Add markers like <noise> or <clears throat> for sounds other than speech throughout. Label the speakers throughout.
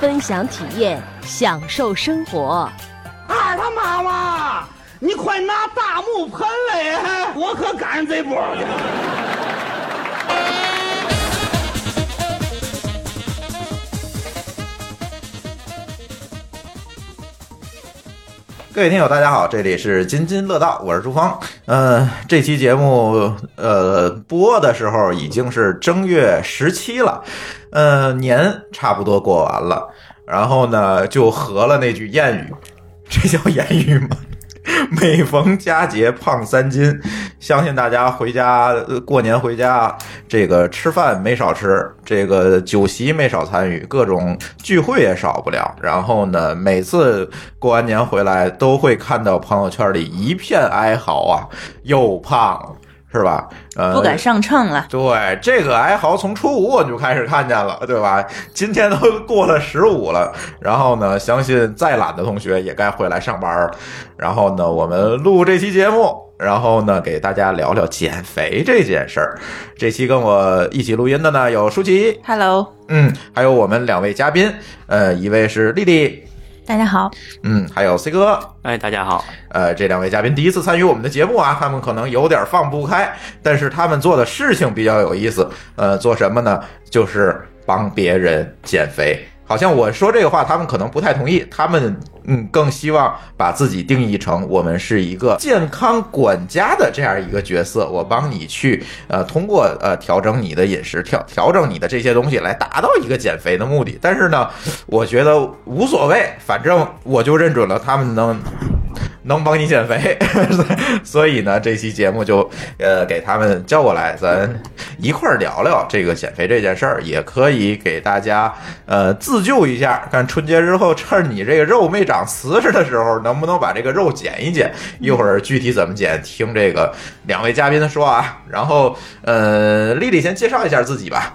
Speaker 1: 分享体验，享受生活。
Speaker 2: 二他妈妈，你快拿大木盆来，我可赶上这波了。
Speaker 3: 各位听友，大家好，这里是津津乐道，我是朱芳。呃，这期节目呃播的时候已经是正月十七了，呃，年差不多过完了，然后呢就合了那句谚语，这叫谚语吗？ <laughs> 每逢佳节胖三斤，相信大家回家呃过年回家，这个吃饭没少吃，这个酒席没少参与，各种聚会也少不了。然后呢，每次过完年回来，都会看到朋友圈里一片哀嚎啊，又胖了，是吧？呃，
Speaker 4: 不敢上秤了。
Speaker 3: 对，这个哀嚎从初五我就开始看见了，对吧？今天都过了十五了，然后呢，相信再懒的同学也该回来上班了。然后呢，我们录这期节目，然后呢，给大家聊聊减肥这件事儿。这期跟我一起录音的呢有舒淇，
Speaker 4: Hello，
Speaker 3: 嗯，还有我们两位嘉宾，呃，一位是丽丽，
Speaker 4: 大家好。
Speaker 3: 嗯，还有 C 哥，
Speaker 5: 哎，大家好，
Speaker 3: 呃，这两位嘉宾第一次参与我们的节目啊，他们可能有点放不开，但是他们做的事情比较有意思。呃，做什么呢？就是帮别人减肥。好像我说这个话，他们可能不太同意。他们嗯，更希望把自己定义成我们是一个健康管家的这样一个角色，我帮你去呃，通过呃调整你的饮食，调调整你的这些东西来达到一个减肥的目的。但是呢，我觉得无所谓，反正我就认准了他们能能帮你减肥，所以呢，这期节目就呃给他们叫过来，咱一块儿聊聊这个减肥这件事儿，也可以给大家呃自救一下，看春节之后趁你这个肉没长瓷实的时候，能不能把这个肉减一减。一会儿具体怎么减，听这个两位嘉宾说啊。然后呃，丽丽先介绍一下自己吧。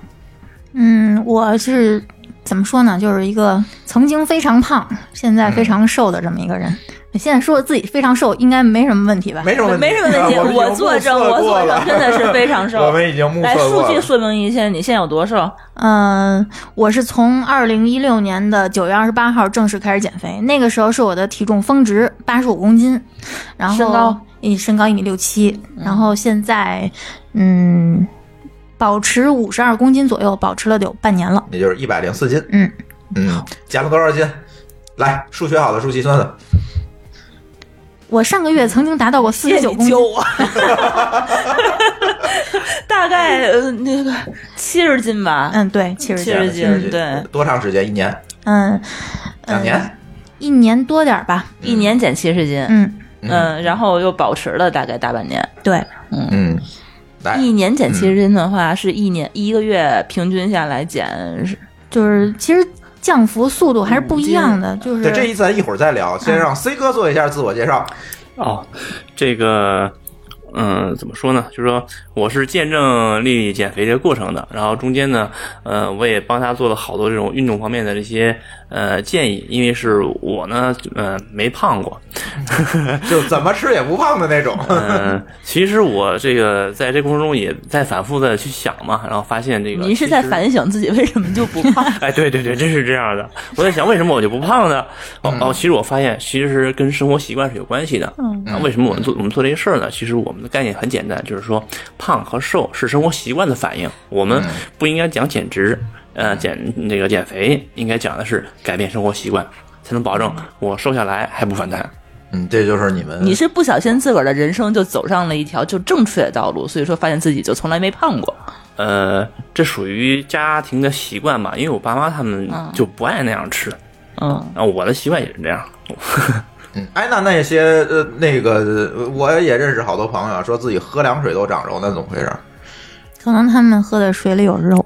Speaker 6: 嗯，我是怎么说呢？就是一个曾经非常胖，现在
Speaker 4: 嗯
Speaker 6: 非常瘦的这么一个人。现在说自己非常瘦，应该没什么问题吧？
Speaker 3: 没什么问题，
Speaker 4: 没什么问题，
Speaker 3: 我
Speaker 4: 我作证，我作证，真的是非常瘦。
Speaker 3: 我们已经目
Speaker 4: 来，
Speaker 3: 测过
Speaker 4: 数
Speaker 3: 了。
Speaker 4: 据说明一下，你现在有多瘦？
Speaker 6: 嗯，我是从二零一六年的九月二十八号正式开始减肥，那个时候是我的体重峰值八十五公斤，然后
Speaker 4: 身高嗯
Speaker 6: 一身高一米六七，然后现在嗯保持五十二公斤左右，保持了得有半年了。
Speaker 3: 也就是一百零四斤。
Speaker 6: 嗯
Speaker 3: 嗯，减了多少斤？来，数学好的数计算算。
Speaker 6: 我上个月曾经达到过四十九公斤
Speaker 4: 救，我！ <laughs> 大概呃那个七十斤吧。
Speaker 6: 嗯，对，七十
Speaker 4: 七
Speaker 6: 斤，
Speaker 4: 十斤，对，
Speaker 3: 多长时间？一年？
Speaker 6: 嗯，
Speaker 3: 两年？
Speaker 6: 一年多点儿吧。
Speaker 4: 一年减七十斤，
Speaker 6: 嗯，
Speaker 4: 嗯，然后又保持了大概大半年。
Speaker 6: 对，
Speaker 3: 嗯，
Speaker 6: 哎
Speaker 3: 来，
Speaker 4: 一年减七十斤的话，是一年一个月平均下来减是
Speaker 6: 就是其实降幅速度还是不一样的，就是
Speaker 3: 对，这一咱一会儿再聊，先
Speaker 4: 嗯
Speaker 3: 让 C 哥做一下自我介
Speaker 4: <laughs>
Speaker 3: 绍。
Speaker 5: 哦，这个，嗯，怎么说呢？就是说，我是见证丽丽减肥这个过程的，然后中间呢，呃，我也帮她做了好多这种运动方面的这些呃建议，因为是我呢，呃，没胖过，
Speaker 3: 就怎么吃也不胖的那种。
Speaker 4: <laughs>
Speaker 5: 嗯，其实我这个在这过程中也在反复的去想嘛，然后发现
Speaker 6: 嗯
Speaker 5: 这个
Speaker 4: 您是在
Speaker 5: 其实
Speaker 4: 反省自己为什么就不
Speaker 6: <laughs>
Speaker 4: 胖？
Speaker 5: <laughs> 哎，对对对，真是这样的。我在想，为什么我就不胖呢？哦哦，其实我发现，其实跟生活习惯是有关系的。嗯，为什么我们做我们做这些事儿呢？其实我们的概念很简单，就是说，胖和瘦是生活习惯的反应。我们不应该讲减脂，呃，减那个减肥，应该讲的是改变生活习惯，才能保证我瘦下来还不反弹。
Speaker 3: 嗯，这就是你们
Speaker 4: 你是不小心自个儿的人生就走上了一条就正确的道路，所以说发现自己就从来没胖过。
Speaker 5: 呃，这属于家庭的习惯吧，因为我爸妈他们就不爱那样吃，
Speaker 4: 嗯，
Speaker 5: 然后我的习惯也是这样。
Speaker 3: 嗯哎，那那些呃，那个呃我也认识好多朋友啊说自己喝凉水都长肉，那怎么回事？
Speaker 6: 可能他们喝的水里有肉。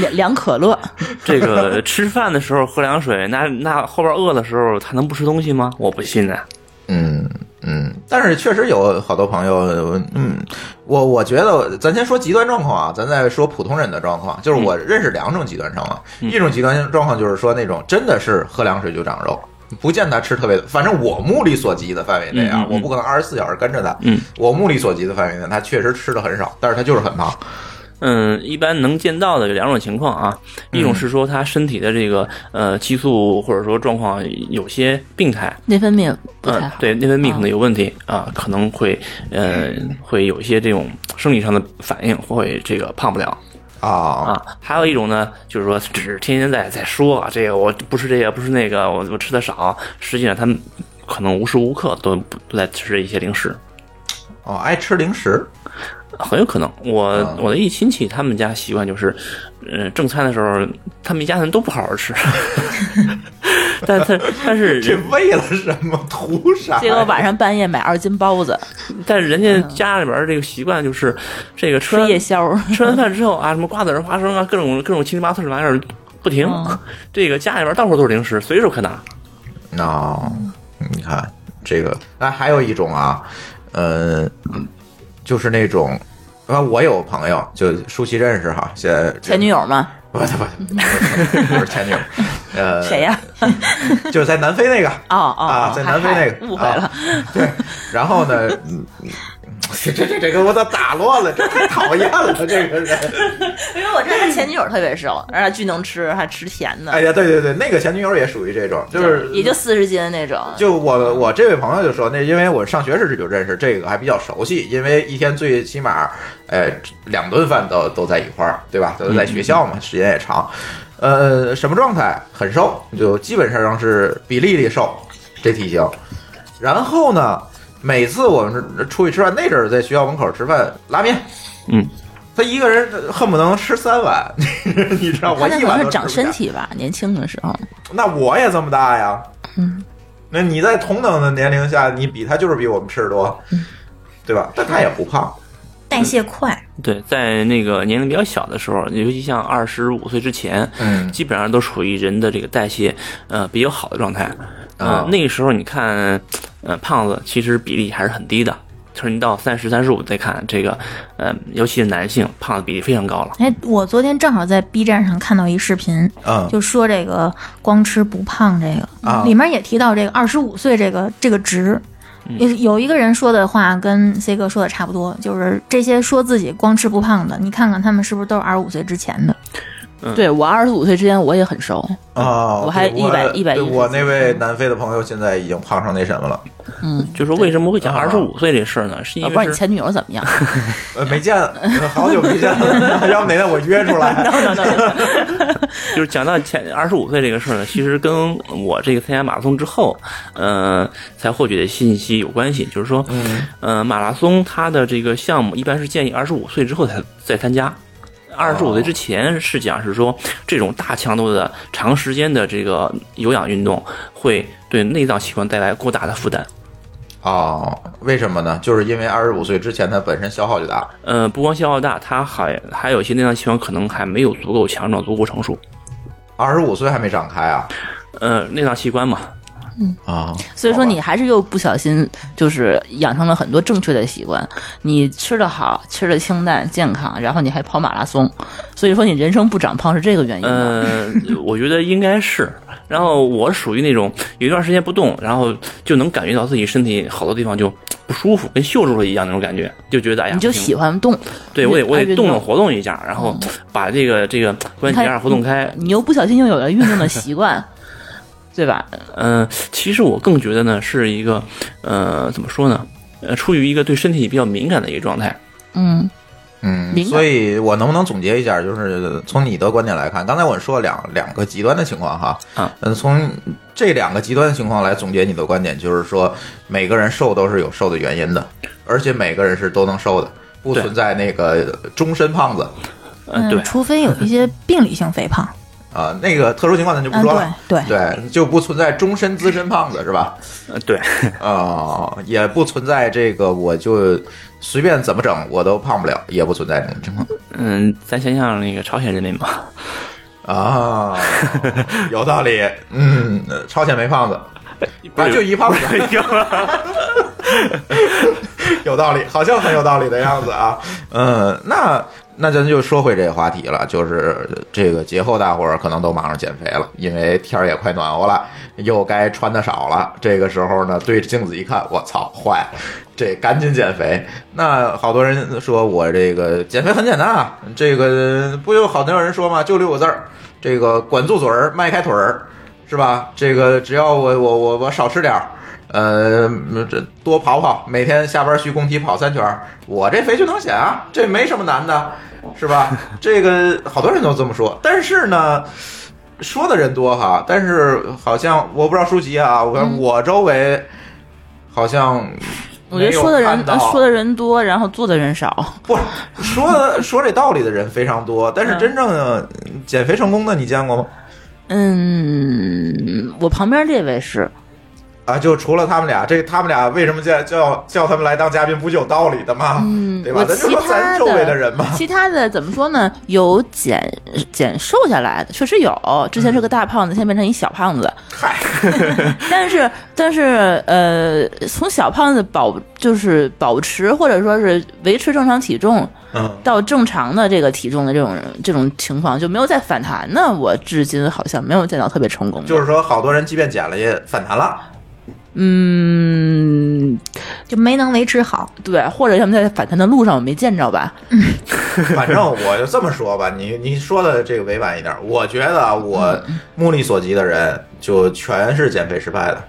Speaker 4: 两两可乐，
Speaker 5: 这个吃饭的时候喝凉水，那那后边饿的时候他能不吃东西吗？我不信啊呢、
Speaker 3: 嗯，嗯，但是确实有好多朋友，嗯，我我觉得咱先说极端状况啊，咱再说普通人的状况。就是
Speaker 5: 嗯
Speaker 3: 我认识两种极端状况，一种极端状况就是说那种真的是喝凉水就长肉，不见他吃特别，反正我目力所及的范围内啊，
Speaker 5: 嗯嗯嗯
Speaker 3: 我不可能二十四小时跟着他，
Speaker 5: 嗯，
Speaker 3: 我目力所及的范围内，他确实吃的很少，但是他就是很胖，
Speaker 5: 嗯，一般能见到的有两种情况啊，一种是说他身体的这个呃激素或者说状况有些病态，
Speaker 4: 内分泌不
Speaker 5: 嗯
Speaker 4: 太，好。嗯
Speaker 5: 对，内分泌可能有问题啊、可能会呃会有一些这种生理上的反应，会这个胖不了
Speaker 3: 啊，
Speaker 5: 啊。还有一种呢，就是说只是天天在在说啊，这个我不吃这个，不吃那个，我我吃的少，实际上他们可能无时无刻都不都在吃一些零食。
Speaker 3: 哦，爱吃零食，
Speaker 5: 很有可能，我、
Speaker 3: 啊
Speaker 5: 我的一亲戚他们家习惯就是，呃，正餐的时候，他们一家人都不好好吃， <laughs> 但他但是
Speaker 3: 这为了什么？图啥呀？
Speaker 4: 结果晚上半夜买二斤包
Speaker 3: 哎
Speaker 4: 子，
Speaker 5: 但是人家家里边儿这个习惯就是，这个吃
Speaker 4: 吃
Speaker 5: 完
Speaker 4: 夜宵，
Speaker 5: 吃完饭之后啊，什么瓜子仁、花生啊，各种各种七零八碎的玩意儿不停。
Speaker 4: 嗯
Speaker 5: <laughs> 这个家里边儿到处都是零食，随手可拿。
Speaker 3: 哦，你看这个，哎，还有一种啊，呃，就是那种，啊，我有朋友就舒淇认识哈，现在
Speaker 4: 前女
Speaker 3: 友
Speaker 4: 友嘛，
Speaker 3: <laughs> 不不不不是前女友，呃，
Speaker 4: 谁、呀？
Speaker 3: 就是在南非那个
Speaker 4: 哦哦，哦
Speaker 3: 啊，在南非
Speaker 4: 嗨
Speaker 3: 那
Speaker 4: 嗨
Speaker 3: 个
Speaker 4: 误会了
Speaker 3: 啊，对，然后呢，嗯这这这这个我咋打乱了？这太讨厌了，这个人。
Speaker 4: 因为我知道他前女友特别瘦，而且巨能吃，还吃甜的，
Speaker 3: 哎呀，对对对，那个前女友也属于这种，就是
Speaker 4: 也就四十斤的那种。
Speaker 3: 就我我这位朋友就说，那因为我上学时就认识这个，还比较熟悉，因为一天最起码，呃，两顿饭都都在一块儿，对
Speaker 4: 嗯
Speaker 3: 吧？都在学校嘛，时间也长。呃，什么状态？很瘦，就基本上是比丽丽瘦这体型。然后呢，每次我们出去吃饭，那阵儿在学校门口吃饭，拉面，
Speaker 5: 嗯，
Speaker 3: 他一个人恨不能吃三碗， <laughs> 你知道我
Speaker 4: 他那
Speaker 3: 一
Speaker 4: 可能
Speaker 3: 碗
Speaker 4: 是
Speaker 3: 都吃
Speaker 4: 长
Speaker 3: 不
Speaker 4: 身
Speaker 3: 下
Speaker 4: 体吧，年轻的时候。
Speaker 3: 那我也这么大呀。那你在同等的年龄下，你比他就是比我们吃的多，对吧？但他也不胖，
Speaker 6: 代谢快，
Speaker 5: 对，在那个年龄比较小的时候，尤其像二十五岁之前，
Speaker 3: 嗯
Speaker 5: 基本上都处于人的这个代谢呃比较好的状态。
Speaker 3: 啊
Speaker 5: 呃，那个时候你看，呃，胖子其实比例还是很低的。就是你到三十、三十五再看这个，呃，尤其是男性，胖子比例非常高了。
Speaker 6: 哎，我昨天正好在 B 站上看到一视频，
Speaker 3: 嗯
Speaker 6: 就说这个光吃不胖这个，
Speaker 3: 啊
Speaker 6: 里面也提到这个二十五岁这个这个值。有有一个人说的话跟 C 哥说的差不多，就是这些说自己光吃不胖的，你看看他们是不是都是二十五岁之前的？
Speaker 3: 嗯
Speaker 4: 对我二十五岁之前我也很瘦，
Speaker 3: 啊！
Speaker 4: 我还
Speaker 3: 对
Speaker 4: 100 110
Speaker 3: 对我那位南非的朋友现在已经胖成那什么了，
Speaker 5: 就是说为什么会讲
Speaker 3: 啊
Speaker 5: 二十五岁这事儿呢？是因
Speaker 4: 我
Speaker 5: 为
Speaker 4: 啊不知道
Speaker 5: 是
Speaker 4: 你前女友怎么
Speaker 3: <laughs>
Speaker 4: 样。
Speaker 3: 呃，没见， <laughs> 呃好久没见了，要不哪天我约出来
Speaker 5: 就是讲到前二十五岁这个事儿呢，其实跟我这个参加马拉松之后，呃，才获取的信息有关系。就是说，嗯、呃，马拉松它的这个项目一般是建议二十五岁之后才再参加。二
Speaker 4: 哦
Speaker 5: 十五岁之前是讲是说，这种大强度的、长时间的这个有氧运动会对内脏器官带来过大的负担。
Speaker 3: 哦，为什么呢？就是因为二十五岁之前他本身消耗就大
Speaker 5: 呃，不光消耗大，它还还有一些内脏器官可能还没有足够强壮、足够成熟。
Speaker 3: 二十五岁还没长开啊
Speaker 5: 呃，内脏器官嘛，
Speaker 3: 啊！
Speaker 4: 所以说你还是又不小心，就是养成了很多正确的习惯。你吃得好，吃得清淡健康，然后你还跑马拉松，所以说你人生不长胖是这个原因
Speaker 3: 嗯
Speaker 4: 吗？
Speaker 5: 呃， <laughs> 我觉得应该是。然后我属于那种有一段时间不动，然后就能感觉到自己身体好多地方就不舒服，跟锈住了一样那种感觉，就觉得哎呀，
Speaker 4: 你就
Speaker 5: 不行
Speaker 4: 喜欢动，
Speaker 5: 对我得我
Speaker 4: 爱运
Speaker 5: 得动
Speaker 4: 动
Speaker 5: 动活动一下，然后把这个这个关节啊活动开。
Speaker 4: 你又不小心又有了运动的
Speaker 3: <laughs>
Speaker 4: 习惯，对吧？
Speaker 5: 嗯、其实我更觉得呢是一个呃怎么说呢？呃，处于一个对身体比较敏感的一个状态。
Speaker 4: 嗯，
Speaker 3: 嗯，
Speaker 4: 敏感
Speaker 3: 所以我能不能总结一下，就是从你的观点来看，刚才我说两两个极端的情况哈，
Speaker 5: 啊
Speaker 3: 嗯，从这两个极端的情况来总结你的观点，就是说每个人瘦都是有瘦的原因的，而且每个人是都能瘦的，不
Speaker 5: 对
Speaker 3: 存在那个终身胖子
Speaker 5: 嗯、对
Speaker 3: <laughs>
Speaker 6: 除非有一些病理性肥胖，
Speaker 3: 啊，那个特殊情况咱就不说了
Speaker 6: 嗯，对
Speaker 3: 对，就不存在终身资深胖子是吧？
Speaker 5: 呃对，
Speaker 3: 啊、也不存在这个我就随便怎么整我都胖不了，也不存在这种情况
Speaker 5: 嗯，咱想想那个朝鲜人民吧， <laughs>
Speaker 3: 啊，有道理，嗯，朝鲜没胖子，啊，就一胖子，
Speaker 5: 哎呦，
Speaker 3: <laughs> 有道理，好像很有道理的样子啊。嗯，那那咱就说回这个话题了，就是这个节后大伙儿可能都忙着减肥了，因为天儿也快暖和了，又该穿的少了。这个时候呢，对着镜子一看，我操，坏了，这赶紧减肥。那好多人说我这个减肥很简单啊，这个不有好多人说嘛，就六个字儿，这个管住嘴儿，迈开腿儿。是吧？这个只要我我我我少吃点儿，呃，这多跑跑，每天下班去工体跑三圈儿，我这肥就能减啊，这没什么难的，是吧？这个好多人都这么说，但是呢。说的人多哈，但是好像我不知道舒淇啊，我我周围好像
Speaker 4: 我觉得
Speaker 3: 没有
Speaker 4: 说的人
Speaker 3: 看到
Speaker 4: 呃说的人多，然后做的人少。
Speaker 3: 不说说这道理的人非常多，但是真正呃减肥成功的你见过吗？
Speaker 4: 嗯，我旁边这位是，
Speaker 3: 啊，就除了他们俩，这他们俩为什么叫叫叫他们来当嘉宾，不是有道理的吗？
Speaker 4: 嗯，
Speaker 3: 对
Speaker 4: 我
Speaker 3: 吧？咱就
Speaker 4: 其
Speaker 3: 说
Speaker 4: 他
Speaker 3: 咱周围的人嘛。
Speaker 4: 其他的怎么说呢？有减减瘦下来的，确实有。之前是个大胖子，现在变成一小胖子。
Speaker 3: 嗨， <laughs>
Speaker 4: 但是但是呃，从小胖子保就是保持或者说是维持正常体重，
Speaker 3: 嗯，
Speaker 4: 到正常的这个体重的这种这种情况就没有再反弹呢。我至今好像没有见到特别成功的。
Speaker 3: <laughs> 就是说，好多人即便减了也反弹了。
Speaker 4: 嗯，
Speaker 6: 就没能维持好。
Speaker 4: 对，或者他们在反弹的路上我没见着吧？
Speaker 3: 反正我就这么说吧，你你说的这个委婉一点，我觉得啊我目力所及的人就全是减肥失败的。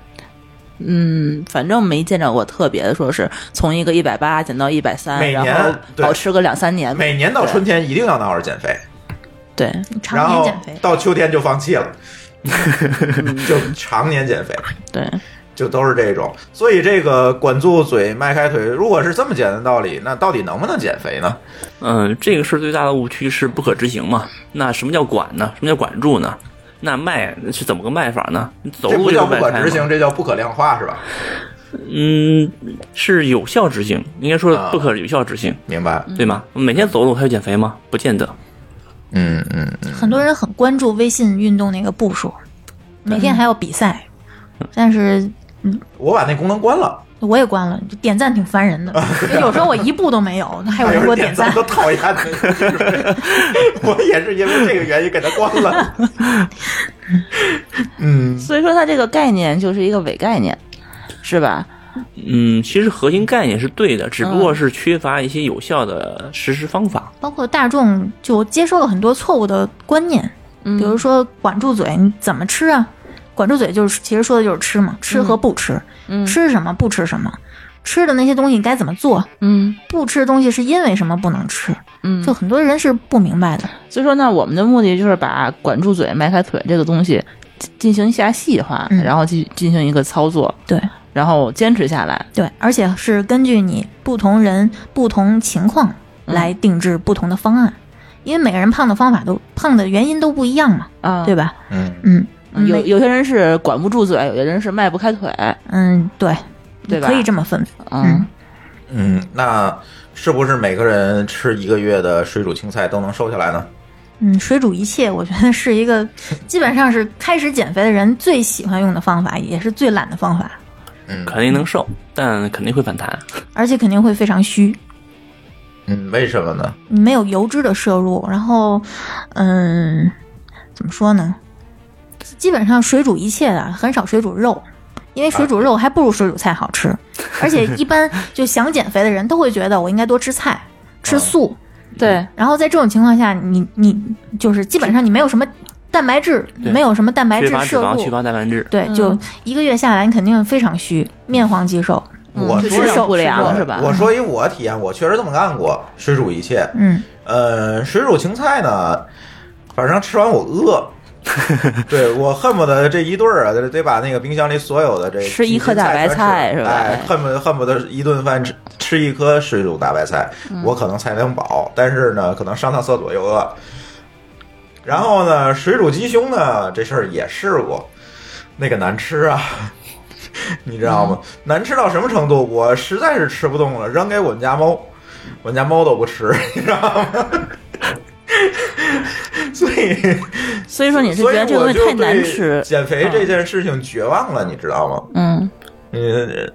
Speaker 4: 嗯，反正没见着过特别的，说是从一个一百八减到一百三，
Speaker 3: 每
Speaker 4: 然
Speaker 3: 年
Speaker 4: 后
Speaker 3: 对
Speaker 4: 保持个两三年。
Speaker 3: 每年到春天一定要闹着减肥，
Speaker 4: 对，
Speaker 3: 然
Speaker 6: 常年
Speaker 3: 后
Speaker 6: 减肥，
Speaker 3: 到秋天就放弃了，就常年减肥。
Speaker 4: 对对，
Speaker 3: 就都是这种。所以这个管住嘴，迈开腿，如果是这么简单的道理，那到底能不能减肥呢？
Speaker 5: 嗯，这个事儿最大的误区是不可执行嘛。那什么叫管呢？什么叫管住呢？那迈是怎么个迈法呢？你走
Speaker 3: 这
Speaker 5: 路
Speaker 3: 不
Speaker 5: 就
Speaker 3: 叫
Speaker 5: 是
Speaker 3: 不
Speaker 5: 迈
Speaker 3: 可
Speaker 5: 开
Speaker 3: 执
Speaker 5: 嘛
Speaker 3: 行，这叫不可量化，是吧？
Speaker 5: 嗯，是有效执行，应该说
Speaker 3: 啊
Speaker 5: 不可有效执行，
Speaker 3: 明白？
Speaker 5: 对吗？每天走路还有减肥吗？不见得。
Speaker 3: 嗯嗯嗯，
Speaker 6: 很多人很关注微信运动那个步数，
Speaker 3: 嗯
Speaker 6: 每天还要比赛，但是
Speaker 3: 我把那功能关了，
Speaker 6: 我也关了，就点赞挺烦
Speaker 3: <laughs>
Speaker 6: 人的。有时候我一步都没有，还有
Speaker 3: 还
Speaker 6: 人
Speaker 3: 有
Speaker 6: 给
Speaker 3: 人
Speaker 6: 我点
Speaker 3: 哎点
Speaker 6: 赞
Speaker 3: 赞，都讨 <laughs> 厌的。我也是因为这个原因给它关了。 <laughs> 嗯，
Speaker 4: 所以说它这个概念就是一个伪概念，是吧？
Speaker 5: 嗯，其实核心概念是对的，只不过是缺乏一些有效的实施方法。
Speaker 6: 包括大众就接受了很多错误的观念，
Speaker 4: 嗯
Speaker 6: 比如说管住嘴，你怎么吃啊？管住嘴就是其实说的就是吃嘛，吃
Speaker 4: 嗯
Speaker 6: 和不吃，吃什么不吃什么，吃的那些东西该怎么做，
Speaker 4: 嗯，
Speaker 6: 不吃的东西是因为什么不能吃，
Speaker 4: 嗯
Speaker 6: 就很多人是不明白的。
Speaker 4: 所以说呢，我们的目的就是把管住嘴、迈开腿这个东西进进行一下细化，
Speaker 6: 嗯
Speaker 4: 然后进进行一个操作，
Speaker 6: 对
Speaker 4: 然后坚持下来。
Speaker 6: 对，而且是根据你不同人不同情况
Speaker 4: 嗯
Speaker 6: 来定制不同的方案，因为每个人胖的方法都胖的原因都不一样嘛，
Speaker 4: 啊
Speaker 6: 对吧？
Speaker 3: 嗯，
Speaker 6: 嗯，
Speaker 4: 有
Speaker 6: 每
Speaker 4: 有些人是管不住嘴，有些人是迈不开腿，
Speaker 6: 嗯对，
Speaker 4: 对吧
Speaker 6: 可以这么分
Speaker 4: 嗯，
Speaker 3: 嗯，那是不是每个人吃一个月的水煮青菜都能瘦下来呢？
Speaker 6: 嗯，水煮一切，我觉得是一个基本上是开始减肥的人最喜欢用的方法，也是最懒的方法，
Speaker 3: 嗯
Speaker 5: 肯定能瘦，但肯定会反弹。
Speaker 6: 而且肯定会非常虚，
Speaker 3: 嗯，为什么呢？
Speaker 6: 没有油脂的摄入，然后，嗯，怎么说呢？基本上水煮一切的，很少水煮肉，因为水煮肉还不如水煮菜好吃，而且一般就想减肥的人都会觉得我应该多吃菜，
Speaker 5: 哦
Speaker 6: 吃素，
Speaker 3: 嗯
Speaker 4: 对，
Speaker 6: 然后在这种情况下，你你就是基本上你没有什么蛋白质，
Speaker 5: 对
Speaker 6: 没有什么蛋白
Speaker 5: 缺
Speaker 6: 质
Speaker 5: 乏脂
Speaker 6: 摄
Speaker 5: 肪，
Speaker 6: 入
Speaker 5: 缺，乏蛋白质。
Speaker 6: 对，就一个月下来，你肯定非常虚，面黄肌瘦。
Speaker 4: 嗯
Speaker 3: 我
Speaker 4: 就
Speaker 3: 说
Speaker 4: 是
Speaker 3: 要
Speaker 4: 受不
Speaker 6: 吃
Speaker 4: 良
Speaker 6: 肉
Speaker 4: 是吧？
Speaker 3: 我说一我体验，我确实这么干过，水煮一切。
Speaker 6: 嗯，
Speaker 3: 呃，水煮芹菜呢，反正吃完
Speaker 4: <laughs>
Speaker 3: 我饿。对我恨不得这一顿儿啊，得得把那个冰箱里所有的这
Speaker 4: 吃一颗大白菜是吧
Speaker 3: 哎，恨不得恨不得一顿饭吃吃一颗
Speaker 4: 嗯
Speaker 3: 水煮大白菜，我可能才能饱，但是呢，可能上趟厕所又饿。然后呢，水煮鸡胸呢，这事儿也试过，那个难吃啊， <laughs> 你知道吗？
Speaker 4: 嗯
Speaker 3: 难吃到什么程度？我实在是吃不动了，扔给我们家猫，我们家猫都不吃，你知道吗？
Speaker 4: <laughs>
Speaker 3: 所以，
Speaker 4: 所以说你是觉
Speaker 3: 所以
Speaker 4: 得这个
Speaker 3: 我
Speaker 4: 东西
Speaker 3: 就
Speaker 4: 太难嗯
Speaker 3: 对
Speaker 4: 吃，
Speaker 3: 减肥这件事情绝望了，你知道吗？
Speaker 4: 嗯，
Speaker 3: 嗯，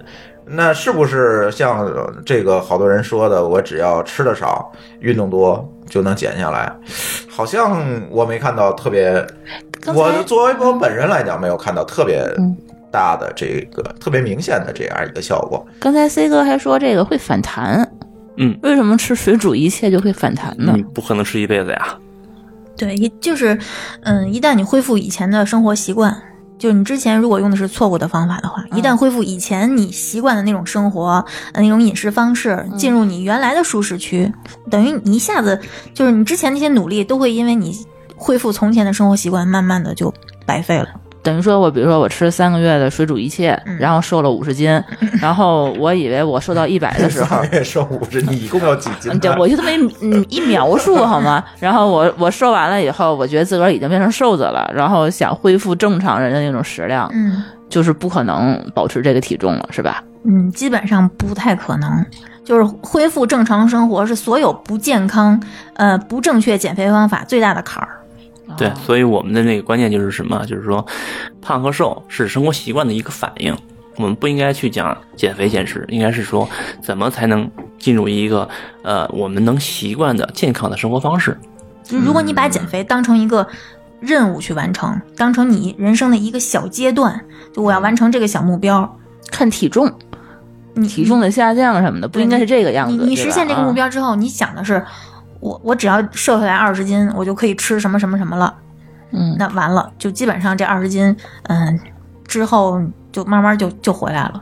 Speaker 3: 那是不是像这个好多人说的，我只要吃的少，运动多就能减下来？好像我没看到特别，
Speaker 4: 刚才嗯
Speaker 3: 我作为我本人来讲，没有看到特别大的这个特别明显的这样一个效果。
Speaker 4: 刚才 C 哥还说这个会反弹，
Speaker 5: 嗯，
Speaker 4: 为什么吃水煮一切就会反弹呢？
Speaker 3: 嗯
Speaker 5: 你嗯不可能吃一辈子呀。
Speaker 6: 对，一就是，嗯，一旦你恢复以前的生活习惯，就是你之前如果用的是错误的方法的话，一旦恢复以前你习惯的那种生活、呃那种饮食方式，进入你原来的舒适区，等于你一下子就是你之前那些努力都会因为你恢复从前的生活习惯，慢慢的就白费了。
Speaker 4: 等于说我比如说我吃三个月的水煮一切，然后瘦了五十 <laughs> 斤，然后我以为我瘦到一百的
Speaker 3: <laughs>
Speaker 4: 时候
Speaker 3: 上。月瘦五十，你一共有几斤
Speaker 4: 嗯，对
Speaker 3: 呢？，
Speaker 4: 我就这么一嗯一描述好吗？然后我我瘦完了以后，我觉得自个儿已经变成瘦子了，然后想恢复正常人的那种食量，
Speaker 6: 嗯
Speaker 4: 就是不可能保持这个体重了，是吧？
Speaker 6: 嗯，基本上不太可能。就是恢复正常生活是所有不健康、呃不正确减肥方法最大的坎儿。
Speaker 4: 哦
Speaker 5: 对，所以我们的那个观念就是什么？就是说，胖和瘦是生活习惯的一个反应。我们不应该去讲减肥减食，应该是说怎么才能进入一个呃我们能习惯的健康的生活方式。
Speaker 6: 就如果你
Speaker 4: 嗯
Speaker 6: 把减肥当成一个任务去完成，当成你人生的一个小阶段，就
Speaker 4: 嗯
Speaker 6: 我要完成这个小目标，
Speaker 4: 看体重，
Speaker 6: 你
Speaker 4: 体重的下降什么的，不应该是这个样
Speaker 6: 你
Speaker 4: 子。对
Speaker 6: 你实
Speaker 4: 吧
Speaker 6: 现这个目
Speaker 4: 啊
Speaker 6: 标之后，你想的是，我我只要瘦下来二十斤，我就可以吃什么什么什么了。
Speaker 4: 嗯，
Speaker 6: 那完了，就基本上这二十斤，嗯，之后就慢慢就就回来了。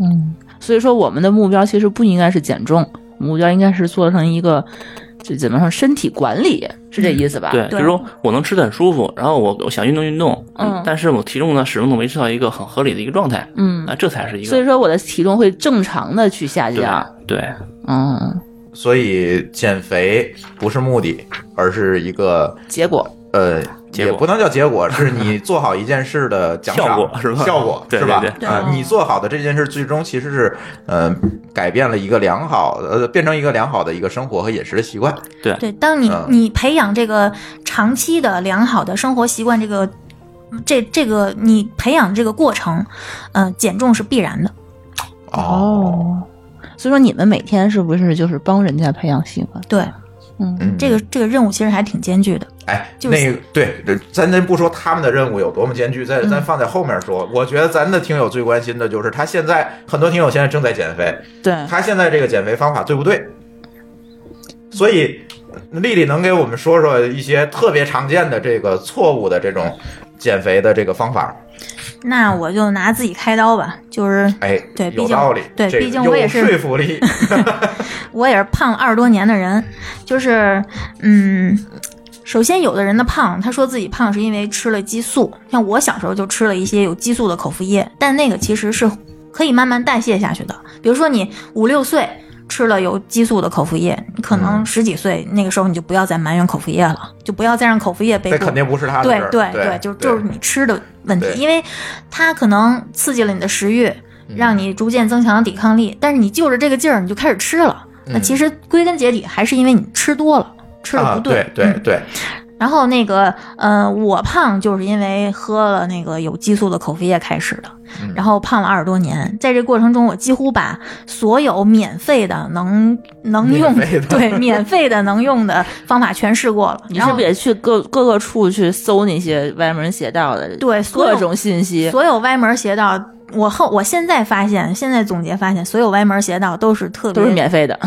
Speaker 4: 嗯，所以说我们的目标其实不应该是减重，目标应该是做成一个，就怎么说身体管理是这意思吧？
Speaker 5: 对，就
Speaker 6: 对
Speaker 5: 是说我能吃的很舒服，然后我我想运动运动，
Speaker 4: 嗯
Speaker 5: 但是我体重呢始终能维持到一个很合理的一个状态，
Speaker 4: 嗯
Speaker 5: 啊，这才是一个。
Speaker 4: 所以说我的体重会正常的去下
Speaker 5: 对啊
Speaker 4: 降。 <laughs>
Speaker 5: 对，
Speaker 4: 嗯，
Speaker 3: 所以减肥不是目的，而是一个
Speaker 4: 结果
Speaker 3: 呃，
Speaker 5: 结
Speaker 3: 也
Speaker 5: 果
Speaker 3: 不能叫结果，是你做好一件事的奖赏 <laughs>
Speaker 5: 效果是吧
Speaker 3: 效果
Speaker 5: 对
Speaker 3: 是吧
Speaker 5: 对？
Speaker 6: 对
Speaker 3: 啊，
Speaker 6: 对
Speaker 3: 你做好的这件事，最终其实是呃，改变了一个良好呃，变成一个良好的一个生活和饮食的习惯。
Speaker 6: 对，当你
Speaker 3: 嗯
Speaker 6: 你培养这个长期的良好的生活习惯，这个这这个你培养这个过程，嗯，减重是必然的。
Speaker 4: 哦，所以说你们每天是不是就是帮人家培养习惯？
Speaker 6: 对，
Speaker 4: 嗯，
Speaker 3: 嗯，
Speaker 6: 这个这个任务其实还挺艰巨的。
Speaker 3: 哎，
Speaker 6: 就是
Speaker 3: 那个对，这咱咱不说他们的任务有多么艰巨，
Speaker 6: 嗯
Speaker 3: 咱咱放在后面说。我觉得咱的听友最关心的就是他现在很多听友现在正在减肥，
Speaker 4: 对，
Speaker 3: 他现在这个减肥方法对不对？所以，丽丽能给我们说说一些特别常见的这个错误的这种减肥的这个方法？
Speaker 6: 那我就拿自己开刀吧，就是
Speaker 3: 哎，
Speaker 6: 对毕
Speaker 3: 有
Speaker 6: 竟
Speaker 3: 道理，
Speaker 6: 对
Speaker 3: 这个
Speaker 6: 毕竟
Speaker 3: 有
Speaker 6: 我也是
Speaker 3: 说服
Speaker 6: <laughs>
Speaker 3: 力。
Speaker 6: 我也是胖了二十多年的人，就是嗯，首先有的人的胖，他说自己胖是因为吃了激素，像我小时候就吃了一些有激素的口服液，但那个其实是可以慢慢代谢下去的。比如说你五六岁吃了有激素的口服液，你可能
Speaker 3: 嗯
Speaker 6: 十几岁、那个时候你就不要再埋怨口服液了，就不要再让口服液被
Speaker 3: 这
Speaker 6: 迫
Speaker 3: 肯定不是他的
Speaker 6: 对
Speaker 3: 事儿，
Speaker 6: 对
Speaker 3: 对，
Speaker 6: 就就是你吃的问题
Speaker 3: 对，
Speaker 6: 因为它可能刺激了你的食欲，
Speaker 3: 嗯
Speaker 6: 让你逐渐增强抵抗力，但是你就着这个劲儿你就开始吃了，那
Speaker 3: 嗯
Speaker 6: 其实归根结底还是因为你吃多了，吃的
Speaker 3: 啊
Speaker 6: 不，
Speaker 3: 对对
Speaker 6: 嗯
Speaker 3: 对，
Speaker 6: 然后那个，呃，我胖就是因为喝了那个有激素的口服液开始的，
Speaker 3: 嗯
Speaker 6: 然后胖了二十多年。在这过程中，我几乎把所有免费的能能用
Speaker 3: 免费的
Speaker 6: 对免费的能用的方法全试过了。
Speaker 4: 你
Speaker 6: 然
Speaker 4: 是
Speaker 6: 后
Speaker 4: 不是也去各各个处去搜那些歪门邪道的
Speaker 6: 对所有
Speaker 4: 各种信息？
Speaker 6: 所有歪门邪道，我后我现在发现，现在总结发现，所有歪门邪道都是特别，
Speaker 4: 都是免费的，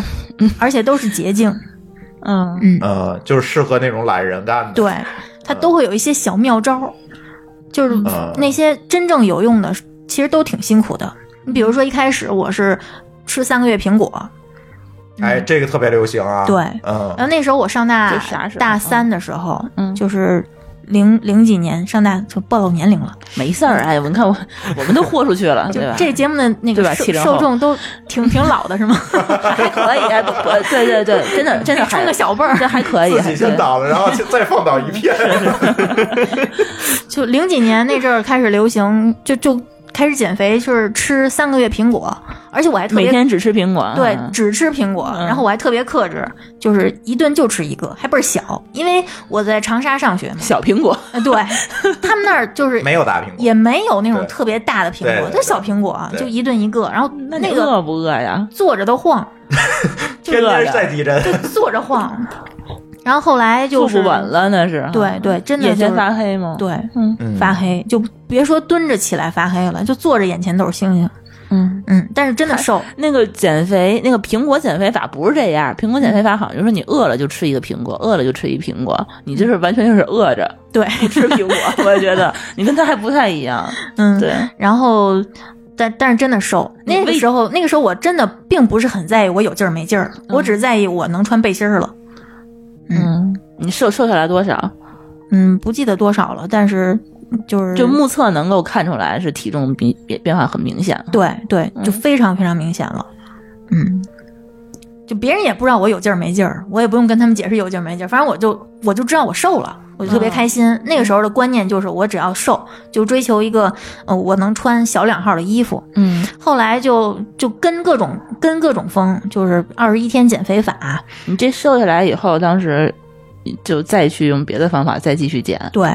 Speaker 6: 而且都是捷径。
Speaker 4: 嗯
Speaker 6: 嗯，
Speaker 3: 呃，就是适合那种懒人干的。
Speaker 6: 对，它都会有一些小妙招儿，就是
Speaker 3: 嗯
Speaker 6: 那些真正有用的，其实都挺辛苦的。你比如说一开始我是吃三个月苹果，
Speaker 3: 哎，这个特别流行啊。
Speaker 6: 嗯对
Speaker 3: 嗯
Speaker 6: 然后那时候我上大
Speaker 4: 这啥时候啊
Speaker 6: 大三的时候，
Speaker 4: 嗯
Speaker 6: 就是零零几年上大就暴露年龄了，
Speaker 4: 没事儿，哎，我你看我我们都豁出去 <laughs> 了，
Speaker 6: 就
Speaker 4: 对吧？
Speaker 6: 这节目的那
Speaker 4: 对吧
Speaker 6: 个受
Speaker 4: 70后
Speaker 6: 受众都挺挺老的是吗？
Speaker 4: 还可以，哎，不不，对对对，真的真的还
Speaker 6: 冲个小辈儿
Speaker 4: 这还可以，
Speaker 3: 自
Speaker 4: 还
Speaker 3: 己
Speaker 4: 可以
Speaker 3: 先倒了，然后再放倒一片。
Speaker 6: 就零几年那阵儿开始流行，就就开始减肥，就是吃三个月苹果，而且我还特别
Speaker 4: 每天只吃苹果，
Speaker 6: 对，
Speaker 4: 嗯
Speaker 6: 只吃苹果，
Speaker 4: 嗯。
Speaker 6: 然后我还特别克制，就是一顿就吃一个，还倍儿小，因为我在长沙上学嘛
Speaker 4: <laughs> 小苹果，
Speaker 6: 呃对，他们那儿就是
Speaker 3: <laughs> 没有大苹
Speaker 6: 也
Speaker 3: 果，
Speaker 6: 没有那种
Speaker 3: 对
Speaker 6: 特别大的苹
Speaker 3: 对
Speaker 6: 果，
Speaker 3: 对
Speaker 6: 就小苹果
Speaker 3: 对
Speaker 6: 就一顿一个，然后
Speaker 4: 你
Speaker 6: 那个
Speaker 4: 饿不饿呀？
Speaker 6: 坐着都晃，
Speaker 3: 天天在地震。
Speaker 6: 坐着晃，
Speaker 4: <laughs>
Speaker 6: 然后后来就
Speaker 4: 坐
Speaker 6: 是
Speaker 4: 不稳了那是，
Speaker 6: 对对真
Speaker 4: 嗯
Speaker 6: 的
Speaker 4: 眼前
Speaker 6: 就是
Speaker 4: 发黑吗？，
Speaker 6: 对，
Speaker 4: 嗯
Speaker 3: 嗯
Speaker 6: 发黑就别说蹲着起来发黑了，就坐着眼前都是星星，
Speaker 4: 嗯。
Speaker 6: 嗯，但是真的瘦，
Speaker 4: 那个减肥，那个苹果减肥法不是这样。苹果减肥法好像就是你饿了就吃一个苹果，饿了就吃一苹果，你这是完全就是饿 <laughs> 着
Speaker 6: 对，
Speaker 4: 不吃苹果。我觉得你跟他还不太一样，
Speaker 6: 嗯，
Speaker 4: 对，
Speaker 6: 然后，但但是真的瘦。
Speaker 4: 你
Speaker 6: 那个
Speaker 4: 为
Speaker 6: 时候，那个时候我真的并不是很在意我有劲儿没劲儿，我只在意我能穿背心儿了。
Speaker 4: 嗯，你瘦瘦下来多少？
Speaker 6: 嗯，不记得多少了，但是就是
Speaker 4: 就目测能够看出来是体重比变变化很明显。
Speaker 6: 对对，就
Speaker 4: 嗯
Speaker 6: 非常非常明显了。嗯，就别人也不知道我有劲儿没劲儿，我也不用跟他们解释有劲儿没劲儿，反正我就我就知道我瘦了，我就特别
Speaker 4: 嗯
Speaker 6: 开心。那个时候的观念就是，我只要瘦，就追求一个呃，我能穿小两号的衣服。
Speaker 4: 嗯，
Speaker 6: 后来就就跟各种跟各种风，就是二十一天减肥法，
Speaker 4: 你这瘦下来以后，当时就再去用别的方法再继续减。
Speaker 6: 对，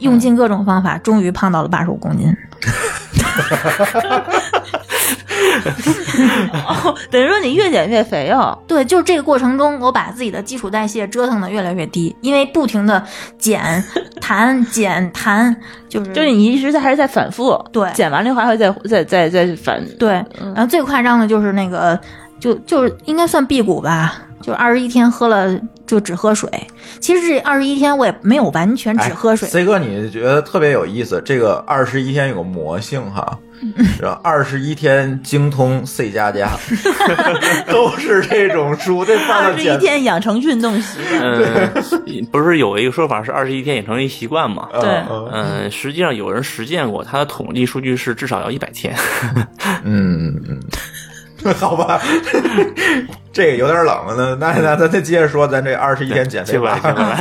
Speaker 6: 用尽各种方法，终于胖到了八十五公斤。
Speaker 4: 哦，等于说你越减越肥哦。
Speaker 6: 对，就是这个过程中，我把自己的基础代谢折腾的越来越低，因为不停的减
Speaker 4: <laughs>
Speaker 6: 弹减弹，就是
Speaker 4: 就是你一直在还是在反复，
Speaker 6: 嗯对
Speaker 4: 减完了以后还会再再再再反，
Speaker 6: 对，
Speaker 4: 嗯
Speaker 6: 然后最夸张的就是那个，就就是应该算辟谷吧，就二十一天喝了就只喝水，其实这二十一天我也没有完全
Speaker 4: 哎
Speaker 6: 只喝水，
Speaker 3: 哎 C 哥，你觉得特别有意思，这个二十一天有个魔性哈，是吧？二十一天精通 C 加加，都是这种书，这放
Speaker 4: 二
Speaker 3: 到
Speaker 4: 十一
Speaker 3: 简
Speaker 4: 天养成运动习惯。
Speaker 5: 嗯，不是有一个说法是二十一天养成一习惯吗？
Speaker 3: 嗯
Speaker 4: 对
Speaker 5: 嗯，实际上有人实践过，他的统计数据是至少要一百天。
Speaker 3: 嗯嗯嗯， <laughs> 好吧，这个有点冷了呢。那那咱再接着说，咱这二十一天减肥
Speaker 5: 哎接过来，接过
Speaker 3: 吧。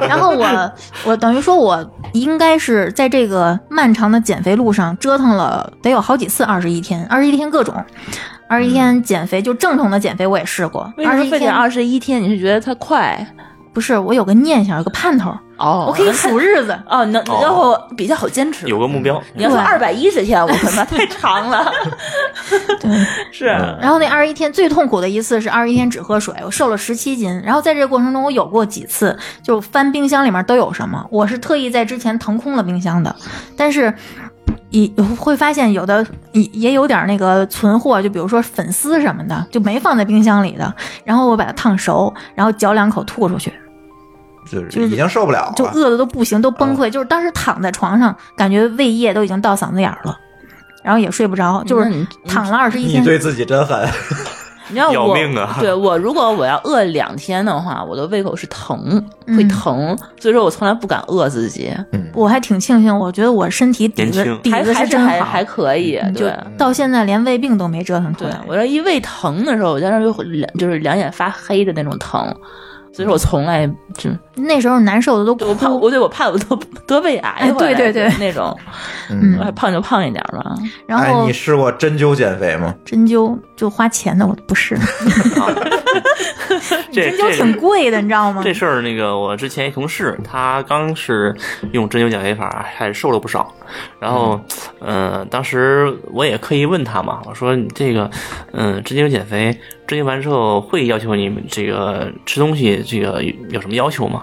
Speaker 5: 来。
Speaker 6: 然后我我等于说我应该是在这个漫长的减肥路上折腾了得有好几次二十一天，二十一天各种，二十一天减肥就正统的减肥我也试过，
Speaker 4: 为什
Speaker 6: 二十
Speaker 4: 么
Speaker 6: 一
Speaker 4: 非得
Speaker 6: 天
Speaker 4: 二十一天？你是觉得它快
Speaker 6: 不是我有个念想有个盼头，
Speaker 4: 哦
Speaker 6: 我可以数日子，
Speaker 4: 哦，能
Speaker 5: 哦
Speaker 4: 然后比较好坚持。
Speaker 5: <laughs> 有个目标，
Speaker 4: 你要说
Speaker 6: 对
Speaker 4: 二百一十天，我他妈太长了。
Speaker 6: 对，
Speaker 4: <laughs>
Speaker 6: 嗯
Speaker 4: 是，
Speaker 5: 嗯啊
Speaker 6: 然后那二十一天最痛苦的一次是二十一天只喝水，我瘦了十七斤。然后在这个过程中，我有过几次就翻冰箱里面都有什么，我是特意在之前腾空了冰箱的，但是。也会发现有的也也有点那个存货，就比如说粉丝什么的，就没放在冰箱里的。然后我把它烫熟，然后嚼两口吐出去，
Speaker 3: 就是已经受不了了，
Speaker 6: 就饿的都不行，都崩溃。就是当时躺在床上，感觉胃液都已经到嗓子眼儿了，然后也睡不着，就
Speaker 4: 那
Speaker 6: 是
Speaker 4: 你
Speaker 6: 躺了二十一
Speaker 3: 你
Speaker 6: 天。
Speaker 3: 对自己真狠，
Speaker 4: 你知道
Speaker 5: 要
Speaker 4: 我
Speaker 5: 命啊
Speaker 4: 对我，如果我要饿两天的话，我的胃口是疼，会
Speaker 6: 嗯
Speaker 4: 疼，所以说我从来不敢饿自己，
Speaker 6: 我还挺庆幸，我觉得我身体底子
Speaker 5: 年轻
Speaker 6: 底
Speaker 4: 还
Speaker 6: 子
Speaker 4: 还
Speaker 6: 是真
Speaker 4: 还
Speaker 6: 好，嗯
Speaker 4: 还可以，
Speaker 6: 就
Speaker 4: 对。
Speaker 6: 到现在连胃病都没折腾出
Speaker 4: 对
Speaker 6: 来。
Speaker 4: 我这一胃疼的时候，我在那就两就是两眼发黑的那种疼，所以说我从来就
Speaker 6: 那时候难受的都
Speaker 4: 我怕
Speaker 6: 哭。
Speaker 4: 我对我怕我得得胃癌
Speaker 6: 哎
Speaker 4: 回来，
Speaker 6: 对对对
Speaker 4: 那种，
Speaker 3: 嗯
Speaker 4: 我还胖就胖一点吧。
Speaker 6: 然
Speaker 3: 哎，
Speaker 6: 后
Speaker 3: 你试过针灸减肥吗？
Speaker 6: 针灸就花钱的，我不是
Speaker 5: 这
Speaker 6: 针灸
Speaker 5: 这
Speaker 6: 挺贵的，你知道吗？
Speaker 5: 这事儿，那个我之前一同事，他刚是用针灸减肥法，还瘦了不少。然后，呃，当时我也刻意问他嘛，我说你这个，嗯、针灸减肥，针灸完之后会要求你们这个吃东西，这个有有什么要求吗？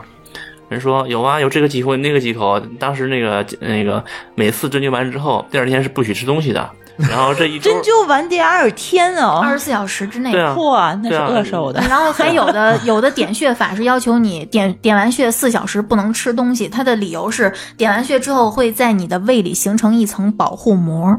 Speaker 5: 人说有啊，有这个忌口那个忌口。当时那个那个每次针灸完之后，第二天是不许吃东西的。然后这一周
Speaker 4: 针灸完第二天哦，
Speaker 6: 二十四小时之内
Speaker 5: 对。啊，
Speaker 4: 嚯，那是
Speaker 5: 对啊
Speaker 4: 饿瘦的。
Speaker 6: 然后还有的有的点穴法是要求你点点完穴四小时不能吃东西，它的理由是点完穴之后会在你的胃里形成一层保护膜，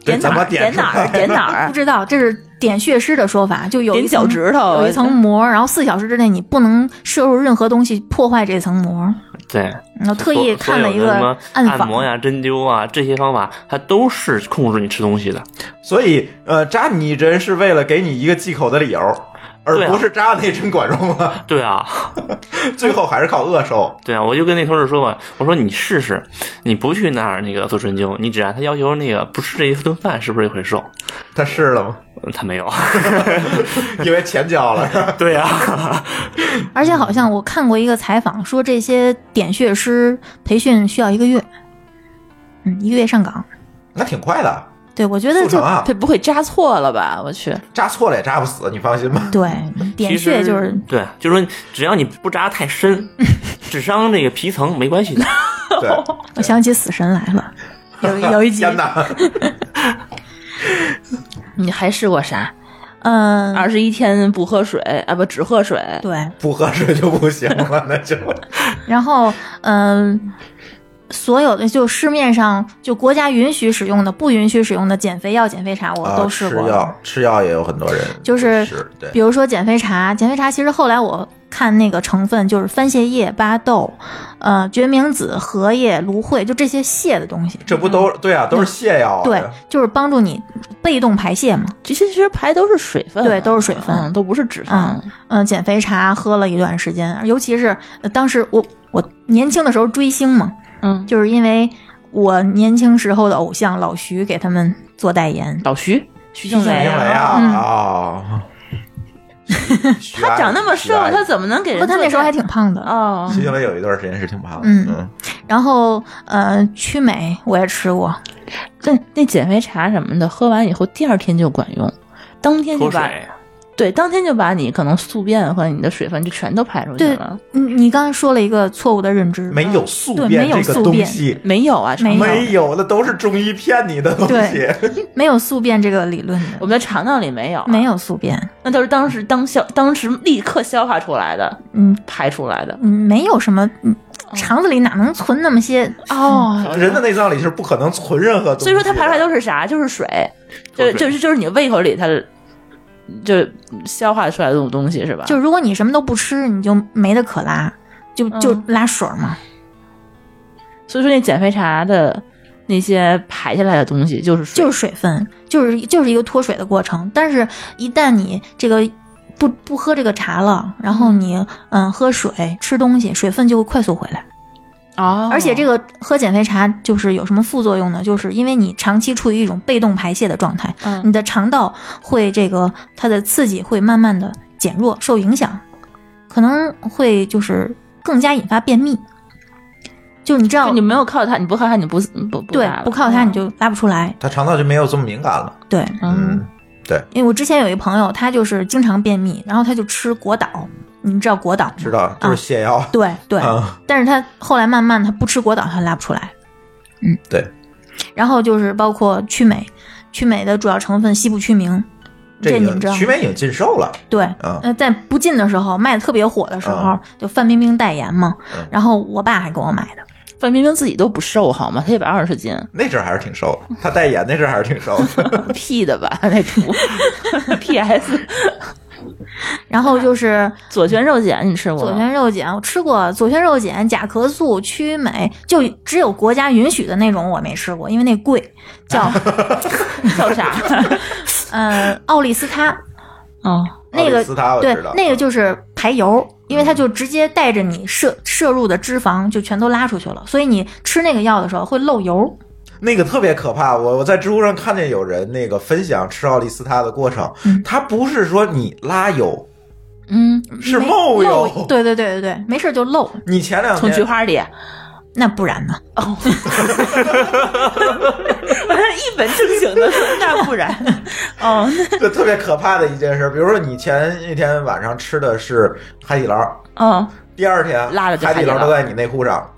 Speaker 3: 这
Speaker 4: 点
Speaker 3: 怎
Speaker 4: 哪
Speaker 3: 么
Speaker 4: 儿？点
Speaker 3: 出
Speaker 4: 哪
Speaker 3: 来
Speaker 4: 儿？点哪
Speaker 6: 不
Speaker 5: 哎
Speaker 4: 儿？
Speaker 6: 知道这是点血尸的说法， <laughs> 就有一
Speaker 4: 点脚
Speaker 6: 层
Speaker 4: 趾头
Speaker 5: 哦
Speaker 6: 有一层膜，然后四小时之内你不能摄入任何东西破坏这层膜。
Speaker 5: 对，
Speaker 6: 然后特意看了一
Speaker 5: 所有的
Speaker 6: 个
Speaker 5: 什么
Speaker 6: 暗
Speaker 5: 按
Speaker 6: 访
Speaker 5: 摩呀、针灸啊这些方法，它都是控制你吃东西的。
Speaker 3: 所以呃，扎你一针是为了给你一个忌口的理由，而
Speaker 5: 对啊
Speaker 3: 不是扎那针管用
Speaker 5: <laughs>
Speaker 3: 了，
Speaker 5: 对啊，
Speaker 3: 最后还是靠饿瘦。
Speaker 5: 对啊，我就跟那同事说吧，我说你试试，你不去那儿那个做针灸，你只按他要求那个不吃这一顿饭，是不是就会瘦？
Speaker 3: 他试了
Speaker 5: <laughs>
Speaker 3: 吗？
Speaker 5: 嗯他没有。
Speaker 3: 因为钱交了，是
Speaker 5: <laughs>
Speaker 3: 吧？
Speaker 6: <laughs>
Speaker 5: 对啊，
Speaker 6: 而且好像
Speaker 5: 嗯
Speaker 6: 我看过一个采访，说这些点穴师培训需要一个月，嗯，一个月上岗。
Speaker 3: 那挺快的，
Speaker 6: 对，我觉得
Speaker 3: 速成
Speaker 6: 就
Speaker 3: 啊
Speaker 4: 这，不会扎错了吧？我去，
Speaker 3: 扎错了也扎不死，你放
Speaker 6: <laughs>
Speaker 3: 心吧。
Speaker 6: 对点
Speaker 5: 其
Speaker 6: 穴
Speaker 5: 实
Speaker 6: 就是
Speaker 5: 对，就是说只要你不扎太深， <laughs> 只伤这个皮层没关系
Speaker 6: <laughs>
Speaker 5: 的。
Speaker 3: 对，
Speaker 6: 我想起死神来了，有有一集，
Speaker 3: 天哪，
Speaker 7: 你还试过啥？
Speaker 6: 嗯，
Speaker 4: 二十一天不喝水啊，不只喝水，
Speaker 6: 对，
Speaker 3: 不喝水就不行了， <laughs> 那就
Speaker 6: 然后嗯、所有的就市面上就国家允许使用的、不允许使用的减肥药、减肥茶， <laughs> 我
Speaker 3: 啊
Speaker 6: 都试过。
Speaker 3: 吃药，吃药也有很多人
Speaker 6: 就是
Speaker 3: 是对
Speaker 6: 比，如说减肥茶，减肥茶其实后来我看那个成分就是番泻叶、巴豆、呃决明子、荷叶、芦荟，就这些泻的东西。
Speaker 3: 这不都对啊，都是泻药啊。
Speaker 6: 嗯对，就是帮助你被动排泄嘛。
Speaker 4: 这些其实排都是水分啊，
Speaker 6: 对都是水分
Speaker 4: 嗯，都不是脂
Speaker 3: 啊
Speaker 4: 肪
Speaker 6: 嗯。嗯，减肥茶喝了一段时间，尤其是、呃当时我我年轻的时候追星嘛，
Speaker 4: 嗯，
Speaker 6: 就是因为我年轻时候的偶像老徐给他们做代言。
Speaker 4: 老徐，徐静
Speaker 3: 因
Speaker 4: 蕾
Speaker 3: 为
Speaker 4: 啊
Speaker 3: 啊 <laughs>
Speaker 6: 嗯 <laughs>
Speaker 3: 哦，
Speaker 4: 他长那么瘦，他
Speaker 3: 他
Speaker 4: 怎么能给人
Speaker 6: 不，
Speaker 4: 做
Speaker 6: 他
Speaker 4: 代？
Speaker 6: 那时候还挺胖的。
Speaker 4: 哦，
Speaker 3: 徐静蕾有一段时间是挺胖的，
Speaker 6: 嗯
Speaker 3: 嗯，
Speaker 6: 然后，呃，曲美我也吃过，
Speaker 4: 那那减肥茶什么的，喝完以后第二天就管用，当天就
Speaker 5: 脱
Speaker 4: 把
Speaker 5: 水，
Speaker 4: 对当天就把你可能宿便啊和你的水分就全都排出去
Speaker 6: 对
Speaker 4: 了。
Speaker 6: 你嗯你刚才说了一个错误的认
Speaker 4: 嗯
Speaker 6: 知，
Speaker 3: 没有宿
Speaker 6: 对
Speaker 3: 便
Speaker 6: 没有
Speaker 3: 这个
Speaker 6: 宿
Speaker 3: 东
Speaker 6: 便
Speaker 3: 西，
Speaker 4: 没有啊，
Speaker 6: 没
Speaker 4: 肠道
Speaker 3: 没有的都是中医骗你的东西
Speaker 6: 对。
Speaker 3: <laughs>
Speaker 6: 没有宿便这个理论的
Speaker 4: 我，们的肠道里没有啊，
Speaker 6: 没有宿便，
Speaker 4: 那都是当时当消当时立刻消化出来的，
Speaker 6: 嗯
Speaker 4: 排出来的。
Speaker 6: 嗯，没有什么，嗯肠子里哪能存那么些？
Speaker 4: 哦，
Speaker 3: 人的内脏里是不可能存任何东西的，
Speaker 4: 所以说它排出来都是啥？就是水，就
Speaker 5: 脱水
Speaker 4: 就是就是你胃口里它就消化出来的种东西是吧？
Speaker 6: 就如果你什么都不吃，你就没得可拉，就
Speaker 4: 嗯
Speaker 6: 就拉水嘛。
Speaker 4: 所以说那减肥茶的那些排下来的东西就是水
Speaker 6: 就是水分，就是就是一个脱水的过程。但是，一旦你这个不不喝这个茶了，然后你嗯喝水吃东西，水分就会快速回来。
Speaker 4: 哦
Speaker 6: 而且这个喝减肥茶就是有什么副作用呢？就是因为你长期处于一种被动排泄的状态，
Speaker 4: 嗯
Speaker 6: 你的肠道会这个它的刺激会慢慢的减弱，受影响，可能会就是更加引发便秘。就你知道
Speaker 4: 就，你没有靠它，你不靠它，你不不不
Speaker 6: 对
Speaker 4: 拉了
Speaker 6: 不靠它你就拉不出来。
Speaker 3: 他肠道就没有这么敏感了。
Speaker 6: 对，
Speaker 4: 嗯，
Speaker 6: 因为我之前有一朋友，他就是经常便秘，然后他就吃果导，你们知道果导吗？
Speaker 3: 知道就是泻药。
Speaker 6: 对对，
Speaker 3: 啊，
Speaker 6: 但是他后来慢慢他不吃果导，他拉不出来。嗯，
Speaker 3: 对。
Speaker 6: 然后就是包括曲美，曲美的主要成分西部曲明，
Speaker 3: 嗯
Speaker 6: 这
Speaker 3: 这
Speaker 6: 你们知
Speaker 3: 个
Speaker 6: 道吗
Speaker 3: 曲？美已经禁售了，
Speaker 6: 对，
Speaker 3: 啊
Speaker 6: 呃，在不进的时候卖的特别火的时候
Speaker 3: 啊，
Speaker 6: 就范冰冰代言嘛
Speaker 3: 嗯，
Speaker 6: 然后我爸还给我买的。
Speaker 4: 范冰冰自己都不瘦好吗？她一百二十斤，
Speaker 3: 那阵儿还是挺瘦
Speaker 4: <laughs>
Speaker 3: 的。他代言那阵儿还是挺瘦的。
Speaker 4: P 的吧那 <laughs> 图，PS
Speaker 6: 然后就是
Speaker 4: 左旋肉碱你吃过
Speaker 6: 左
Speaker 4: 吗？
Speaker 6: 旋肉碱，我吃过左旋肉碱、甲壳素、曲美，就只有国家允许的那种我没吃过，因为那贵，叫
Speaker 3: <laughs>
Speaker 4: 叫啥？
Speaker 6: 呃奥利司他，
Speaker 4: 哦，
Speaker 6: 那
Speaker 3: <laughs> 奥
Speaker 6: 个
Speaker 3: 利司他我
Speaker 6: 对
Speaker 3: 知道，
Speaker 6: 那个就是排油，因为它就直接带着你摄摄入的脂肪就全都拉出去了，所以你吃那个药的时候会漏油。
Speaker 3: 那个特别可怕，我我在知乎上看见有人那个分享吃奥利司他的过程，他不是说你拉油，
Speaker 4: 嗯，
Speaker 3: 是
Speaker 6: 没
Speaker 3: 冒
Speaker 6: 漏
Speaker 3: 油。
Speaker 6: 对对对对对，没事就漏，
Speaker 3: 你前两
Speaker 4: 从菊
Speaker 3: 天
Speaker 4: 花里，
Speaker 6: 那不然呢？
Speaker 4: <laughs> 一本正经的说，那不然，哦，
Speaker 3: 这 <laughs> 特别可怕的一件事，比如说你前一天晚上吃的是海底捞，
Speaker 4: 那哦，
Speaker 3: 第二天
Speaker 4: 拉了就
Speaker 3: 海底
Speaker 4: 海
Speaker 3: 捞
Speaker 4: 底捞
Speaker 3: 都在你内
Speaker 4: <laughs>
Speaker 3: 裤上。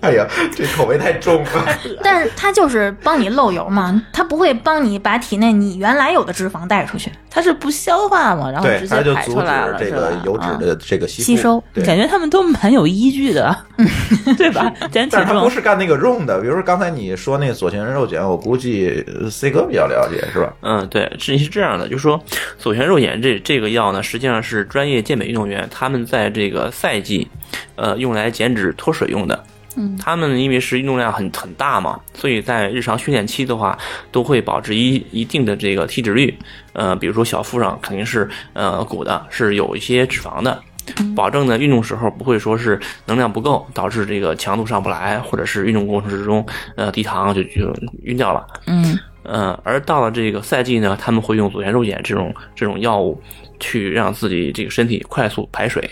Speaker 3: 哎呀，这口味太重
Speaker 4: <laughs>
Speaker 3: 了。
Speaker 6: 但是它就是帮你漏油嘛，它不会帮你把体内你原来有的脂肪带出去，
Speaker 4: 它是不消化嘛，然后
Speaker 3: 对，
Speaker 4: 直
Speaker 3: 它
Speaker 4: 接
Speaker 3: 就
Speaker 4: 排
Speaker 3: 阻
Speaker 4: 出来
Speaker 3: 止
Speaker 4: 了，
Speaker 3: 这
Speaker 4: 是吧
Speaker 3: 个油脂
Speaker 4: 啊
Speaker 3: 的这个吸
Speaker 6: 吸收
Speaker 3: 对，
Speaker 4: 感觉他们都蛮有依据的， <laughs> 对
Speaker 3: <laughs>
Speaker 4: 吧？咱
Speaker 3: 但
Speaker 4: 挺
Speaker 3: 是他
Speaker 4: 重
Speaker 3: 不是干那个 room 的，比如说刚才你说那个左旋肉碱，我估计呃 C 哥比较了解，是吧？
Speaker 5: 嗯，对，这是这样的，就是说左旋肉碱这这个药呢，实际上是专业健美运动员他们在这个赛季，呃，用来减脂脱水用的。嗯，他们因为是运动量很很大嘛，所以在日常训练期的话，都会保持一一定的这个体脂率。呃，比如说小腹上肯定是呃鼓的，是有一些脂肪的。保证呢，运动时候不会说是能量不够，导致这个强度上不来，或者是运动过程之中，呃，低糖就就晕掉了。
Speaker 4: 嗯
Speaker 5: 呃，而到了这个赛季呢，他们会用左旋肉碱这种这种药物，去让自己这个身体快速排水，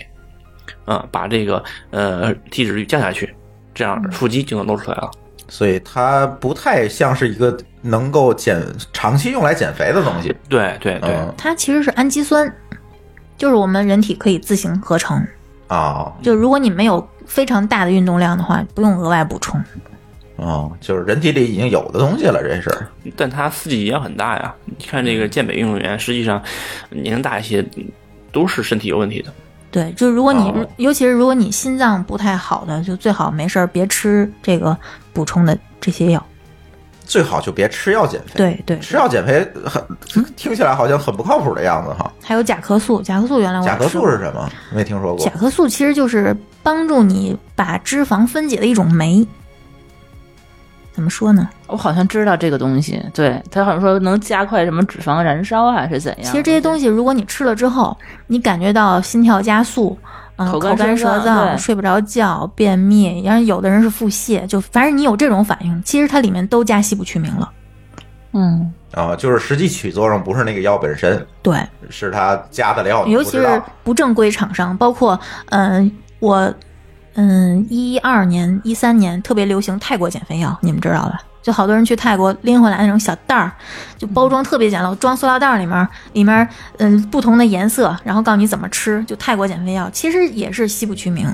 Speaker 5: 啊、把这个呃体脂率降下去，这样
Speaker 3: 嗯
Speaker 5: 腹肌就能露出来了。
Speaker 3: 所以它不太像是一个能够减长期用来减肥的东西。
Speaker 5: 对对对，
Speaker 3: 嗯
Speaker 6: 它其实是氨基酸，就是我们人体可以自行合成。
Speaker 3: 啊
Speaker 6: 就如果你没有非常大的运动量的话，不用额外补充。
Speaker 3: 哦，就是人体里已经有的东西了，这是。
Speaker 5: 但它刺激也很大呀。你看
Speaker 3: 嗯
Speaker 5: 这个健美运动员，实际上年龄大一些，都是身体有问题的。
Speaker 6: 对，就如果你、
Speaker 3: 哦
Speaker 6: 尤其是如果你心脏不太好的，就最好没事儿别吃这个补充的这些药。
Speaker 3: 最好就别吃药减肥。
Speaker 6: 对对，
Speaker 3: 吃药减肥很听起来好像很不靠谱的样子哈。
Speaker 6: 还有甲壳素，甲壳素原来我
Speaker 3: 甲壳
Speaker 6: 吃
Speaker 3: 素
Speaker 6: 过
Speaker 3: 是什么？没听说过
Speaker 6: 甲。壳素其实就是帮助你把脂肪分解的一种酶。怎么说呢？
Speaker 4: 我好像知道这个东西，对他好像说能加快什么脂肪燃烧啊，是怎样？
Speaker 6: 其实这些东西，如果你吃了之后，你感觉到心跳加速，嗯、
Speaker 4: 口
Speaker 6: 口
Speaker 4: 干
Speaker 6: 干
Speaker 4: 舌
Speaker 6: 舌
Speaker 4: 燥对
Speaker 6: 燥，睡不着觉，便秘，然后有的人是腹泻，就反正你有这种反应，其实它里面都加西布曲明了。
Speaker 4: 嗯，
Speaker 3: 啊，就是实际起作用不是那个药本身，
Speaker 6: 对，
Speaker 3: 是它加的料。你
Speaker 6: 尤
Speaker 3: 不
Speaker 6: 其
Speaker 3: 啊知道
Speaker 6: 是不正规厂商，包括嗯、我嗯一二年、一三年特别流行泰国减肥药，你们知道吧？就好多人去泰国拎回来那种小袋儿，就包装特别简陋，装塑料袋儿里面，里面嗯、不同的颜色，然后告诉你怎么吃。就泰国减肥药其实也是西部曲明，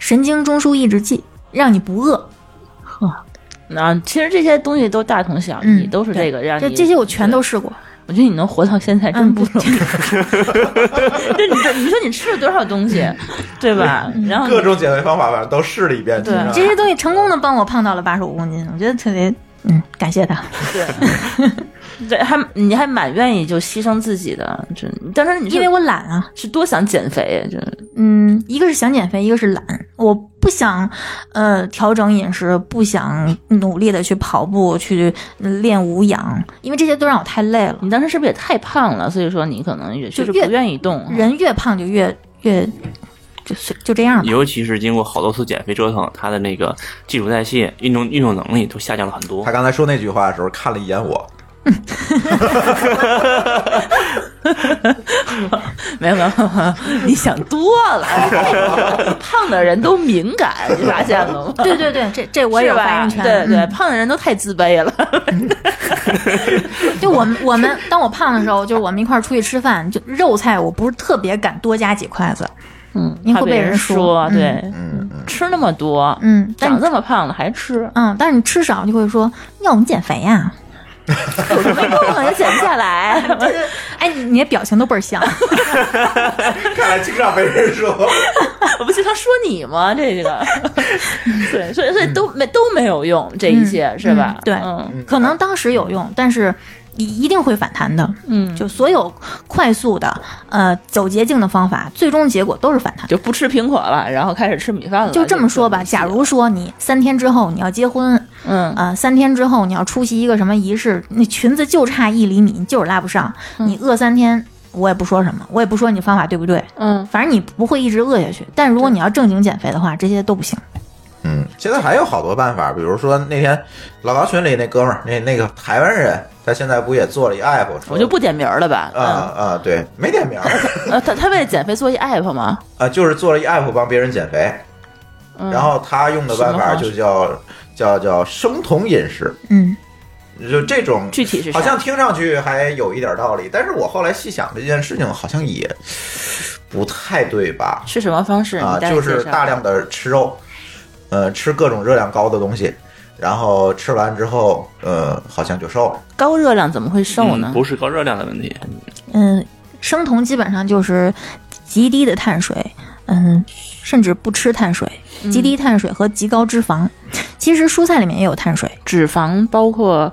Speaker 6: 神经中枢抑制剂，让你不饿。
Speaker 4: 啊那其实这些东西都大同小异，
Speaker 6: 嗯，
Speaker 4: 都是这个
Speaker 6: 对
Speaker 4: 让
Speaker 6: 这
Speaker 4: 你
Speaker 6: 这些我全都试过。
Speaker 4: 我觉得你能活到现在真
Speaker 6: 嗯
Speaker 4: 不容易。 <laughs> 就你这，你说你吃了多少东
Speaker 6: <laughs>
Speaker 4: 西，对吧？
Speaker 6: 嗯
Speaker 4: 然后你
Speaker 3: 各种减肥方法，反正都试了一遍。
Speaker 4: 嗯对
Speaker 3: 你知道吗
Speaker 6: 这些东西成功的帮我胖到了八十五公斤，我觉得特别嗯，感谢他。
Speaker 4: 对，还你还蛮愿意就牺牲自己的，这当时你是
Speaker 6: 因为我懒啊，
Speaker 4: 是多想减肥，这
Speaker 6: 嗯，一个是想减肥，一个是懒。我不想，呃，调整饮食，不想努力的去跑步、去嗯练无氧，因为这些都让我太累了。
Speaker 4: 你当时是不是也太胖了？所以说你可能也确实
Speaker 6: 就
Speaker 4: 不
Speaker 6: 越
Speaker 4: 愿意动啊哈。
Speaker 6: 人越胖就越越就随就这
Speaker 3: 嗯
Speaker 6: 样吧。
Speaker 5: 尤其是经过好多次减肥折腾，他的那个基础代谢、运动运动能力都下降了很多
Speaker 3: 他。刚才说那句话的时候，看了一眼我，
Speaker 4: 没有没有，没有你想多了。胖的人都敏感，你发现了吗？
Speaker 6: 对对对，这这 <laughs> 我
Speaker 4: 是
Speaker 6: 有
Speaker 4: 吧
Speaker 6: 发言权。
Speaker 4: 对对，
Speaker 6: 嗯
Speaker 4: 胖的人都太自卑了。
Speaker 6: 就我们我们当我胖的时候，就是我们一块儿出去吃饭，就肉菜我不是特别敢多加几筷子，
Speaker 4: 嗯，
Speaker 6: 您
Speaker 4: 怕
Speaker 6: 会
Speaker 4: 被
Speaker 6: 被人
Speaker 4: 说
Speaker 6: 说，嗯
Speaker 4: 对，
Speaker 3: 嗯嗯，
Speaker 4: 吃那么多，
Speaker 6: 嗯但
Speaker 4: 长
Speaker 6: 你，
Speaker 4: 这么胖了还吃
Speaker 6: 嗯，但是你吃少就会说，要我们减肥呀、
Speaker 4: 有什么用啊？也减不下 <laughs> 来。
Speaker 6: 哎，你你的表情都倍儿像。
Speaker 3: 看来经常被人说。
Speaker 4: 我不经常说你吗？这个，对，所以所以都没都没有用，这一切
Speaker 6: 嗯
Speaker 4: 是吧
Speaker 6: 嗯？对
Speaker 4: 嗯
Speaker 6: 可能当时有用，但是一一定会反弹的。
Speaker 4: 嗯，
Speaker 6: 就所有快速的呃走捷径的方法，最终结果都是反弹。
Speaker 4: 就不吃苹果了，然后开始吃米嗯饭了。
Speaker 6: 就这么说吧，
Speaker 4: 这
Speaker 6: 假如说你三天之后你要结婚，
Speaker 4: 嗯，
Speaker 6: 呃，三天之后你要出席一个什么仪式，那裙子就差一厘米，你就是拉不上，
Speaker 4: 嗯
Speaker 6: 你饿三天。我也不说什么，我也不说你方法对不对，
Speaker 4: 嗯，
Speaker 6: 反正你不会一直饿下去。但如果你要正经减肥的话，这些都不行。
Speaker 3: 嗯，现在还有好多办法，比如说那天老高群里那哥们儿，那那个台湾人，他现在不也做了一 app？
Speaker 4: 我就不点名了吧。
Speaker 3: 啊啊，对，没点名儿
Speaker 4: 嗯，呃，他他为了减肥做一 app 吗？
Speaker 3: 啊，就是做了一 app 帮别人减肥，
Speaker 4: 嗯
Speaker 3: 然后他用的办法就叫叫叫生酮饮食，
Speaker 6: 嗯，
Speaker 3: 就这种
Speaker 4: 具体是啥
Speaker 3: 好像听上去还有一点道理，但是我后来细想这件事情好像也不太对吧？
Speaker 4: 是什么方式？
Speaker 3: 啊
Speaker 4: 你，待会
Speaker 3: 就
Speaker 4: 儿介
Speaker 3: 是
Speaker 4: 绍
Speaker 3: 大量的吃肉，呃，吃各种热量高的东西，然后吃完之后，呃，好像就瘦了。
Speaker 4: 高热量怎么会瘦呢
Speaker 5: 嗯嗯？不是高热量的问题，
Speaker 6: 嗯，生酮基本上就是极低的碳水，嗯，甚至不吃碳水，极低碳水和极高脂肪。其实蔬菜里面也有碳水，
Speaker 4: 脂肪包括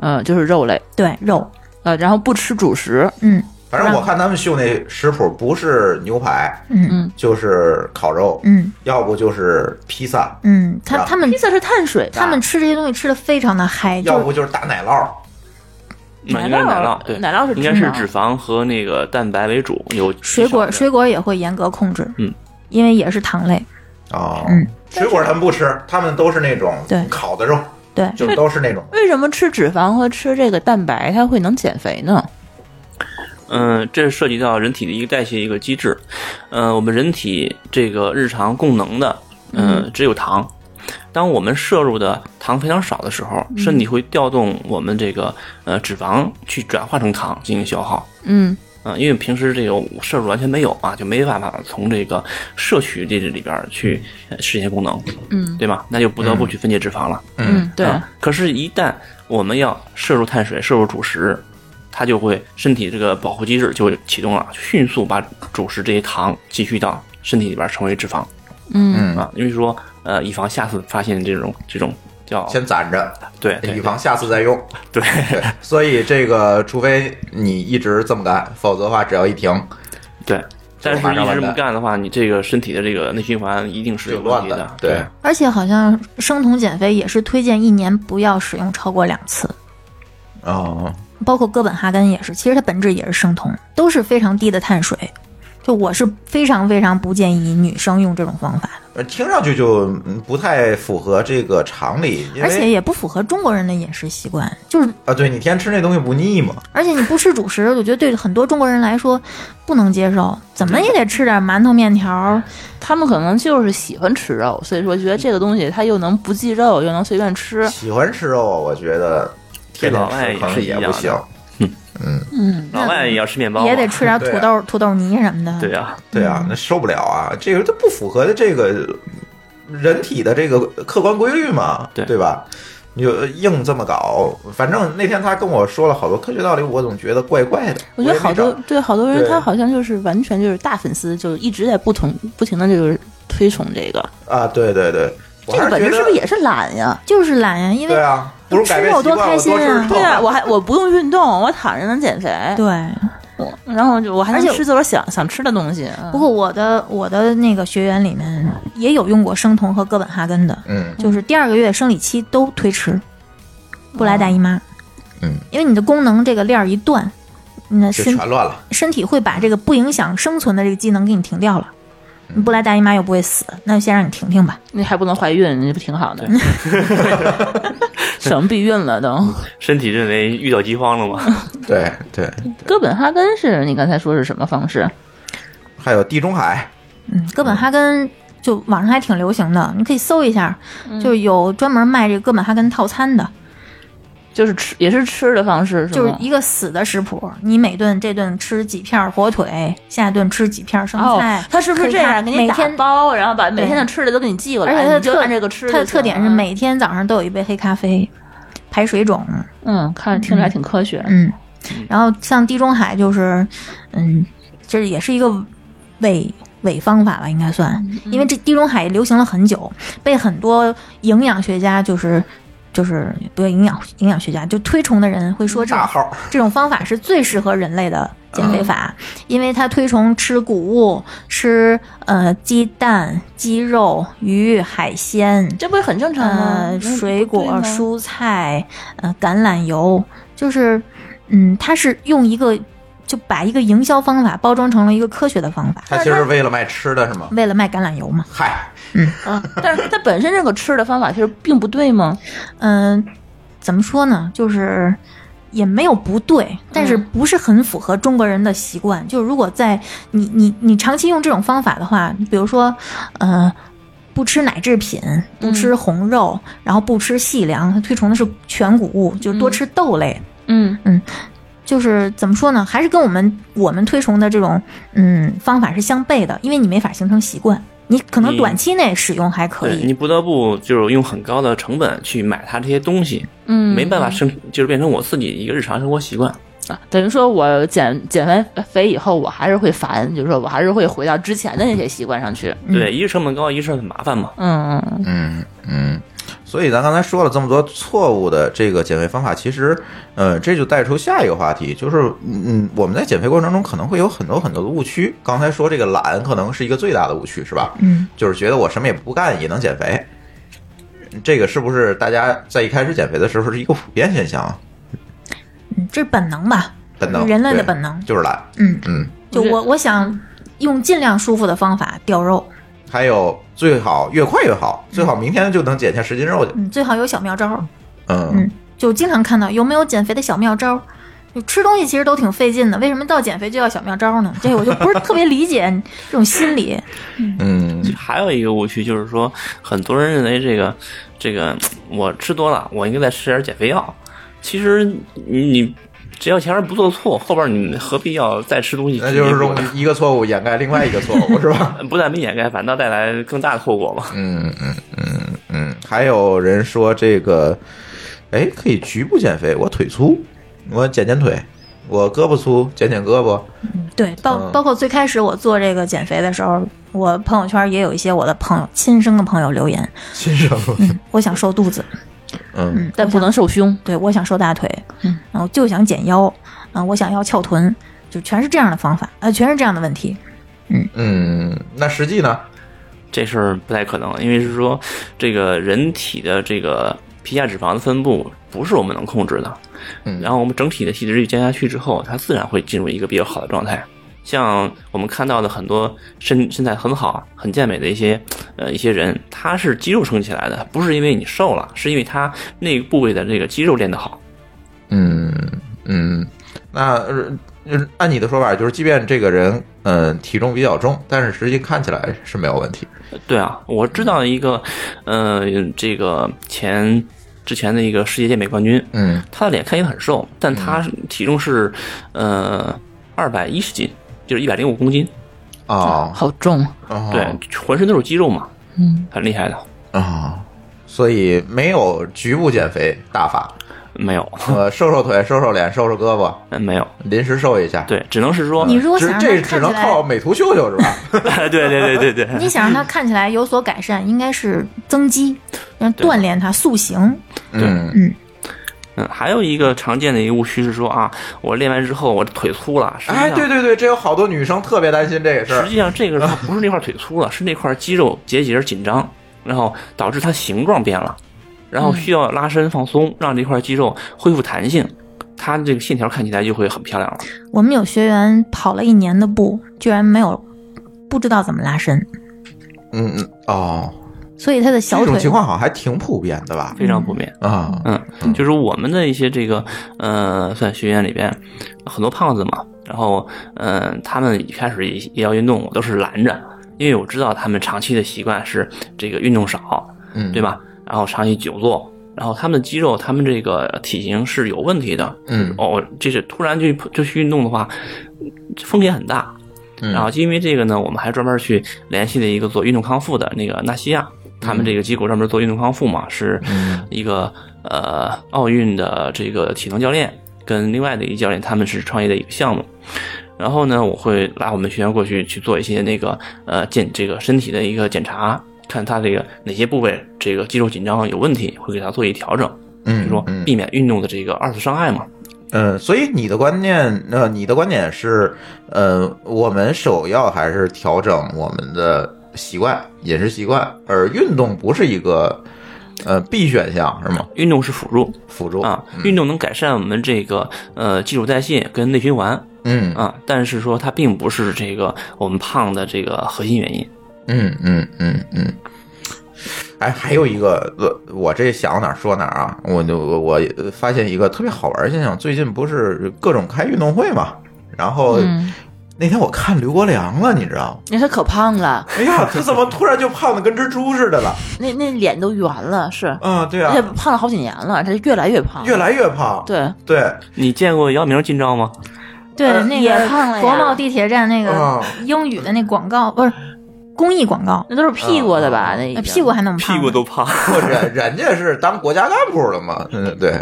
Speaker 4: 呃就是肉类，
Speaker 6: 对肉，
Speaker 4: 呃，然后不吃主食，
Speaker 6: 嗯
Speaker 3: 反正我看他们秀那食谱，不是牛排
Speaker 6: 嗯
Speaker 3: 就是烤肉，
Speaker 6: 嗯
Speaker 3: 要不就是披萨，
Speaker 6: 嗯，他
Speaker 3: 啊
Speaker 6: 他们
Speaker 8: 披萨是碳水吧？
Speaker 6: 他们吃这些东西吃的非常的嗨，
Speaker 3: 要
Speaker 6: 就
Speaker 3: 不就是打奶酪。
Speaker 5: 那嗯应该是奶酪，对，
Speaker 4: 奶酪是
Speaker 5: 应该是
Speaker 4: 脂
Speaker 5: 脂肪和那个蛋白为主，有
Speaker 6: 水
Speaker 5: 少
Speaker 6: 果
Speaker 5: 的
Speaker 6: 水果也会严格控制，
Speaker 5: 嗯，
Speaker 6: 因为也是糖类，
Speaker 3: 哦
Speaker 6: 嗯，
Speaker 3: 水果他们不吃，他们都是那种
Speaker 6: 对
Speaker 3: 烤的肉，
Speaker 6: 对，
Speaker 3: 就是都是那种
Speaker 4: 为什么吃脂肪和吃这个蛋白它会能减肥呢？
Speaker 5: 嗯，这涉及到人体的一个代谢一个机制。嗯，我们人体这个日常供能的，嗯，只有糖。当我们摄入的糖非常少的时候，身体会调动我们这个呃脂肪去转化成糖进行消耗。
Speaker 4: 嗯
Speaker 5: 啊、因为平时这个摄入完全没有啊，就没办法从这个摄取这里边儿去呃实现功能，
Speaker 4: 嗯
Speaker 5: 对吧？那就不得不去分解脂肪了。
Speaker 4: 嗯，对，
Speaker 5: 啊可是，一旦我们要摄入碳水、摄入主食，它就会身体这个保护机制就会启动了，迅速把主食这些糖积蓄到身体里边儿成为脂肪
Speaker 4: 嗯
Speaker 3: 嗯，
Speaker 5: 啊，因为说呃，以防下次发现这种这种叫
Speaker 3: 先攒着，
Speaker 5: 对
Speaker 3: 以
Speaker 5: 对
Speaker 3: 防下次再用。
Speaker 5: 对，
Speaker 3: 对，所以这个除非你一直这么干，否则的话只要一停
Speaker 5: 对。但是
Speaker 3: 马上
Speaker 5: 一直
Speaker 3: 完
Speaker 5: 这么
Speaker 3: 蛋
Speaker 5: 干的话，你这个身体的这个内循环一定是
Speaker 3: 就
Speaker 5: 有问
Speaker 3: 乱
Speaker 5: 题
Speaker 3: 了
Speaker 5: 的。。
Speaker 3: 对，
Speaker 6: 而且好像生酮减肥也是推荐一年不要使用超过两次，
Speaker 3: 哦，
Speaker 6: 包括哥本哈根也是，其实它本质也是生酮，都是非常低的碳水。就我是非常非常不建议女生用这种方法的，
Speaker 3: 呃听上去就嗯不太符合这个常理，因
Speaker 6: 而且
Speaker 3: 为
Speaker 6: 也不符合中国人的饮食习惯。就是，
Speaker 3: 啊，对你天天吃那东西不腻嘛，
Speaker 6: 而且你不吃主食，我觉得对很多中国人来说不能接受，怎么也得吃点馒头、面条。
Speaker 4: 他们可能就是喜欢吃肉，所以说觉得这个东西它又能不忌肉，又能随便吃。
Speaker 3: 喜欢吃肉啊，我觉得天天
Speaker 5: 老外
Speaker 3: 吃可
Speaker 5: 也
Speaker 3: 能
Speaker 5: 是一
Speaker 3: 也
Speaker 5: 样
Speaker 3: 不
Speaker 5: 的
Speaker 3: 行。
Speaker 6: 嗯，
Speaker 5: 老外也要吃面包嘛，
Speaker 6: 也得吃点土豆、土豆泥什么的。
Speaker 5: 对啊，
Speaker 3: 啊对
Speaker 4: 嗯
Speaker 3: 啊，那受不了啊！这个它不符合这个人体的这个客观规律嘛，
Speaker 5: 对
Speaker 3: 吧？你就硬这么搞，反正那天他跟我说了好多科学道理，我总觉得怪怪的。
Speaker 4: 我觉得
Speaker 3: 也没
Speaker 4: 好多
Speaker 3: 找
Speaker 4: 对好多人，
Speaker 3: 对
Speaker 4: 他好像就是完全就是大粉丝，就一直在不同不停的就是推崇这个。
Speaker 3: 啊，对对对，我
Speaker 4: 这个
Speaker 3: 还
Speaker 4: 本身
Speaker 3: 觉得
Speaker 4: 是不是也是懒呀？
Speaker 6: 就是懒呀，因为
Speaker 3: 对啊，不如改变习惯，
Speaker 6: 吃肉多开心啊
Speaker 3: 我多吃肉
Speaker 4: 对啊，我还我不用运动，我躺着能减肥，
Speaker 3: 啊
Speaker 6: 对
Speaker 4: 然后就我还能
Speaker 6: 而且
Speaker 4: 吃自个儿想想吃的东西。嗯
Speaker 6: 不过我的我的那个学员里面也有用过生酮和哥本哈根的，
Speaker 3: 嗯
Speaker 6: 就是第二个月生理期都推迟，不来大姨妈。
Speaker 3: 嗯，
Speaker 6: 因为你的功能这个链儿一断，那
Speaker 3: 就
Speaker 6: 身
Speaker 3: 全乱了。
Speaker 6: 身体会把这个不影响生存的这个机能给你停掉了。
Speaker 3: 嗯
Speaker 6: 你不来大姨妈又不会死，那就先让你停停吧。
Speaker 4: 你还不能怀孕，你不挺好的？ <laughs>
Speaker 6: <laughs>
Speaker 4: 省避孕了都。
Speaker 5: 身体认为遇到饥荒了
Speaker 6: <laughs>
Speaker 5: 嘛，
Speaker 3: 对对，
Speaker 4: 哥本哈根是你刚才说是什么方式？
Speaker 3: 还有地中海，
Speaker 6: 嗯，哥本哈根就网上还挺流行的，你可以搜一下，
Speaker 4: 嗯
Speaker 6: 就是有专门卖这个哥本哈根套餐的，
Speaker 4: 就是吃也是吃的方式，
Speaker 6: 就是
Speaker 4: 吗？
Speaker 6: 一个死的食谱，你每顿这顿吃几片儿火腿，下顿吃几片儿生菜
Speaker 4: 哦，，他是不是这样给
Speaker 6: 每
Speaker 4: 你打
Speaker 6: 天
Speaker 4: 包，然后把每天的吃的都给你寄过来，
Speaker 6: 而且它的
Speaker 4: 你就
Speaker 6: 特
Speaker 4: 按这个吃就行
Speaker 6: 它
Speaker 4: 了？啊
Speaker 6: 的特点是每天早上都有一杯黑咖啡，排水肿。
Speaker 4: 嗯，看着听着还挺科学。
Speaker 6: 嗯，然后像地中海就是，嗯，这也是一个伪伪方法吧，应该算，
Speaker 4: 嗯
Speaker 6: 因为这地中海流行了很久，被很多营养学家就是。就是不是营养营养学家，就推崇的人会
Speaker 4: 嗯
Speaker 6: 说这种
Speaker 3: 大号
Speaker 6: 这种方法是最适合人类的减肥法，因为它推崇吃谷物、吃呃鸡蛋、鸡肉、鱼、海鲜，
Speaker 4: 这不是很正常吗？
Speaker 6: 呃，
Speaker 4: 嗯
Speaker 6: 水果、
Speaker 4: 对吗
Speaker 6: 蔬菜、呃，橄榄油，就是，嗯，它是用一个就把一个营销方法包装成了一个科学的方法，
Speaker 3: 他其实是为了卖吃的是吗？
Speaker 6: 为了卖橄榄油嘛。
Speaker 3: 嗨，
Speaker 4: 啊，但是它本身这个吃的方法其实并不对吗？
Speaker 6: 嗯、怎么说呢？就是也没有不对，但
Speaker 4: 嗯
Speaker 6: 是不是很符合中国人的习惯。就是如果在你你你长期用这种方法的话，比如说，呃。不吃奶制品，
Speaker 4: 嗯
Speaker 6: 不吃红肉，然后不吃细粮，它推崇的是全谷物，就是多吃豆类。
Speaker 4: 嗯
Speaker 6: 就是怎么说呢，还是跟我们我们推崇的这种嗯方法是相悖的，因为你没法形成习惯，你可能
Speaker 5: 你
Speaker 6: 短期内使用还可
Speaker 5: 对你
Speaker 6: 以，
Speaker 5: 不得不就是用很高的成本去买它这些东西，
Speaker 4: 嗯，
Speaker 5: 没办法生，就是变成我自己一个日常生活习惯。
Speaker 4: 啊等于说我减减完肥以后，我还是会烦，就是说我还是会回到之前的那些习惯上去。
Speaker 5: 对，一是成本高，一是很麻烦嘛。
Speaker 4: 嗯，嗯
Speaker 3: 嗯，嗯，所以咱刚才说了这么多错误的这个减肥方法，其实，呃，这就带出下一个话题，就是，嗯嗯，我们在减肥过程中可能会有很多很多的误区。刚才说这个懒可能是一个最大的误区，是吧？
Speaker 6: 嗯，
Speaker 3: 就是觉得我什么也不干也能减肥，这个是不是大家在一开始减肥的时候是一个普遍现象啊？
Speaker 6: 嗯这是本能吧？
Speaker 3: 本能，
Speaker 6: 人类的
Speaker 3: 对
Speaker 6: 本能
Speaker 3: 就是懒。
Speaker 6: 嗯
Speaker 3: 嗯，
Speaker 6: 就
Speaker 4: 不是
Speaker 6: 我我想用尽量舒服的方法掉肉，
Speaker 3: 还有最好越快越好，最好明天就能减下十斤肉去。
Speaker 6: 嗯，最好有小妙招儿。
Speaker 3: 嗯
Speaker 6: 嗯，就经常看到有没有减肥的小妙招儿。就吃东西其实都挺费劲的，为什么到减肥就要小妙招儿呢？这个我就不是特别理解这种心理。
Speaker 3: 嗯
Speaker 5: 还有一个误区就是说，很多人认为这个这个我吃多了，我应该再吃点减肥药。其实你你只要前面不做错，后边你何必要再吃东西去
Speaker 3: 那
Speaker 5: 弥补呢？
Speaker 3: 就是说一个错误掩盖另外一个错误，是吧？
Speaker 5: 不但没掩盖，反倒带来更大的后果嘛。
Speaker 3: 嗯嗯嗯嗯，还有人说这个，哎，可以局部减肥。我腿粗，我减减腿；我胳膊粗，减减胳膊。
Speaker 6: 对，包
Speaker 3: 嗯
Speaker 6: 包括最开始我做这个减肥的时候，我朋友圈也有一些我的朋友亲生的朋友留言，
Speaker 3: 新生，
Speaker 6: 我想瘦肚子，
Speaker 3: 嗯
Speaker 6: 嗯，
Speaker 4: 但不能瘦胸。
Speaker 6: 对我想瘦大腿，嗯，然后就想减腰，啊、我想要翘臀，就全是这样的方法，呃，全是这样的问题。
Speaker 3: 嗯，那实际呢？
Speaker 5: 这事儿不太可能，因为是说这个人体的这个皮下脂肪的分布不是我们能控制的。
Speaker 3: 嗯
Speaker 5: 然后我们整体的体脂率降下去之后，它自然会进入一个比较好的状态。像我们看到的很多身身材很好、很健美的一些呃一些人，他是肌肉撑起来的，不是因为你瘦了，是因为他那个部位的这个肌肉练得好。
Speaker 3: 嗯嗯，那呃呃按你的说法，就是即便这个人嗯、呃体重比较重，但是实际看起来是没有问题。
Speaker 5: 对啊，我知道一个，呃，这个前之前的一个世界健美冠军，
Speaker 3: 嗯
Speaker 5: 他的脸看起来很瘦，但他体重是呃二百一十斤，就是一百零五公斤，
Speaker 3: 哦，
Speaker 4: 好重，
Speaker 3: 哦
Speaker 5: 对，浑身都是肌肉嘛，
Speaker 4: 嗯，
Speaker 5: 很厉害的。
Speaker 3: 哦，所以没有局部减肥大法，
Speaker 5: 没有，
Speaker 3: 呃，瘦瘦腿，瘦瘦脸，瘦瘦胳膊，
Speaker 5: 嗯没有，
Speaker 3: 临时瘦一下。
Speaker 5: 对，只能是说，
Speaker 6: 你如果
Speaker 3: 只
Speaker 6: 想让
Speaker 3: 这只
Speaker 6: 它看
Speaker 3: 能
Speaker 6: 起来
Speaker 3: 靠美图秀秀是吧？
Speaker 5: <laughs> 对对对对对，
Speaker 6: 你想让它看起来有所改善，应该是增肌，让
Speaker 5: 对
Speaker 6: 锻炼它塑形。
Speaker 3: 嗯
Speaker 5: 嗯，还有一个常见的一个误区是说啊，我练完之后我腿粗了，实际上
Speaker 3: 哎，对对对，这有好多女生特别担心这个事儿
Speaker 5: 实。际上这个它不是那块腿粗了，是那块肌肉结节紧张，然后导致它形状变了，然后需要拉伸放松，让这块肌肉恢复弹性，它这个线条看起来就会很漂亮了。
Speaker 6: 我们有学员跑了一年的步，居然没有不知道怎么拉伸，
Speaker 3: 嗯嗯哦，
Speaker 6: 所以他的小
Speaker 3: 这种
Speaker 6: 腿
Speaker 3: 情况好像还挺普遍的吧？
Speaker 5: 非常普遍。
Speaker 3: 啊，
Speaker 5: 嗯，就是我们的一些这个呃，算学员里边很多胖子嘛，然后嗯、呃他们一开始也也要运动，我都是拦着，因为我知道他们长期的习惯是这个运动少，
Speaker 3: 嗯，
Speaker 5: 对？吧？然后长期久坐，然后他们的肌肉、他们这个体型是有问题的。
Speaker 3: 嗯
Speaker 5: 哦，这是突然就就去运动的话，风险很大。
Speaker 3: 嗯
Speaker 5: 然后因为这个呢，我们还专门去联系了一个做运动康复的那个纳西亚，他
Speaker 3: 嗯
Speaker 5: 们这个机构专门做运动康复嘛，是一个呃奥运的这个体能教练跟另外的一个教练，他们是创业的一个项目。然后呢，我会拉我们学员过去去做一些那个呃检这个身体的一个检查，看他这个哪些部位这个肌肉紧张有问题，会给他做一调整，
Speaker 3: 嗯
Speaker 5: 就说
Speaker 3: 嗯
Speaker 5: 避免运动的这个二次伤害嘛。
Speaker 3: 嗯，所以你的观念，呃，你的观点是，呃，我们首要还是调整我们的习惯，饮食习惯，而运动不是一个呃必选项，是吗？
Speaker 5: 运动是辅助
Speaker 3: 辅助嗯
Speaker 5: 啊，运，动能改善我们这个呃基础代谢跟内循环
Speaker 3: 嗯嗯
Speaker 5: 啊，但是说它并不是这个我们胖的这个核心原因。
Speaker 3: 嗯嗯嗯嗯。哎，还有一个，呃，我这想哪儿说哪儿啊！我就我我呃发现一个特别好玩儿现象，最近不是各种开运动会嘛，然后、
Speaker 4: 嗯
Speaker 3: 那天我看刘国梁了，你知
Speaker 4: <laughs>
Speaker 3: 道吗？
Speaker 4: 那他可胖了，
Speaker 3: 哎呀，他怎么突然就胖的跟只猪似的了？
Speaker 4: 那那脸都圆了，是，
Speaker 3: 啊，对啊
Speaker 4: 而且，胖了好几年了，他就越来越胖，
Speaker 3: 越来越胖。
Speaker 4: 对，
Speaker 3: 对，
Speaker 5: 你见过姚明今朝吗？
Speaker 6: 对
Speaker 3: 呃
Speaker 6: 那
Speaker 4: 也胖了
Speaker 6: 个
Speaker 4: 呀
Speaker 6: 国贸地铁站那个
Speaker 3: 啊
Speaker 4: <laughs>
Speaker 6: 英语的那广告不是。公益广告，
Speaker 4: 那都是 P 过的吧？那已经
Speaker 6: 那嗯哎屁股还那么胖呢，
Speaker 5: 屁股都胖。
Speaker 3: 不人人家是当国家干部了嘛，嗯，对，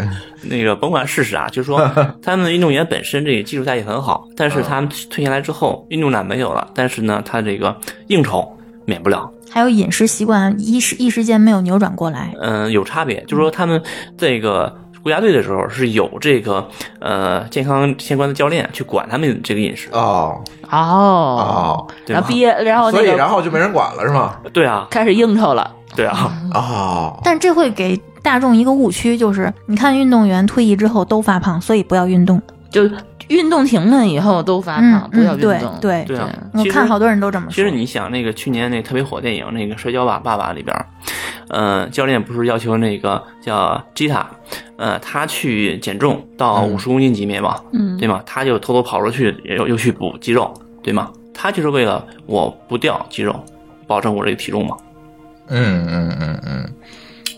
Speaker 5: 那个甭管是啥，就是说他们运动员本身这个技术待遇很好，但是他们退下来之后，运动量没有了，但是呢，他这个应酬免不了，
Speaker 6: 还有饮食习惯一时一时间没有扭转过来。
Speaker 5: 嗯、有差别。就是说他们这个国家队的时候是有这个呃健康相关的教练去管他们这个饮食，
Speaker 3: 哦
Speaker 4: 哦，
Speaker 3: 哦，
Speaker 5: 对
Speaker 4: 然
Speaker 5: 吧
Speaker 4: 后？憋，然后
Speaker 3: 所
Speaker 4: 那
Speaker 3: 以然
Speaker 4: 个
Speaker 3: 后就没人管了是吗？
Speaker 5: 对啊，
Speaker 4: 开始应酬了。
Speaker 6: <laughs>
Speaker 5: 对啊，
Speaker 3: 哦，
Speaker 6: 但这会给大众一个误区，就是你看运动员退役之后都发胖，所以不要运动。
Speaker 4: 就运动停了以后都发
Speaker 6: 嗯
Speaker 4: 胖，，不要
Speaker 6: 嗯
Speaker 4: 运
Speaker 6: 对
Speaker 4: 动。
Speaker 6: 对
Speaker 5: 对啊。
Speaker 6: 我
Speaker 5: 其实
Speaker 6: 看好多人都这么说。
Speaker 5: 其实你想，那个去年那特别火电影那个《摔跤吧爸爸》里边儿，呃，教练不是要求那个叫吉塔，呃，他去减重到五十公斤级别嘛，
Speaker 4: 嗯
Speaker 5: 对吗？他就偷偷跑出去，又又去补肌肉，对吗？他就是为了我不掉肌肉，保证我这个体重嘛。
Speaker 3: 嗯嗯嗯嗯，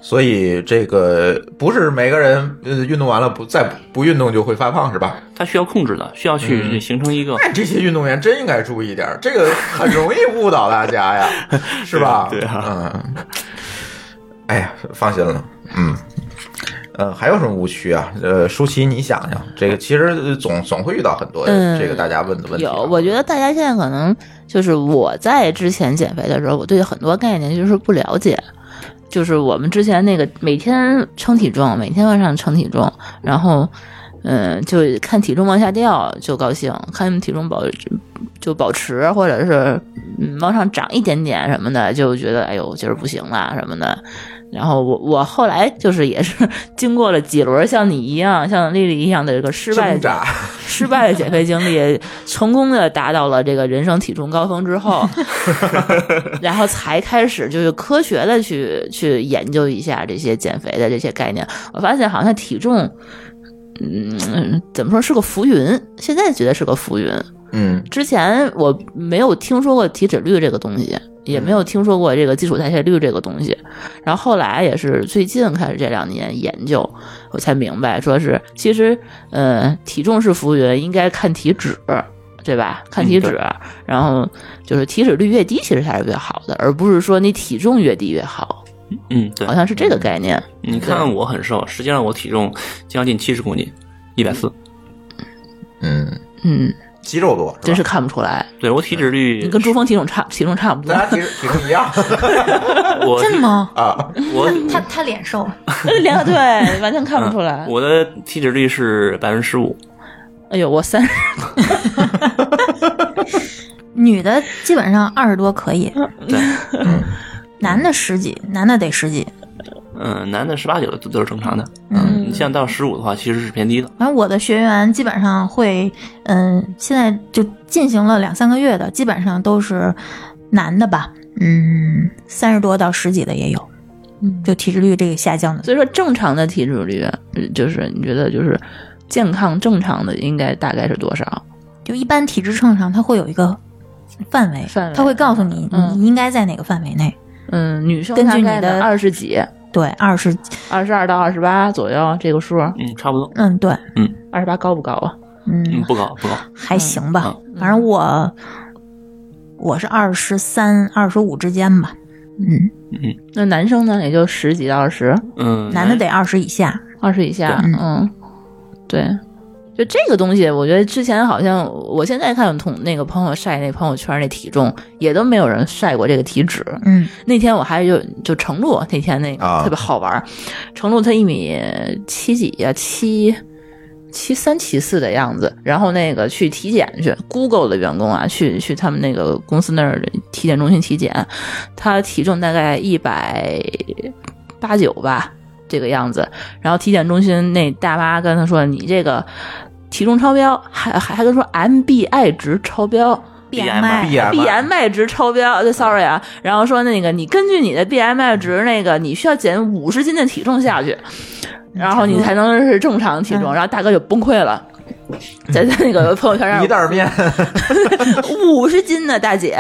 Speaker 3: 所以这个不是每个人呃运动完了不再不运动就会发胖是吧？
Speaker 5: 他需要控制的，需要去
Speaker 3: 嗯
Speaker 5: 形成
Speaker 4: 哦
Speaker 5: 一个。
Speaker 3: 那这些运动员真应该注意点儿，这个很容易误导大
Speaker 4: <laughs>
Speaker 3: 家呀，是吧？
Speaker 5: 对啊
Speaker 3: 嗯，哎呀，放心了，嗯。呃，还有什么误区啊？呃，舒淇，你想想，这个其实呃总总会遇到很多
Speaker 4: 嗯
Speaker 3: 这个大家问的问题啊、
Speaker 4: 有，我觉得大家现在可能就是我在之前减肥的时候，我对很多概念就是不了解。就是我们之前那个每天称体重，每天往上称体重，然后，嗯，就看体重往下掉就高兴，看体重保就保持，或者是嗯往上涨一点点什么的，就觉得哎呦今儿不行啦什么的。然后我我后来就是也是 <laughs> 经过了几轮像你一样，像丽丽一样的这个失败
Speaker 3: 挣扎，
Speaker 4: 失败的减肥经历，成功的达到了这个人生体重高峰之后， <laughs> 然后才开始就是科学的去去研究一下这些减肥的这些概念。我发现好像体重，嗯，怎么说是个浮云，现在觉得是个浮云。
Speaker 3: 嗯
Speaker 4: 之前我没有听说过体脂率这个东西，也没有听说过这个基础代谢率这个东西。然后后来也是最近开始这两年研究，我才明白，说是其实呃体重是浮云，应该看体脂，嗯对吧？看体脂，然后就是体脂率越低，其实才是越好的，而不是说你体重越低越好，
Speaker 5: 嗯，对
Speaker 4: 好。像是这个概念。
Speaker 5: 你看我很瘦，实际上我体重将近七十公斤，一百四。
Speaker 3: 嗯，
Speaker 4: 嗯，
Speaker 3: 肌肉多，
Speaker 4: 真是
Speaker 3: 吧
Speaker 4: 看不出来，
Speaker 5: 对我体脂率
Speaker 4: 你跟朱峰体重差体重差不多
Speaker 3: 大，家体体重一样
Speaker 5: 我
Speaker 6: 真的吗？
Speaker 3: 啊，
Speaker 5: 我
Speaker 6: 他他脸瘦，
Speaker 4: 两 <laughs> 个对，完全看不出来。
Speaker 5: 嗯我的体脂率是百分之十五，
Speaker 4: 哎呦，我三十
Speaker 6: 女的基本上二十多可以，
Speaker 4: <laughs>
Speaker 5: 对，
Speaker 6: 男的十几，男的得十几。
Speaker 5: 嗯，男的十八九都都是正常的。
Speaker 6: 嗯
Speaker 5: 你像到十五的话，其实是偏低的。
Speaker 6: 反正我的学员基本上会，嗯，现在就进行了两三个月的，基本上都是男的吧，嗯，三十多到十几的也有，
Speaker 4: <laughs>
Speaker 6: 嗯，就体脂率这个下降的，
Speaker 4: 所以说，正常的体脂率，呃就是你觉得就是健康正常的应该大概是多少？
Speaker 6: 就一般体脂秤上它会有一个范围，
Speaker 4: 范围
Speaker 6: 它会告诉你、
Speaker 4: 嗯
Speaker 6: 你应该在哪个范围内，
Speaker 4: 嗯，女生
Speaker 6: 根
Speaker 4: 大
Speaker 6: 据
Speaker 4: 概
Speaker 6: 你的
Speaker 4: 二十几，
Speaker 6: 对，二十，
Speaker 4: 二十二到二十八左右这个数，
Speaker 5: 嗯，差不多。
Speaker 6: 嗯，对，
Speaker 4: 二十八高不高啊？
Speaker 5: 嗯，
Speaker 6: 嗯，
Speaker 5: 不高不高。
Speaker 6: 还行吧，反正我我是二十三、二十五之间吧，嗯，
Speaker 4: 那男生呢，也就十几到二十，
Speaker 5: 嗯，
Speaker 6: 男的得二十以下，
Speaker 4: 二十以下，
Speaker 6: 对
Speaker 4: 嗯，对。就这个东西，我觉得之前好像，我现在看同那个朋友晒那朋友圈那体重，也都没有人晒过这个体脂。
Speaker 6: 嗯，
Speaker 4: 那天我还就就程璐那天那个、
Speaker 3: 啊
Speaker 4: 特别好玩儿，程璐她一米七几呀、七七三七四的样子，然后那个去体检去，Google 的员工啊，去去他们那个公司那儿的体检中心体检，她体重大概一百八九吧这个样子，然后体检中心那大妈跟她说：“你这个体重超标，还还还跟说 MBI 值超标。”哎
Speaker 5: BMI
Speaker 3: 必然
Speaker 4: BMI 值超标，
Speaker 3: 嗯
Speaker 4: 对，sorry 啊。然后说那个，你根据你的 BMI 值，那个你需要减五
Speaker 3: 嗯
Speaker 4: 十斤的体重下去，然后你才能是正常体重。然后大哥就崩溃了，在在那个朋友圈上
Speaker 3: 一袋面，
Speaker 4: <laughs> 五十斤呢，大姐，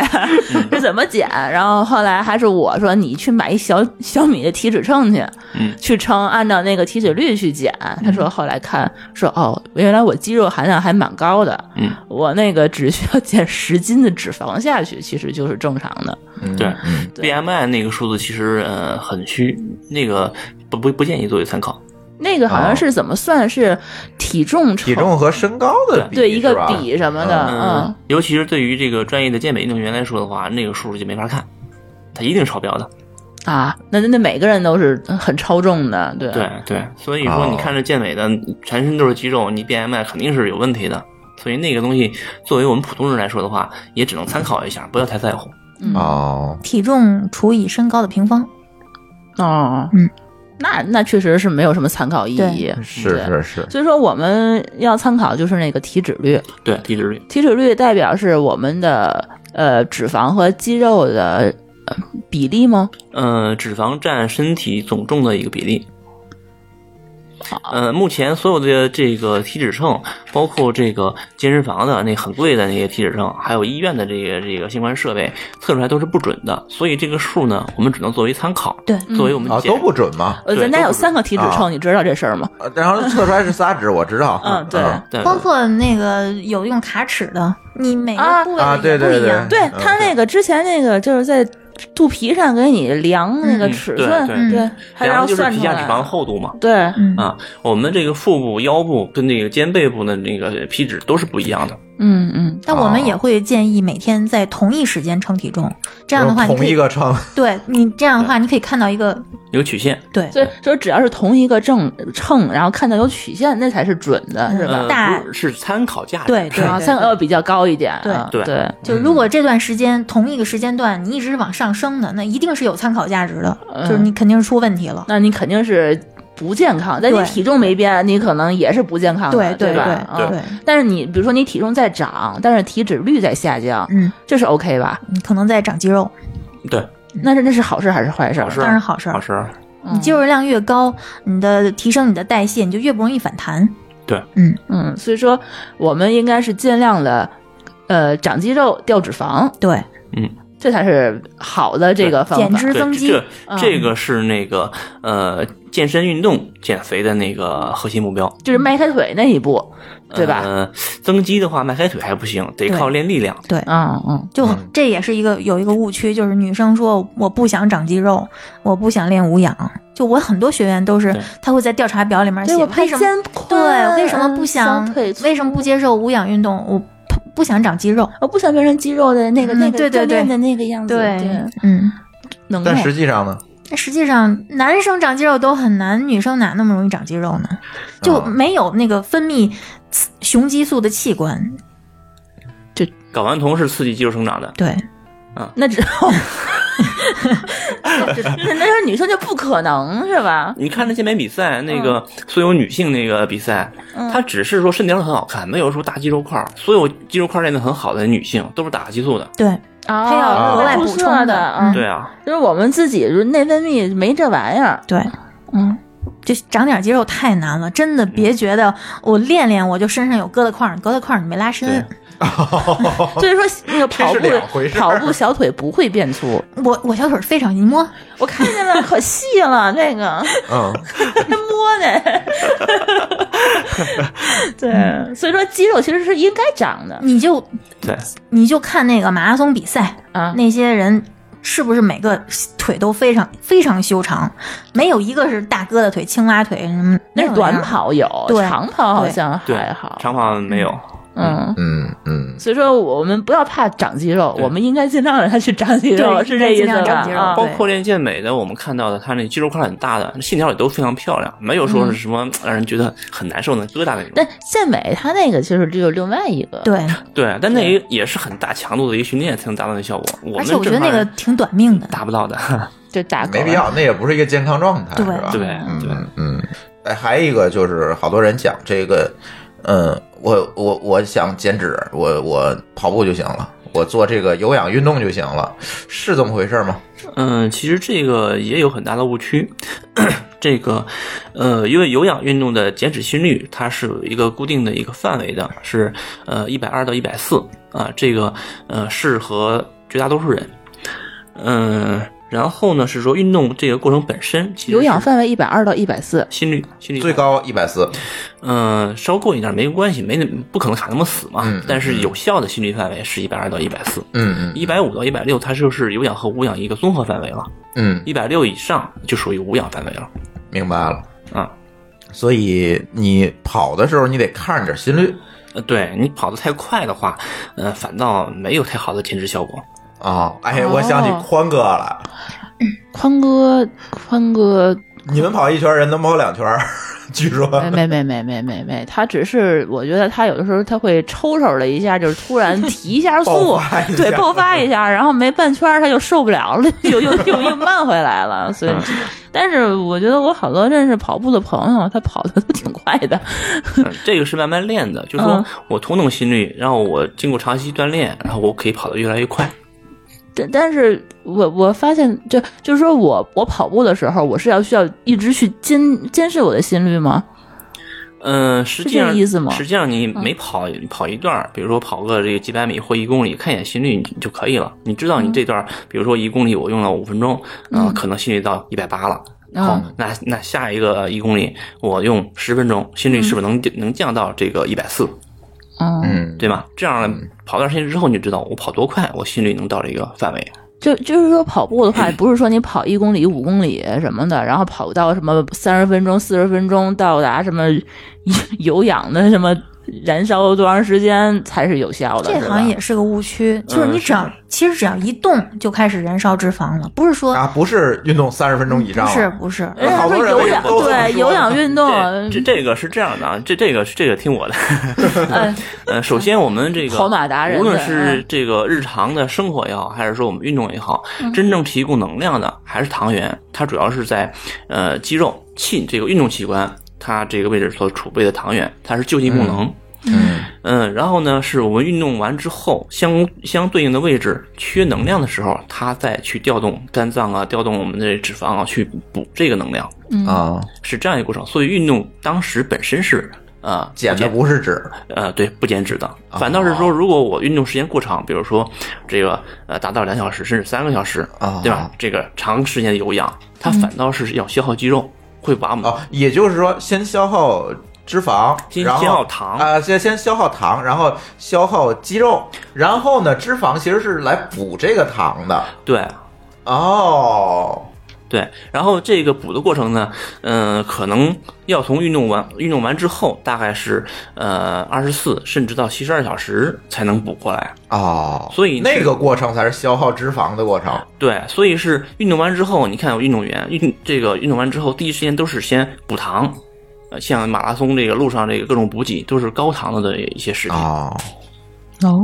Speaker 4: 这怎么减？然后后来还是我说你去买一小小米的体脂秤去，
Speaker 5: 嗯
Speaker 4: 去称，按照那个体脂率去减。他说后来看说哦，原来我肌肉含量还蛮高的，
Speaker 5: 嗯，
Speaker 4: 我那个只需要减十斤的脂肪下去，其实就是正常的。
Speaker 5: 对
Speaker 3: 嗯
Speaker 5: BMI 那个数字其实呃很虚，那个不不不建议作为参考。
Speaker 4: 那个好像是怎么算是体重乘
Speaker 3: 体重和身高的比
Speaker 4: 对一个
Speaker 3: 是吧
Speaker 4: 比什么的，嗯，
Speaker 5: 尤其是对于这个专业的健美运动员来说的话，那个数就没法看，它一定超标的。
Speaker 4: 啊，那那那每个人都是很超重的，对
Speaker 5: 对对，所以说
Speaker 3: 哦
Speaker 5: 你看着健美的，全身都是肌肉，你 BMI 肯定是有问题的。所以那个东西，作为我们普通人来说的话，也只能参考一下，不要太在乎。
Speaker 3: 哦，
Speaker 6: 嗯体重除以身高的平方，
Speaker 4: 哦，
Speaker 6: 嗯，
Speaker 4: 那那确实是没有什么参考意义，嗯
Speaker 3: 是
Speaker 4: 对。
Speaker 3: 是是，
Speaker 4: 所以说，我们要参考就是那个体脂率，
Speaker 5: 对，体脂率，
Speaker 4: 体脂率代表是我们的呃脂肪和肌肉的、呃比例吗？
Speaker 5: 呃，脂肪占身体总重的一个比例。呃，目前所有的这个体脂秤，包括这个健身房的那很贵的那些体脂秤，还有医院的这个这个相关设备，测出来都是不准的。所以这个数呢，我们只能作为参考。
Speaker 6: 对
Speaker 5: 作为我们
Speaker 3: 啊
Speaker 5: 减
Speaker 3: 都不准
Speaker 5: <laughs>
Speaker 3: 嘛。
Speaker 4: 呃，
Speaker 5: 对
Speaker 4: 咱家
Speaker 5: 都
Speaker 4: 有
Speaker 5: 不是
Speaker 4: 三个体脂秤，
Speaker 3: 啊
Speaker 4: 你知道这事儿吗？
Speaker 3: 呃然后测出来是仨指，我知道。
Speaker 4: 嗯对
Speaker 5: 对
Speaker 6: 包括那个有用卡尺的，你每
Speaker 4: 啊
Speaker 6: 个部位
Speaker 3: 啊
Speaker 6: 的
Speaker 3: 对
Speaker 6: 也不
Speaker 3: 对
Speaker 6: 一
Speaker 3: 对
Speaker 6: 样。
Speaker 4: 对
Speaker 3: 嗯
Speaker 4: 他那个之前那个就是在肚皮上给你量那个
Speaker 6: 嗯
Speaker 4: 尺
Speaker 5: 对
Speaker 4: 寸，
Speaker 5: 对
Speaker 4: 对，还
Speaker 5: 然
Speaker 4: 要
Speaker 5: 后就是
Speaker 4: 算
Speaker 5: 皮
Speaker 4: 出
Speaker 5: 下脂肪
Speaker 4: 来，
Speaker 5: 厚度嘛。
Speaker 4: 对，
Speaker 6: 嗯
Speaker 5: 啊，我们这个腹部、腰部跟这个肩背部的那个皮脂都是不一样的。
Speaker 4: 嗯嗯。
Speaker 6: 但我们也会建议每天在同一时间称体重，
Speaker 3: 这
Speaker 6: 这样的话你
Speaker 3: 同
Speaker 6: 可
Speaker 3: 一
Speaker 6: 以
Speaker 3: 个称，
Speaker 6: 对你这样的话你可以看到一个
Speaker 5: 有曲线，
Speaker 6: 对
Speaker 4: 所以，所以只要是同一个正秤，然后看到有曲线，那才是准的，是吧？
Speaker 5: 呃，
Speaker 6: 大
Speaker 5: 不是是参考价值。
Speaker 6: 对对
Speaker 4: 啊，
Speaker 6: 对
Speaker 4: 三个要比较高一点，
Speaker 6: 对
Speaker 4: 啊
Speaker 5: 对
Speaker 4: 对，
Speaker 6: 就如果这段时间同一个时间段你一直往上升的，那一定是有参考价值的，
Speaker 4: 嗯
Speaker 6: 就是你肯定是出问题了。
Speaker 4: 那你肯定是不健康。但你
Speaker 6: 对
Speaker 4: 体重没变，你可能也是不健康的，
Speaker 6: 对对
Speaker 4: 吧？
Speaker 6: 对
Speaker 4: 嗯
Speaker 6: 对，
Speaker 4: 但是你比如说你体重在涨，但是体脂率在下降，
Speaker 6: 嗯，
Speaker 4: 这是 OK 吧？
Speaker 6: 你可能在长肌肉，
Speaker 5: 对，
Speaker 4: 那是那是好事还是坏事？啊
Speaker 5: 好事
Speaker 6: 当然好事儿
Speaker 5: 好事儿。
Speaker 4: 嗯
Speaker 6: 嗯你肌肉量越高，你的提升你的代谢，你就越不容易反弹。
Speaker 4: 嗯，所以说我们应该是尽量的，呃，长肌肉掉脂肪，
Speaker 6: 对，
Speaker 4: 这才是好的这个方法。
Speaker 6: 减脂
Speaker 5: 对，
Speaker 6: 增肌，嗯
Speaker 5: 这这个是那个呃健身运动减肥的那个核心目标，
Speaker 4: 就是迈开腿那一步，对吧？
Speaker 5: 呃，增肌的话，迈开腿还不行，得
Speaker 6: 对
Speaker 5: 靠练力量。
Speaker 4: 嗯嗯，
Speaker 6: 就这也是一个有一个误区，就是女生说我不想长肌肉，我不想练无氧。就我很多学员都是
Speaker 5: 对，
Speaker 6: 他会在调查表里面写嗯为什么对为什么不
Speaker 4: 嗯
Speaker 6: 想为什么不接受无氧运动，我不不想长肌肉。
Speaker 4: 我哦不想变成肌肉的那个、
Speaker 6: 嗯
Speaker 4: 那个
Speaker 6: 对对
Speaker 4: 锻炼
Speaker 6: 对
Speaker 4: 的那个样子，对，
Speaker 6: 嗯，
Speaker 4: 能
Speaker 3: 但
Speaker 4: 耐
Speaker 3: 实际上呢，
Speaker 6: 那实际上男生长肌肉都很难，女生哪那么容易长肌肉呢？就
Speaker 3: 啊
Speaker 6: 没有那个分泌雌雄激素的器官。
Speaker 5: 睾丸酮是刺激肌肉生长的，
Speaker 6: 对，
Speaker 4: 那只 <laughs> 那那是女生就不可能是吧？
Speaker 5: 你看那健美比赛，那个
Speaker 6: 嗯
Speaker 5: 所有女性那个比赛，她只是说身条很好看，没有说大肌肉块儿。所有肌肉块儿练得很好的女性都是打激素的。
Speaker 6: 对，
Speaker 4: 啊
Speaker 6: 她要
Speaker 3: 额
Speaker 6: 外补
Speaker 4: 注
Speaker 6: 充
Speaker 4: 射
Speaker 6: 的
Speaker 4: 的，
Speaker 6: 嗯
Speaker 5: 对啊，
Speaker 4: 就是我们自己就是内分泌没这玩意儿，
Speaker 6: 对，
Speaker 4: 嗯，
Speaker 6: 就长点肌肉太难了，真的别觉得我练练我就身上有疙瘩块儿，疙瘩块儿你没拉伸。
Speaker 4: 所以说那个跑
Speaker 3: 哦这
Speaker 4: 步
Speaker 3: 是两回事儿
Speaker 4: 跑步小腿不会变粗，
Speaker 6: 我我小腿儿非常，你摸
Speaker 4: 我看见了，可细了，这 <laughs> 个
Speaker 3: 嗯，
Speaker 4: 还摸呢，
Speaker 3: <laughs>
Speaker 4: 对，所以说肌肉其实是应该长的
Speaker 6: 你就
Speaker 5: 对，
Speaker 6: 你就看那个马拉松比赛，
Speaker 4: 啊，
Speaker 6: 那些人是不是每个腿都非常非常修长，没有一个是大疙瘩腿、青蛙腿什么？
Speaker 4: 那
Speaker 6: 没
Speaker 4: 是
Speaker 6: 有
Speaker 4: 短
Speaker 6: 样
Speaker 4: 跑有，
Speaker 6: 对
Speaker 4: 长跑好像
Speaker 5: 对
Speaker 4: 还好，
Speaker 5: 长跑没有。
Speaker 4: 嗯。
Speaker 3: 嗯嗯，
Speaker 4: 所以说，我们不要怕长肌肉，
Speaker 5: 对
Speaker 4: 我们应该尽量让他去长肌肉，
Speaker 6: 对
Speaker 4: 是这意
Speaker 6: 尽
Speaker 4: 思
Speaker 6: 量
Speaker 4: 吧
Speaker 6: 长肌？肉
Speaker 4: 啊
Speaker 5: 包
Speaker 6: 对
Speaker 5: 括练健美的，我们看到的，她那肌肉块很大的，线条也都非常漂亮，没有说是什么让人觉得很难受的疙瘩那种。
Speaker 4: 但健美它那个其实只有另外一个，
Speaker 6: 对，
Speaker 5: 对，但那也也是很大强度的一个训练才能达到那效果。我
Speaker 6: 而
Speaker 5: 们
Speaker 6: 且我觉得
Speaker 5: 正常
Speaker 6: 那个
Speaker 5: 人
Speaker 6: 挺短命的。
Speaker 5: 达不到的。
Speaker 4: 就打狗啊
Speaker 3: 没必要，那也不是一个健康状态，
Speaker 6: 对
Speaker 3: 是吧？
Speaker 5: 对对，
Speaker 3: 嗯嗯。哎，还有一个就是，好多人讲呃这个，嗯，我我我想减脂，我我跑步就行了，我做这个有氧运动就行了，是这么回事吗？
Speaker 5: 嗯，其实这个也有很大的误区。 <clears throat> 这个，呃，因为有氧运动的减脂心率它是有一个固定的一个范围的，是呃一百二到一百四啊，这个呃适合绝大多数人。嗯、然后呢是说运动这个过程本身其实
Speaker 4: 有氧
Speaker 5: 是
Speaker 4: 范围一百二到一百四，
Speaker 5: 心率心率
Speaker 3: 最高一百四，
Speaker 5: 嗯，稍过一点没关系，没那不可能卡那么死嘛。
Speaker 3: 嗯嗯
Speaker 5: 但是有效的心率范围是一百二到一百四，
Speaker 3: 嗯
Speaker 5: 一百五到一百六，它就是有氧和无氧一个综合范围了。
Speaker 3: 嗯，
Speaker 5: 一百六以上就属于无氧范围了
Speaker 3: 明白了。
Speaker 5: 啊。
Speaker 3: 所以你跑的时候，你得看着点心率
Speaker 5: 呃，对你跑得太快的话，呃，反倒没有太好的减脂效果。
Speaker 3: 啊、哎，
Speaker 4: 哦
Speaker 3: 我想起宽哥了，
Speaker 4: 宽哥，宽哥，
Speaker 3: 你们跑一圈，人能跑两圈儿， <laughs> 据说。
Speaker 4: 没
Speaker 6: 嗯
Speaker 4: 没没没没没没，他只是我觉得他有的时候他会抽抽了一下，就是突然提一下速
Speaker 3: 爆发一，下
Speaker 4: 对，爆发一下，然后没半圈儿他就受不了了，又又又又慢回来了。所以，但是我觉得我好多认识跑步的朋友，他跑的都挺快的。
Speaker 5: 嗯，这个是慢慢练的，就是说
Speaker 4: 嗯
Speaker 5: 我同等心率，然后我经过长期锻炼，然后我可以跑得越来越快。
Speaker 4: 但但是我我发现，就就是说我我跑步的时候，我是要需要一直去监监视我的心率吗？
Speaker 5: 嗯，实际
Speaker 4: 这个
Speaker 5: 上
Speaker 4: 意思吗嗯
Speaker 5: 实际上你每跑、跑一段儿，比如说跑个这个几百米或一公里，看一眼心率你就可以了。你知道
Speaker 4: 嗯
Speaker 5: 你这段儿，比如说一公里我用了五分钟，啊、可能心率到一百八了。
Speaker 4: 嗯
Speaker 5: 好，
Speaker 3: 啊
Speaker 5: 那那下一个一公里我用十分钟，心率是不是能、能降到这个一百四，
Speaker 4: 嗯，
Speaker 3: 嗯，
Speaker 5: 对吧？这样跑段时间之后，你就知道我跑多快，我心率能到这个范围。
Speaker 4: 就就是说跑步的话，不是说你跑一公里、五公里什么的，然后跑到什么三十分钟、四十分钟到达什么有氧的什么燃烧多长时间才是有效的？
Speaker 6: 这
Speaker 4: 是吧
Speaker 6: 好像也是个误区，就是
Speaker 5: 嗯
Speaker 6: 你只要、其实只要一动就开始燃烧脂肪了，不是说、
Speaker 3: 啊，不是运动三十分钟以上
Speaker 6: 不
Speaker 3: 了，
Speaker 6: 是不是，
Speaker 4: 人家
Speaker 3: 好
Speaker 4: 说
Speaker 3: 多人
Speaker 4: 有氧
Speaker 3: 都这么说
Speaker 4: 对有氧运动，啊
Speaker 5: 这这这个是这样的啊，这这个这个
Speaker 4: <laughs>
Speaker 5: 听我的。
Speaker 4: 哎
Speaker 5: 呃，首先我们这个
Speaker 4: 跑马达人
Speaker 5: 无论
Speaker 4: 对
Speaker 5: 是
Speaker 4: 嗯
Speaker 5: 这个日常的生活也好，还是说我们运动也好，
Speaker 4: 嗯
Speaker 5: 真正提供能量的还是糖原，它主要是在呃肌肉、气这个运动器官，它这个位置所储备的糖原，它是救济功能。
Speaker 3: 嗯
Speaker 5: 嗯，然后呢，是我们运动完之后，相相对应的位置缺能量的时候，它再去调动肝脏啊，调动我们的脂肪啊，去补这个能量，
Speaker 6: 嗯
Speaker 3: 啊，
Speaker 5: 是这样一个过程。所以运动当时本身是啊、呃、
Speaker 3: 减的不是脂，
Speaker 5: 呃，对，不减脂的，
Speaker 3: 哦
Speaker 5: 反倒是说，如果我运动时间过长，比如说这个呃达到两小时甚至三个小时
Speaker 3: 哦，
Speaker 5: 对吧？这个长时间的有氧，它反倒是要消耗肌肉，会把我们
Speaker 3: 哦，也就是说，先消耗脂肪，
Speaker 5: 先
Speaker 3: 然后
Speaker 5: 消耗糖
Speaker 3: 啊、先先消耗糖，然后消耗肌肉，然后呢，脂肪其实是来补这个糖的。
Speaker 5: 对
Speaker 3: 哦，
Speaker 5: 对，然后这个补的过程呢，嗯，可能要从运动完运动完之后，大概是呃二十四甚至到七十二小时才能补过来。
Speaker 3: 哦，
Speaker 5: 所以
Speaker 3: 那个过程才是消耗脂肪的过程。
Speaker 5: 对，所以是运动完之后，你看有运动员运这个运动完之后，第一时间都是先补糖，呃，像马拉松这个路上这个各种补给都是高糖的的一些食品。
Speaker 3: 哦，
Speaker 4: 哦，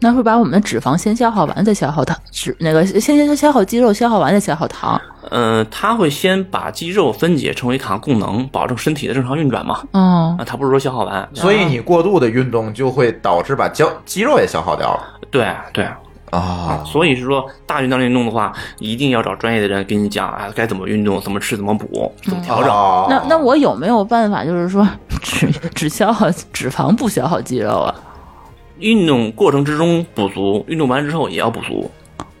Speaker 4: 那会把我们的脂肪先消耗完，再消耗糖，脂那个先先消耗肌肉，消耗完再消耗糖。
Speaker 5: 呃，它会先把肌肉分解成为糖供能，保证身体的正常运转嘛。
Speaker 4: 嗯，
Speaker 5: 啊，它不是说消耗完，
Speaker 3: 所以你过度的运动就会导致把胶肌肉也消耗掉了。
Speaker 5: 对对，
Speaker 3: 啊、
Speaker 5: 所以是说大运动运动的话，一定要找专业的人给你讲啊，该怎么运动，怎么吃，怎么补，怎么调整。
Speaker 3: 哦
Speaker 4: 那那我有没有办法，就
Speaker 8: <laughs>
Speaker 4: 是说只只消耗脂肪不消耗肌肉啊？
Speaker 5: 运动过程之中补足，运动完之后也要补足。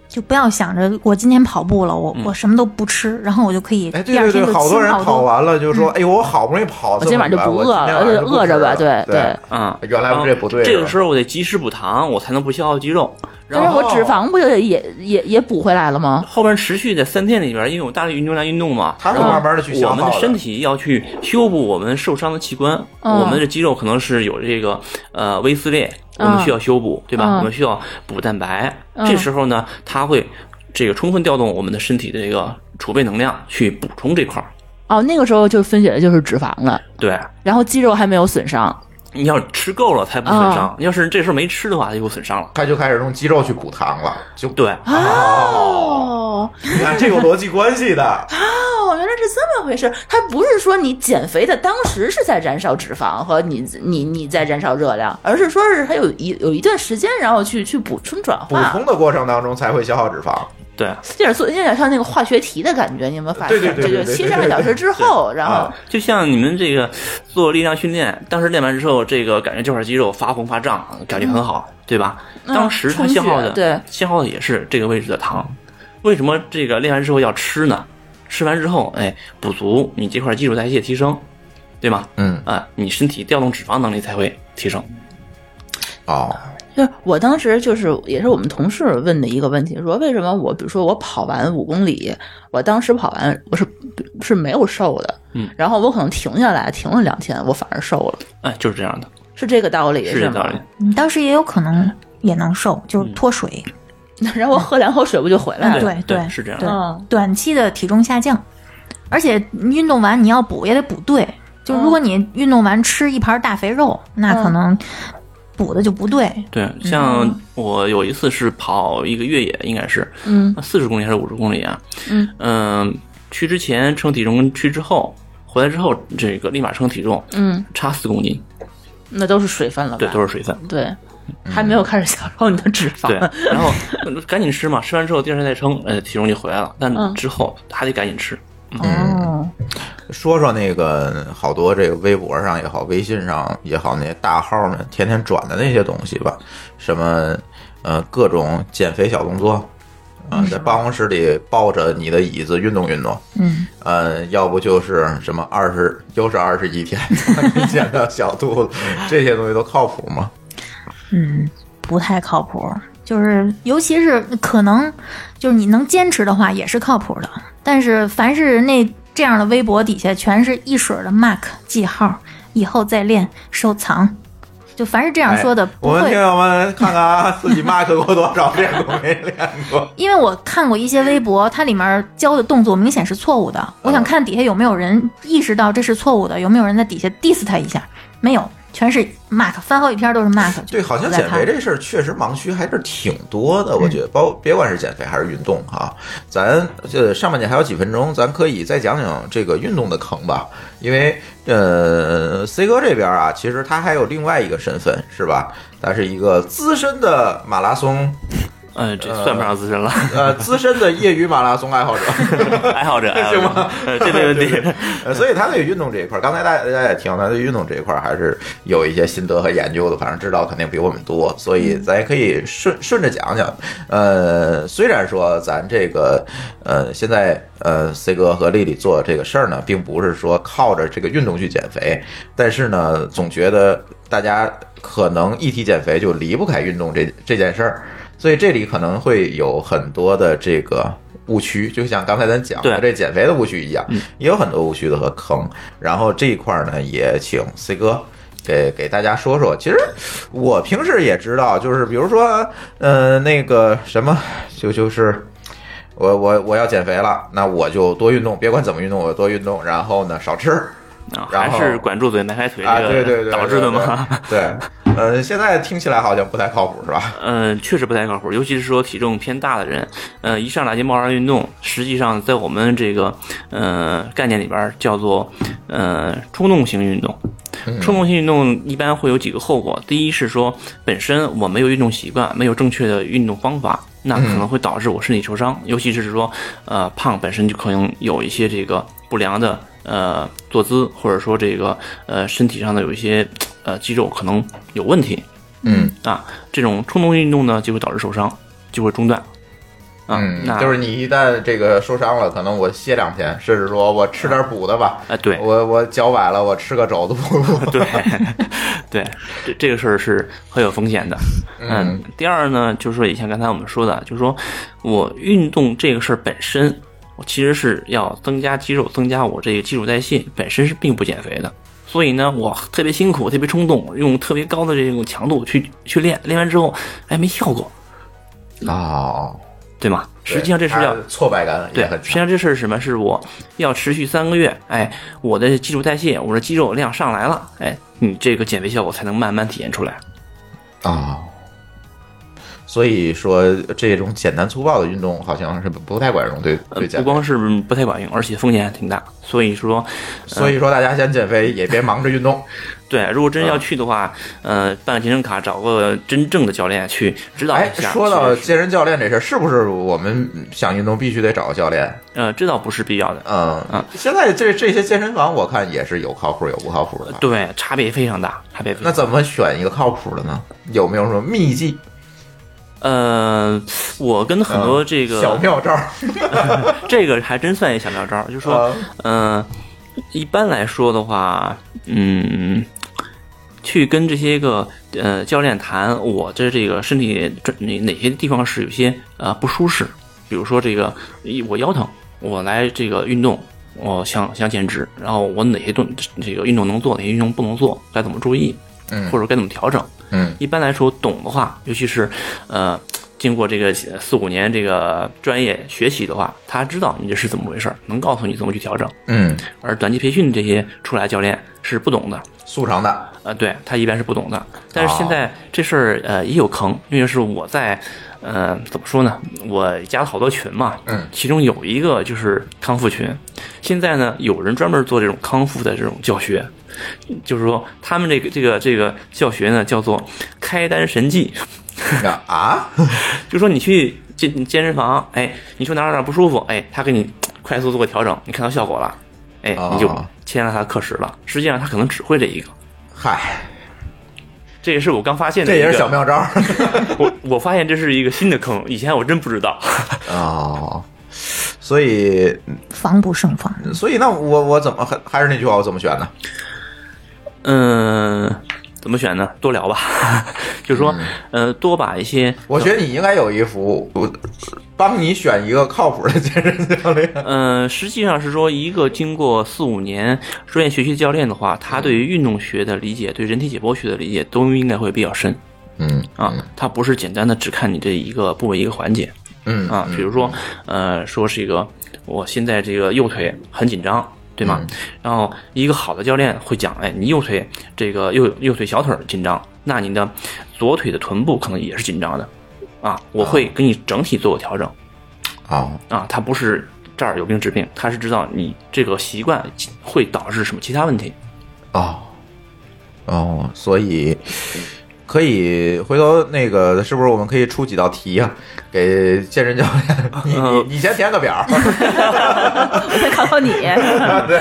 Speaker 6: 就不要想着我今天跑步了，我、我什么都不吃，然后我就可以
Speaker 3: 嗯哎，
Speaker 6: 第
Speaker 3: 对
Speaker 6: 二
Speaker 3: 对
Speaker 6: 天
Speaker 3: 对，
Speaker 6: 就
Speaker 3: 好多人
Speaker 6: 轻好
Speaker 3: 跑
Speaker 6: 多。
Speaker 3: 完了就说：“哎呦，我好不容易跑
Speaker 4: 嗯我
Speaker 3: 这么
Speaker 4: 今晚就
Speaker 3: 远
Speaker 4: 不
Speaker 3: 我
Speaker 4: 饿
Speaker 3: 今天晚
Speaker 4: 了，
Speaker 3: 上
Speaker 4: 就
Speaker 3: 就不
Speaker 4: 饿着
Speaker 3: 吃
Speaker 4: 吧。
Speaker 3: 了
Speaker 4: 对
Speaker 3: 对，
Speaker 5: 啊、
Speaker 3: 原来
Speaker 5: 然后
Speaker 3: 这不对
Speaker 5: 这
Speaker 3: 是
Speaker 5: 个
Speaker 3: 吧
Speaker 5: 时候我得及时补糖，我才能不消耗肌肉。然
Speaker 4: 但是
Speaker 5: 后
Speaker 4: 我脂肪不就得也也也补回来了吗？
Speaker 5: 后边持续在三天里边，因为我大力运动量运动嘛，
Speaker 3: 他会慢慢的去消
Speaker 5: 我
Speaker 3: 耗
Speaker 5: 们的身体要去修补我们受伤的器官，
Speaker 4: 嗯
Speaker 5: 我们的肌肉可能是有这个呃微撕裂，我
Speaker 4: 嗯
Speaker 5: 们需要修补，对吧？
Speaker 4: 嗯
Speaker 5: 我们需要补蛋白。
Speaker 4: 嗯
Speaker 5: 这时候呢，它会这个充分调动我们的身体的这个储备能量去补充这块儿。
Speaker 4: 哦，那个时候就分解的就是脂肪了，
Speaker 5: 对，
Speaker 4: 然后肌肉还没有损伤。
Speaker 5: 你要吃够了才不损
Speaker 4: 嗯
Speaker 5: 伤，要是这时候没吃的话，它就会损伤了。
Speaker 3: 他就开始用肌肉去补糖了，
Speaker 4: <laughs>
Speaker 3: 就
Speaker 5: 对，
Speaker 8: 哦
Speaker 3: 哦，你看这有逻辑关系的，
Speaker 8: 哦，原来是这么回事儿。它不是说你减肥的当时是在燃烧脂肪和你你你在燃烧热量，而是说是它有一有一段时间，然后去去补充转
Speaker 3: 补
Speaker 8: 化，
Speaker 3: 充的过程当中才会消耗脂肪。
Speaker 5: 对，
Speaker 8: 有点做有点像那个化学题的感觉，你有没有发现？
Speaker 3: 对对对对对对
Speaker 8: 就七十二小时之后，然后
Speaker 3: 啊
Speaker 5: 就像你们这个做力量训练，当时练完之后，这个感觉这块肌肉发红发胀，啊感觉很好，对吧？
Speaker 8: 嗯
Speaker 5: 当时它
Speaker 8: 充血
Speaker 5: 消耗的，
Speaker 8: 对
Speaker 5: 消耗的也是这个位置的糖。为什么这个练完之后要吃呢？吃完之后，哎，补足你这块基础代谢提升，对吗？
Speaker 3: 嗯，
Speaker 5: 啊，你身体调动脂肪能力才会提升。
Speaker 3: 哦，
Speaker 8: 就是我当时就是也是我们同事问的一个问题，说为什么我比如说我跑完五公里，我当时跑完我是是没有瘦的，
Speaker 5: 嗯
Speaker 8: 然后我可能停下来停了两天，我反而瘦了，
Speaker 5: 哎，就是这样的，
Speaker 8: 是这个道理
Speaker 5: 是这
Speaker 8: 吗
Speaker 5: 道理。。
Speaker 6: 你嗯当时也有可能也能瘦，
Speaker 3: 嗯
Speaker 6: 就是脱水，
Speaker 8: <laughs> 然后我喝两口水不就回来了？
Speaker 6: 对
Speaker 5: 嗯对
Speaker 6: 对
Speaker 5: 是这样
Speaker 6: 对
Speaker 8: 嗯
Speaker 6: 短期的体重下降，而且运动完你要补也得补对，就
Speaker 3: 嗯
Speaker 6: 如果你运动完吃一盘大肥肉，那可能补的就不对。
Speaker 5: 对，像我有一次是跑一个越野，应该是，
Speaker 8: 嗯，
Speaker 5: 四十公里还是五十公里啊？
Speaker 8: 嗯
Speaker 5: 去之前称体重，跟去之后回来之后，这个立马称体重，
Speaker 8: 嗯，
Speaker 5: 差四公斤，
Speaker 8: 那都是水分了吧？
Speaker 5: 对，都是水分，
Speaker 8: 对还没有开始消耗你的脂肪
Speaker 5: 对。然后呃赶紧吃嘛，吃完之后第二天再称，呃，体重就回来了。
Speaker 8: 嗯
Speaker 5: 但之后还得赶紧吃，嗯
Speaker 8: 哦，
Speaker 3: 说说那个好多这个微博上也好，微信上也好，那些大号们天天转的那些东西吧，什么呃各种减肥小动作，啊、在办公室里抱着你的椅子运动运动，
Speaker 6: 嗯，
Speaker 3: 呃，要不就是什么二十又是二十一天 <laughs> 减到小肚子，这些东西都靠谱吗？
Speaker 6: 嗯，不太靠谱。就是，尤其是可能，就是你能坚持的话，也是靠谱的。但是，凡是那这样的微博底下，全是一水儿的 mark 记号，以后再练收藏。就凡是这样说的，
Speaker 3: 哎
Speaker 6: 不
Speaker 3: 我们
Speaker 6: 会
Speaker 3: 听友们看看啊，自己 mark 过多少遍都没练过。
Speaker 6: 因为我看过一些微博，它里面教的动作明显是错误
Speaker 3: 嗯
Speaker 6: 的。我想看底下有没有人意识到这是错误的，有没有人在底下 diss 他一下？没有，全是 mark，翻好几篇都是 mark 就。
Speaker 3: 对，好像
Speaker 6: 不再
Speaker 3: 减肥
Speaker 6: 看
Speaker 3: 这事儿确实盲区还是挺多的，
Speaker 5: 嗯
Speaker 3: 我觉得，包别管是减肥还是运动哈、咱这上半年还有几分钟，咱可以再讲讲这个运动的坑吧，因为呃，C 哥这边啊，其实他还有另外一个身份是吧？他是一个资深的马拉松，
Speaker 5: 呃，这算不上资深了，
Speaker 3: 呃，资深的业余马拉松爱好者。<laughs>
Speaker 5: 爱好者，爱好
Speaker 3: 行吗
Speaker 5: 者，呃， <laughs> 这没问
Speaker 3: <laughs>
Speaker 5: 题。
Speaker 3: 呃，所以他对运动这一块儿，刚才大家大家也听，他对运动这一块儿还是有一些心得和研究的，反正知道肯定比我们多，所
Speaker 5: 嗯
Speaker 3: 以咱也可以顺顺着讲讲。呃，虽然说咱这个呃现在呃 C 哥和丽丽做这个事儿呢，并不是说靠着这个运动去减肥，但是呢，总觉得大家可能一提减肥就离不开运动这这件事儿。所以这里可能会有很多的这个误区，就像刚才咱讲的
Speaker 5: 对
Speaker 3: 这减肥的误区一样，也有很多误区的和坑。然后这一块儿呢，也请 C 哥。给给大家说说，其实我平时也知道，就是比如说，呃，那个什么，就就是我我我要减肥了，那我就多运动，别管怎么运动，我多运动，然后呢少吃，
Speaker 5: 啊
Speaker 3: 然
Speaker 5: 还
Speaker 3: 后
Speaker 5: 是管住嘴，迈开腿
Speaker 3: 啊，对
Speaker 5: 这
Speaker 3: 对对，
Speaker 5: 个导致的
Speaker 3: 对
Speaker 5: 嘛。？
Speaker 3: 对， <laughs> 对呃，现在听起来好像不太靠谱，是吧？
Speaker 5: 嗯，确实不太靠谱，尤其是说体重偏大的人，呃，一上来就贸然运动，实际上在我们这个呃概念里边儿叫做呃冲动型运动。冲动性运动一般会有几个后果，第一是说本身我没有运动习惯，没有正确的运动方法，那可能会导致我身体受伤，尤其是说呃胖本身就可能有一些这个不良的呃坐姿，或者说这个呃身体上的有一些呃肌肉可能有问题，
Speaker 3: 嗯
Speaker 5: 啊，这种冲动运动呢，就会导致受伤，就会中断。啊，
Speaker 3: 嗯
Speaker 5: 那，
Speaker 3: 就是你一旦这个受伤了，可能我歇两天，甚至说我吃点补的吧。
Speaker 5: 啊，对
Speaker 3: 我我脚崴了，我吃个肘子补补。
Speaker 5: <laughs>
Speaker 3: <laughs>
Speaker 5: 对对，这这个事儿是很有风险的。嗯，第二呢，就是说也像刚才我们说的，就是说我运动这个事儿本身，我其实是要增加肌肉，增加我这个基础代谢，本身是并不减肥的。所以呢，我特别辛苦，特别冲动，用特别高的这种强度去去练，练完之后，哎，没效果，
Speaker 3: 哦，
Speaker 5: 对吗？实际上这是
Speaker 3: 他
Speaker 5: 要
Speaker 3: 挫败感也
Speaker 5: 对
Speaker 3: 很，
Speaker 5: 实际上
Speaker 3: 强。
Speaker 5: 这事儿是什么？是我要持续三个月，哎，我的基础代谢，我的肌肉量上来了，哎，
Speaker 3: 嗯
Speaker 5: 你这个减肥效果才能慢慢体现出来。
Speaker 3: 啊、所以说这种简单粗暴的运动好像是不不太管用，对
Speaker 5: 呃
Speaker 3: 对，
Speaker 5: 不光是不太管用，而且风险还挺大。所以说，
Speaker 3: 所
Speaker 5: 呃
Speaker 3: 以说大家想减肥也别忙着运
Speaker 5: <laughs>
Speaker 3: 动，
Speaker 5: 对，如果真要去的话，呃，办个健身卡，找个真正的教练去指导
Speaker 3: 哎
Speaker 5: 一，下。
Speaker 3: 说到
Speaker 5: 其实
Speaker 3: 健身教练这事儿，是不是我们想运动必须得找个教练？
Speaker 5: 呃，这倒不是必要的。
Speaker 3: 嗯
Speaker 5: 嗯，
Speaker 3: 现在这这些健身房我看也是有靠谱有不靠谱的。，
Speaker 5: 对，差别非常大，差别非常大
Speaker 3: 那怎么选一个靠谱的呢？有没有什么秘籍？
Speaker 5: 呃，我跟很多这个、
Speaker 3: 小妙招儿？
Speaker 5: 这个还真算一小妙招儿，
Speaker 3: 啊
Speaker 5: 就是说，嗯、一般来说的话，嗯，去跟这些个呃教练谈我的这个身体这哪哪些地方是有些呃不舒适，比如说这个呃一我腰疼，我来这个运动。我想想减脂，然后我哪些动这个运动能做，哪些运动不能做，该怎么注意，
Speaker 3: 嗯
Speaker 5: 或者该怎么调整，
Speaker 3: 嗯
Speaker 5: 一般来说，懂的话，尤其是呃，经过这个四五年这个专业学习的话，他知道你这是怎么回事儿，能告诉你怎么去调整。
Speaker 3: 嗯，
Speaker 5: 而短期培训这些出来教练是不懂的，
Speaker 3: 速成的。
Speaker 5: 呃，对他一般是不懂的。但是现在这事儿呃也有坑，因为是我在呃怎么说呢，我加了好多群嘛， <laughs>
Speaker 3: 嗯
Speaker 5: 其中有一个就是康复群，现在呢有人专门做这种康复的这种教学，就是说他们这个这个这个教学呢叫做开单神技，
Speaker 3: 啊，
Speaker 5: 就说你去健健身房，哎，你说哪儿哪儿不舒服，哎，他给你快速做个调整，你看到效果了，哎，你就
Speaker 3: 哦
Speaker 5: 签了他的课时了。实际上他可能只会这一个，
Speaker 3: 嗨，
Speaker 5: 这也是我刚发现的
Speaker 3: 这
Speaker 5: 一个，
Speaker 3: 也是小妙招儿。
Speaker 5: 我我发现这是一个新的坑，以前我真不知道。 <laughs>
Speaker 3: 哦，所以
Speaker 6: 防不胜防。
Speaker 3: 所以那我我怎么还还是那句话，我怎么选呢？
Speaker 5: 嗯、怎么选呢？多聊吧， <laughs> 就是说，
Speaker 3: 嗯
Speaker 5: 呃，多把一些
Speaker 3: 我觉得你应该有一副，我帮你选一个靠谱的健身教练。
Speaker 5: 呃，实际上是说，一个经过四五年专业学习的教练的话，他对于运动学的理解、对人体解剖学的理解都应该会比较深
Speaker 3: 嗯
Speaker 5: 啊。他不是简单的只看你这一个部位一个环节
Speaker 3: 嗯
Speaker 5: 啊。比如说，呃，说是一个我现在这个右腿很紧张。对吗？
Speaker 3: 嗯
Speaker 5: 然后一个好的教练会讲，哎，你右腿这个右右腿小腿儿紧张，那你的左腿的臀部可能也是紧张的，啊，我会给你整体做个调整，
Speaker 3: 哦，
Speaker 5: 啊，他不是这儿有病治病，他是知道你这个习惯会导致什么其他问题。
Speaker 3: 哦，哦，所以可以回头那个，是不是我们可以出几道题呀、给健身教练，你你你先填个表儿。
Speaker 8: 我会考考你。 <laughs>
Speaker 3: 对，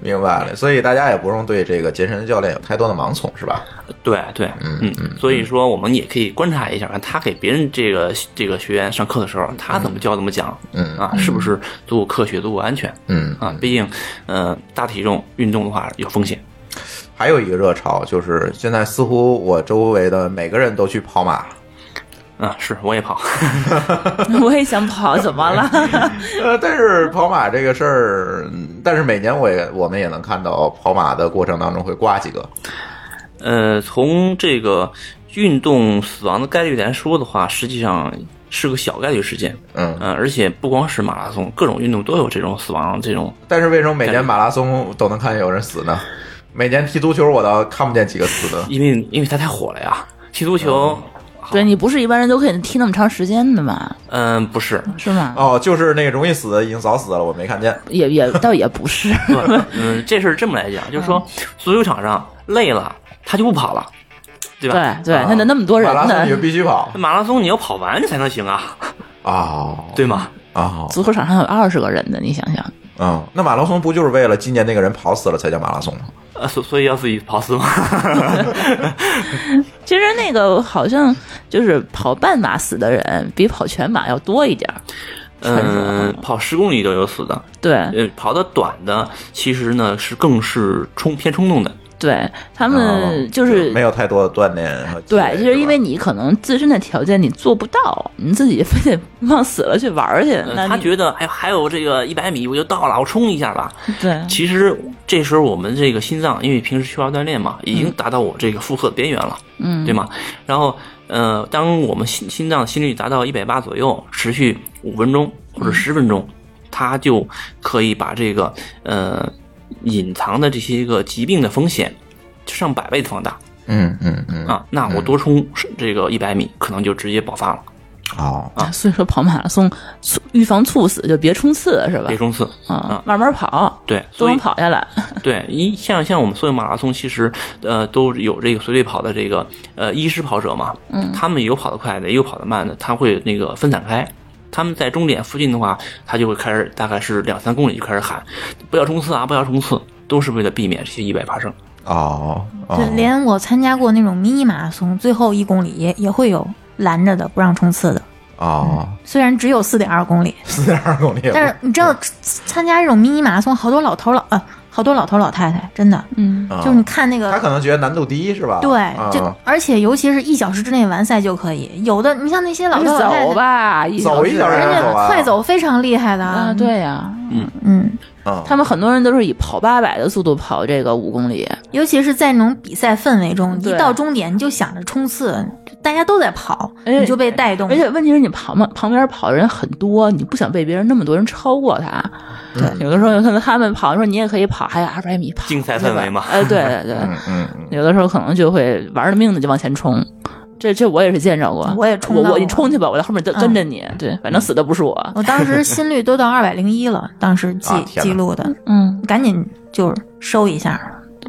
Speaker 3: 明白了。所以大家也不用对这个健身教练有太多的盲从，是吧？
Speaker 5: 对对，嗯嗯，所以说我们也可以观察一下，看他给别人这个这个学员上课的时候，他怎么教怎么讲，
Speaker 3: 嗯
Speaker 5: 啊，是不是足够科学、足够安全？
Speaker 3: 嗯
Speaker 5: 啊，毕竟，呃，大体重运动的话有风险。
Speaker 3: 还有一个热潮就是现在似乎我周围的每个人都去跑马了。嗯
Speaker 5: 啊，是，我也跑， <laughs>
Speaker 8: 我也想跑，怎么了？
Speaker 5: 哎
Speaker 3: 呃，但是跑马这个事儿，嗯但是每年我也我们也能看到跑马的过程当中会挂几个，
Speaker 5: 呃，从这个运动死亡的概率来说的话，实际上是个小概率事件。
Speaker 3: 嗯，
Speaker 5: 嗯，而且不光是马拉松，各种运动都有这种死亡这种
Speaker 3: 但是为什么每年马拉松都能看见有人死呢？每年踢足球我倒看不见几个死
Speaker 4: <laughs>
Speaker 3: 的。
Speaker 5: 因为因为它太火了呀。踢足
Speaker 3: 哦
Speaker 5: 球，
Speaker 4: 对你不是一般人都可以踢那么长时间的嘛，
Speaker 5: 嗯、不是，
Speaker 4: 是吗？
Speaker 3: 哦，就是那个容易死的已经早死了，我没
Speaker 4: <laughs>
Speaker 3: 看见。
Speaker 4: 也也倒也不
Speaker 5: <laughs>
Speaker 4: 是，
Speaker 5: 嗯，这事儿这么来讲，就是说，足球场上累了，他就不跑了，对吧？
Speaker 4: 对对，那得那么多人
Speaker 3: 啊马拉松你就
Speaker 4: 呢，
Speaker 3: 必
Speaker 4: <laughs>
Speaker 3: 须跑
Speaker 5: 马拉松你要跑完这才能行啊，
Speaker 3: 哦，
Speaker 5: 对吗？
Speaker 3: 哦，
Speaker 4: 足球场上有二十个人呢，你想想，
Speaker 3: 嗯，那马拉松不就是为了今年那个人跑死了才叫马拉松吗？
Speaker 5: 呃，所所以要自己跑
Speaker 4: <laughs>
Speaker 5: 死吗？
Speaker 4: 其实那个好像就是跑半马死的人比跑全马要多一点儿，
Speaker 5: 嗯，跑十公里都有死的，
Speaker 4: 对
Speaker 5: 呃，跑的短的其实呢是更是冲偏冲动的，
Speaker 4: 对，他
Speaker 3: 哦
Speaker 4: 们就是
Speaker 3: 没有太多的锻炼和积累。
Speaker 4: 对，就是因为
Speaker 3: 吧
Speaker 4: 你可能自身的条件你做不到，你自己非得往死了去玩儿去，
Speaker 5: 呃
Speaker 4: 那
Speaker 5: 他
Speaker 4: 你
Speaker 5: 觉得哎还有这个一百米我就到了，我冲一下吧，
Speaker 4: 对
Speaker 5: 其实这时候我们这个心脏，因为平时缺乏锻炼嘛，已经达到我这个负荷的边缘了，嗯，对吗？然后呃，当我们心心脏心率达到一百八左右，持续五分钟或者十分钟，它就可以把这个呃隐藏的这些个疾病的风险上百倍的放大
Speaker 3: 嗯嗯嗯，
Speaker 5: 啊。那我多冲这个一百米，可能就直接爆发了，
Speaker 3: 哦，
Speaker 4: 所以说跑马拉松猝预防猝死就别冲刺是吧
Speaker 5: 别？冲刺
Speaker 4: 啊
Speaker 5: 啊，
Speaker 4: 慢慢跑，
Speaker 5: 对，
Speaker 4: 都
Speaker 5: 所以
Speaker 4: 能跑下来。
Speaker 5: 对，一像像我们所有马拉松，其实呃都有这个随队跑的这个呃一师跑者嘛，嗯，他们有跑得快的，也有跑得慢的，他会那个分散开。他们在终点附近的话，他就会开始大概是两三公里就开始喊，不要冲刺啊，不要冲刺，都是为了避免这些意外发生。
Speaker 3: 哦，
Speaker 6: 对，
Speaker 3: 哦，
Speaker 6: 连我参加过那种迷你马拉松，最后一公里也也会有拦着的，不让冲刺的。
Speaker 3: 哦，
Speaker 6: 虽然只有四点二公里，
Speaker 3: 四点二公里，
Speaker 6: 但是你知
Speaker 3: 嗯
Speaker 6: 道，参加这种迷你马拉松，好多老头老呃，好多老头老太太，真的，
Speaker 4: 嗯，
Speaker 3: 啊
Speaker 6: 就是你看那个
Speaker 3: 他可能觉得难度低是吧？
Speaker 6: 对，
Speaker 3: 啊
Speaker 6: 就而且尤其是一小时之内完赛就可以。有的你像那些老头老太太，
Speaker 4: 走吧，一
Speaker 3: 走一小时
Speaker 6: 人
Speaker 3: 还
Speaker 6: 家
Speaker 3: 走完啊
Speaker 6: 快走非常厉害的
Speaker 4: 啊，，对呀，
Speaker 6: 嗯，
Speaker 3: 嗯
Speaker 4: 他们很多人都是以跑八百的速度跑这个五公里，
Speaker 6: 尤其是在那种比赛氛围中，一
Speaker 4: 对
Speaker 6: 到终点你就想着冲刺，大家都在跑，
Speaker 4: 而且
Speaker 6: 你就被带动
Speaker 4: 哎而。且问题是你旁边旁边跑的人很多，你不想被别人那么多人超过他。对，有的时候有可能他们跑，说你也可以跑，哎还有二百米跑，
Speaker 5: 竞赛氛围嘛
Speaker 4: 对吧哎，对对对，
Speaker 3: 嗯嗯嗯，
Speaker 4: 有的时候可能就会玩了命的就往前冲。这这我也是见着过，
Speaker 6: 我也冲
Speaker 4: 我
Speaker 6: 到
Speaker 4: 我你
Speaker 6: 过
Speaker 4: 冲去吧，我在后面跟
Speaker 6: 嗯
Speaker 4: 跟着你，对，反正死的不是我。
Speaker 6: 我当时心率都到二百零一了，当时记、
Speaker 3: 啊天哪
Speaker 6: 记录的，
Speaker 4: 嗯，
Speaker 6: 赶紧就是收一下，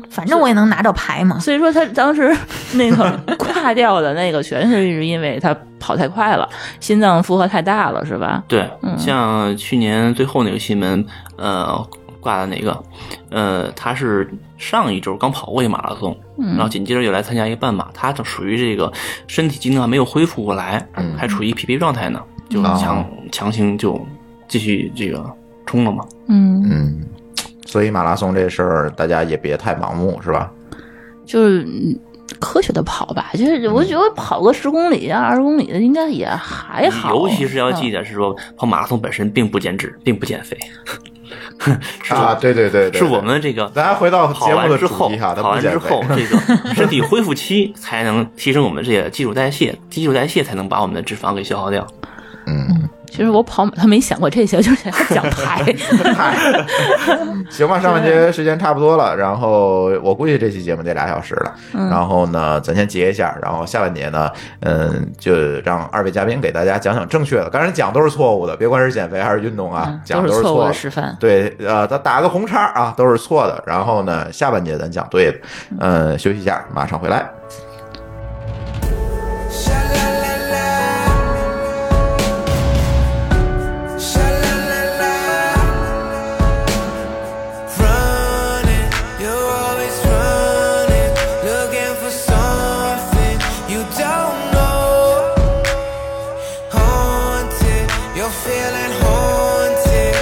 Speaker 6: 反正我也能拿着牌嘛。
Speaker 4: 所以说他当时 <laughs> 那个跨掉的那个，全是因为他跑太快了，心脏负荷太大了，是吧？
Speaker 5: 对，像去年最后那个新闻，呃，挂的那个，呃，他是上一周刚跑过一马拉松，然后紧接着又来参加一个半马，他就属于这个身体机能还没有恢复过来，还处于疲惫状态呢，就
Speaker 3: 哦
Speaker 5: 强、强行就继续这个冲了嘛。
Speaker 4: 嗯，
Speaker 3: 嗯，所以马拉松这事儿大家也别太盲目，是吧？
Speaker 4: 就是嗯科学的跑吧，就是
Speaker 5: 嗯
Speaker 4: 我觉得跑个十公里啊、二十公里的应该也还哎好，啊
Speaker 5: 尤其是
Speaker 8: 嗯
Speaker 5: 要记得是说，跑马拉松本身并不减脂，并不减肥， <laughs> 是
Speaker 3: 啊，对对对，对
Speaker 5: 是我们这个
Speaker 3: 咱回到
Speaker 5: 跑
Speaker 3: 节目
Speaker 5: 完
Speaker 3: 的
Speaker 5: 之
Speaker 3: 主
Speaker 5: 后
Speaker 3: 题哈，，它不
Speaker 5: 跑完
Speaker 3: 减
Speaker 5: 之
Speaker 3: 肥 <laughs>
Speaker 5: 后，这个身体恢复期才能提升我们这些基础代谢，基础代谢才能把我们的脂肪给消耗掉。
Speaker 3: 嗯，
Speaker 4: 其实我跑马他没想过这些，就是想要奖牌。
Speaker 5: <laughs>
Speaker 3: 行吧，上半节时间差不多了，然后我估计这期节目得俩小时了，然后呢，咱先截一下，然后下半节呢，嗯，就让二位嘉宾给大家讲讲正确的，刚才讲都是错误的，别管是减肥还是运动啊
Speaker 4: 嗯，
Speaker 3: 讲
Speaker 4: 都
Speaker 3: 是
Speaker 4: 是错误
Speaker 3: 错
Speaker 4: 的示范
Speaker 3: 对，呃，咱打个红叉啊，都是错的，然后呢，下半节咱讲对的，嗯，休息一下，马上回来。
Speaker 9: Running, you're always running, looking for something you don't know. Haunted, you're feeling haunted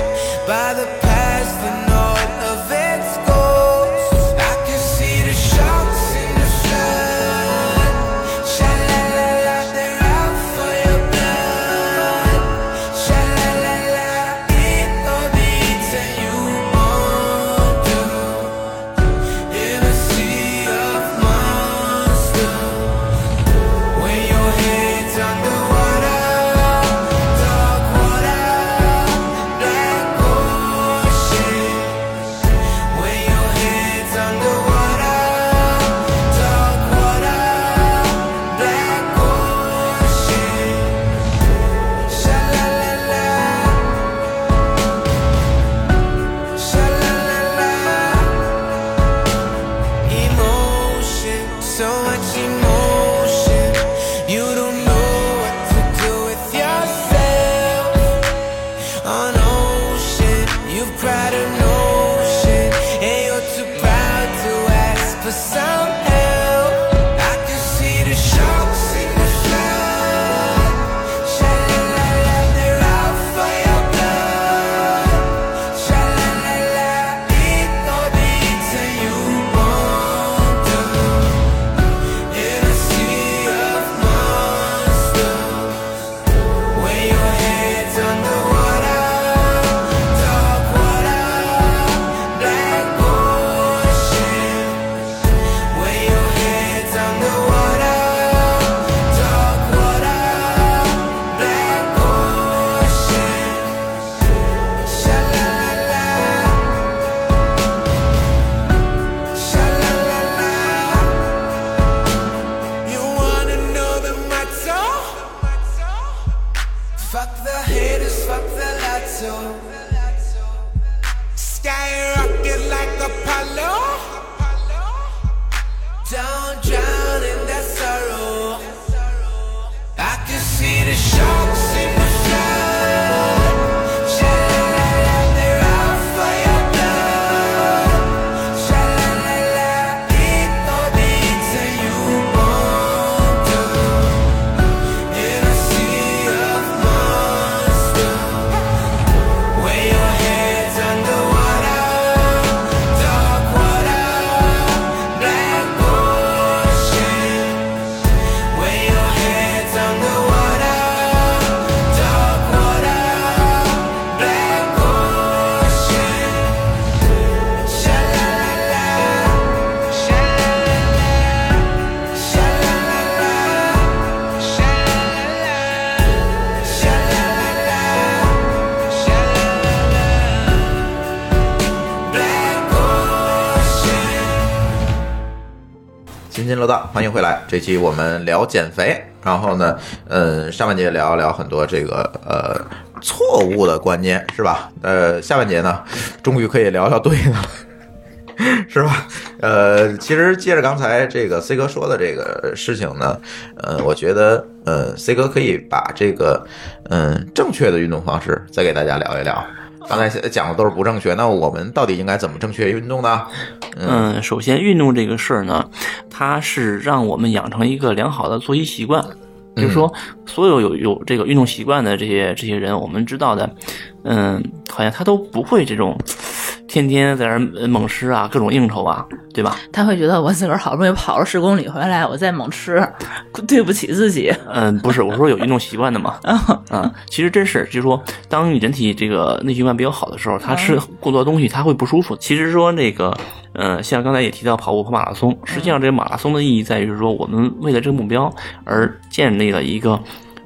Speaker 9: by the past and all of its ghosts. I can see the sharks in the sky. oh.
Speaker 3: 津津乐道，欢迎回来。这期我们聊减肥，然后呢，呃，上半节聊一聊很多这个呃错误的观念，是吧？呃，下半节呢，终于可以聊聊对的了。 <laughs> 是吧？呃，其实接着刚才这个 C 哥说的这个事情呢，呃，我觉得呃，C 哥可以把这个嗯、正确的运动方式再给大家聊一聊。刚才讲的都是不正确，那我们到底应该怎么正确运动呢？
Speaker 5: 嗯，首先运动这个事儿呢，它是让我们养成一个良好的作息习惯。
Speaker 3: 嗯
Speaker 5: 就是说，所有有有这个运动习惯的这些这些人，我们知道的，嗯，好像他都不会这种天天在那儿猛吃啊，各种应酬啊，对吧？
Speaker 8: 他会觉得我自个儿好不容易跑了十公里回来，我再猛吃，对不起自
Speaker 5: <laughs>
Speaker 8: 己。
Speaker 5: 嗯，不是，我说有运动习惯的嘛。啊，其实真是，就是说，当你人体这个内循环比较好的时候，他吃过多东西，他会不舒服。其实说那个，呃，像刚才也提到跑步跑马拉松，实际上这个马拉松的意义在于是说，我们为了这个目标而建立了一个，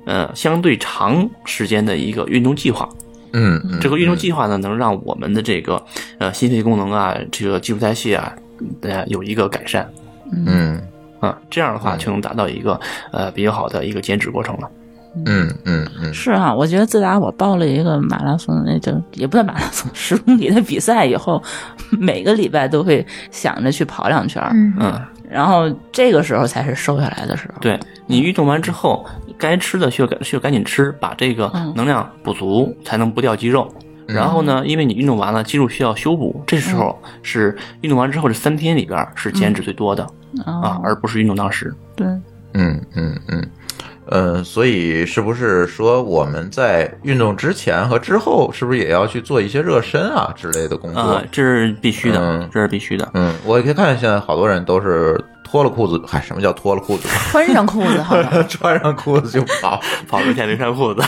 Speaker 5: 呃，相对长时间的一个运动计划。
Speaker 3: 嗯，嗯
Speaker 5: 这个运动计划呢，能让我们的这个呃心肺功能啊，这个基础代谢啊，呃有一个改善
Speaker 3: 嗯
Speaker 5: 啊，这样的话就能达到一个呃比较好的一个减脂过程了。
Speaker 3: 嗯嗯嗯
Speaker 8: 是啊，我觉得自打我报了一个马拉松，那就也不算马拉松，十公里的比赛以后，每个礼拜都会想着去跑两圈儿，
Speaker 6: 嗯，
Speaker 5: 嗯，
Speaker 8: 然后这个时候才是瘦下来的时候。
Speaker 5: 对你运动完之后，该吃的需要赶需要赶紧吃，把这个能量补足，才能不掉肌肉。然后呢，因为你运动完了，肌肉需要修补，这时候是运动完之后这三天里边儿是减脂最多的、
Speaker 4: 哦
Speaker 5: 啊，
Speaker 8: 哦
Speaker 5: 而不是运动当时。
Speaker 3: 嗯嗯嗯，呃，所以是不是说我们在运动之前和之后，是不是也要去做一些热身啊之类的工作？
Speaker 5: 啊，这是必须的，
Speaker 3: 嗯
Speaker 5: 这是必须的。
Speaker 3: 嗯，我也可以看现在好多人都是脱了裤子，嗨，什么叫脱了裤子？ <laughs>
Speaker 6: 穿上裤子好像
Speaker 3: 穿上裤子就
Speaker 5: <laughs>
Speaker 3: 跑。
Speaker 5: <laughs> 跑了一天没穿裤子。 <laughs>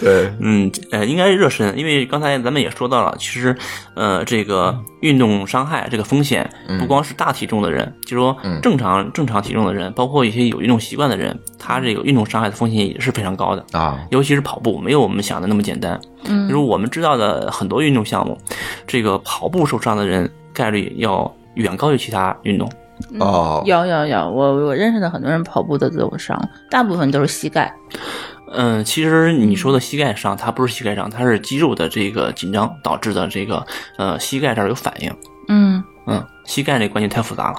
Speaker 3: 对，
Speaker 5: 嗯，呃，应该是热身，因为刚才咱们也说到了，其实，呃，这个运动伤害这个风险，不光是大体重的人，就说正常、正常体重的人，包括一些有运动习惯的人，他这个运动伤害的风险也是非常高的。
Speaker 3: 啊，
Speaker 5: 尤其是跑步，没有我们想的那么简单。嗯，就是我们知道的很多运动项目，这个跑步受伤的人概率要远高于其他运动。
Speaker 3: 哦，
Speaker 8: 有有有，我我认识的很多人跑步都自我伤，大部分都是膝盖。
Speaker 5: 嗯，其实你说的膝盖伤，它不是膝盖伤，它是肌肉的这个紧张导致的这个呃膝盖这儿有反应。
Speaker 8: 嗯，
Speaker 5: 嗯，膝盖这关节太复杂了。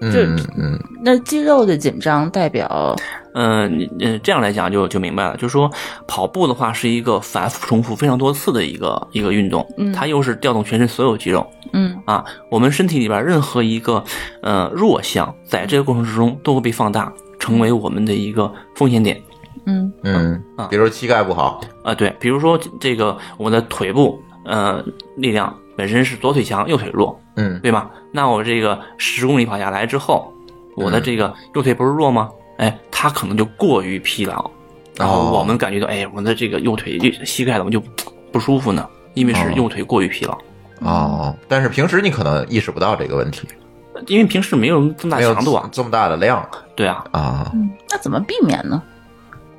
Speaker 3: 嗯嗯
Speaker 8: 那肌肉的紧张代表
Speaker 5: 嗯，你呃，这样来讲就就明白了，就是说跑步的话是一个反复重复非常多次的一个一个运动，它又是调动全身所有肌肉，
Speaker 8: 嗯
Speaker 5: 啊，我们身体里边任何一个呃弱项，在这个过程之中都会被放大，成为我们的一个风险点。
Speaker 3: 嗯
Speaker 5: 啊
Speaker 3: 嗯，比如膝盖不好，
Speaker 5: 啊，对，比如说这个我的腿部，呃，力量本身是左腿强，右腿弱，
Speaker 3: 嗯
Speaker 5: 对吧？那我这个十公里跑下来之后，我的这个右腿不是弱吗？哎，它可能就过于疲劳，然
Speaker 3: 哦
Speaker 5: 后我们感觉到，哎，我的这个右腿膝盖怎么就不舒服呢？因为是右腿过于疲劳，
Speaker 3: 哦，但是平时你可能意识不到这个问题，
Speaker 5: 因为平时没有这么大
Speaker 3: 没有
Speaker 5: 强度啊，
Speaker 3: 这么大的量
Speaker 5: 对啊，
Speaker 3: 啊，
Speaker 8: 那怎么避免呢？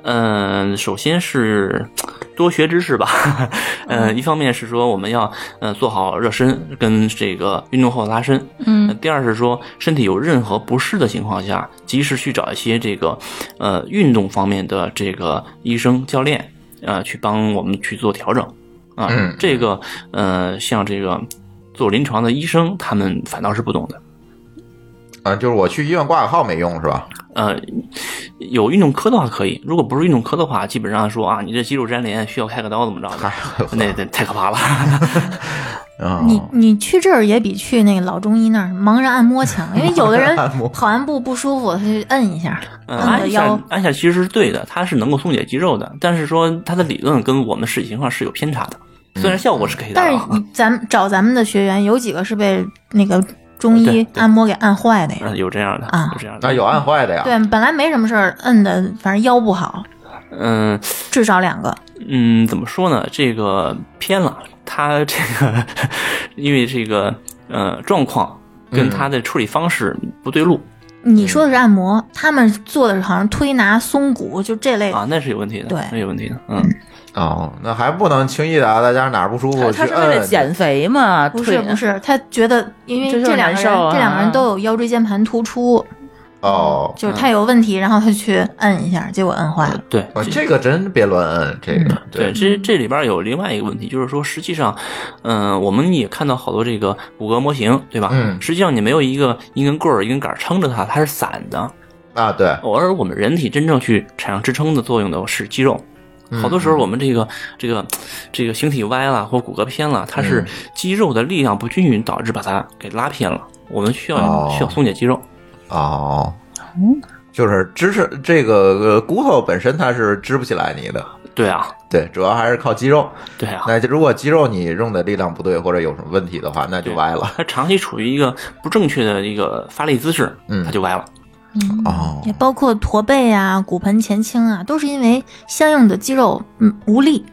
Speaker 5: 嗯，首先是多学知识吧。 <laughs> 嗯，一方面是说我们要呃做好热身跟这个运动后拉伸。嗯，第二是说身体有任何不适的情况下，及时去找一些这个呃运动方面的这个医生教练呃去帮我们去做调整啊。
Speaker 3: 嗯
Speaker 5: 这个呃像这个做临床的医生，他们反倒是不懂的。
Speaker 3: 啊，就是我去医院挂个号没用是吧？
Speaker 5: 呃，有运动科的话可以，如果不是运动科的话，基本上说啊，你这肌肉粘连需要开个刀怎么着的，那那太可怕
Speaker 3: <laughs>
Speaker 5: 了。
Speaker 3: 啊，
Speaker 6: 你你去这儿也比去那个老中医那儿盲人按摩强，因为有的人
Speaker 3: 按摩
Speaker 6: 跑完步不舒服，他就摁一下，
Speaker 5: 嗯，
Speaker 6: 摁个
Speaker 5: 按
Speaker 6: 腰
Speaker 5: 下。按下其实是对的，它是能够松解肌肉的，但是说它的理论跟我们实际情况是有偏差的，
Speaker 3: 嗯
Speaker 5: 虽然效果是可以达
Speaker 6: 但是
Speaker 5: 到啊，
Speaker 6: 你咱们找咱们的学员，有几个是被那个中
Speaker 5: 对
Speaker 6: 医
Speaker 5: 对
Speaker 6: 按摩给按坏的呀？
Speaker 5: 嗯，有这样的
Speaker 6: 啊，
Speaker 5: 有这样的
Speaker 3: 那有按坏的呀，
Speaker 6: 对，本来没什么事儿，摁的反正腰不好，
Speaker 5: 嗯
Speaker 6: 至少两个。
Speaker 5: 嗯，怎么说呢？这个偏了，它这个 <laughs> 因为这个呃状况
Speaker 3: 嗯
Speaker 5: 跟它的处理方式不对路、
Speaker 6: 你说的是按摩，他们做的是好像推拿、松骨，就这类的。
Speaker 5: 啊，那是有问题的，
Speaker 6: 对
Speaker 5: 那有问题的，嗯。
Speaker 3: 哦，那还不能轻易的啊，大家哪儿不舒服去
Speaker 8: 他
Speaker 3: 摁
Speaker 8: 是为了减肥嘛？
Speaker 6: 不是
Speaker 8: 腿
Speaker 6: 不是，他觉得因为
Speaker 8: 这就是
Speaker 6: 这两个人、
Speaker 8: 难受啊
Speaker 6: 这两个人都有腰椎间盘突出，
Speaker 3: 哦，
Speaker 6: 就是他有问题，然后他去摁一下，结果摁坏了。
Speaker 5: 对
Speaker 3: 哦这个真别乱摁，这个
Speaker 5: 对，这这里边有另外一个问题，就是说，实际上，嗯、我们也看到好多这个骨骼模型，对吧？
Speaker 3: 嗯
Speaker 5: 实际上你没有一个一根棍儿、一根杆儿撑着它，它是散的。
Speaker 3: 啊，对，
Speaker 5: 偶尔我们人体真正去产生支撑的作用的是肌肉。
Speaker 3: 嗯
Speaker 5: 好多时候，我们这个这个这个形体歪了或骨骼偏了，它是
Speaker 3: 嗯
Speaker 5: 肌肉的力量不均匀导致把它给拉偏了。我们需要、
Speaker 3: 哦
Speaker 5: 需要松解肌肉，
Speaker 3: 哦，就是支撑这个呃骨头本身它是支不起来你的，
Speaker 5: 对啊，
Speaker 3: 对，主要还是靠肌肉。
Speaker 5: 对啊。
Speaker 3: 那如果肌肉你用的力量不对或者有什么问题的话，那就歪了。
Speaker 5: 它长期处于一个不正确的一个发力姿势，
Speaker 3: 嗯
Speaker 5: 它就歪了。
Speaker 8: 嗯
Speaker 3: 哦
Speaker 6: 也包括驼背啊、骨盆前倾啊，都是因为相应的肌肉嗯无力。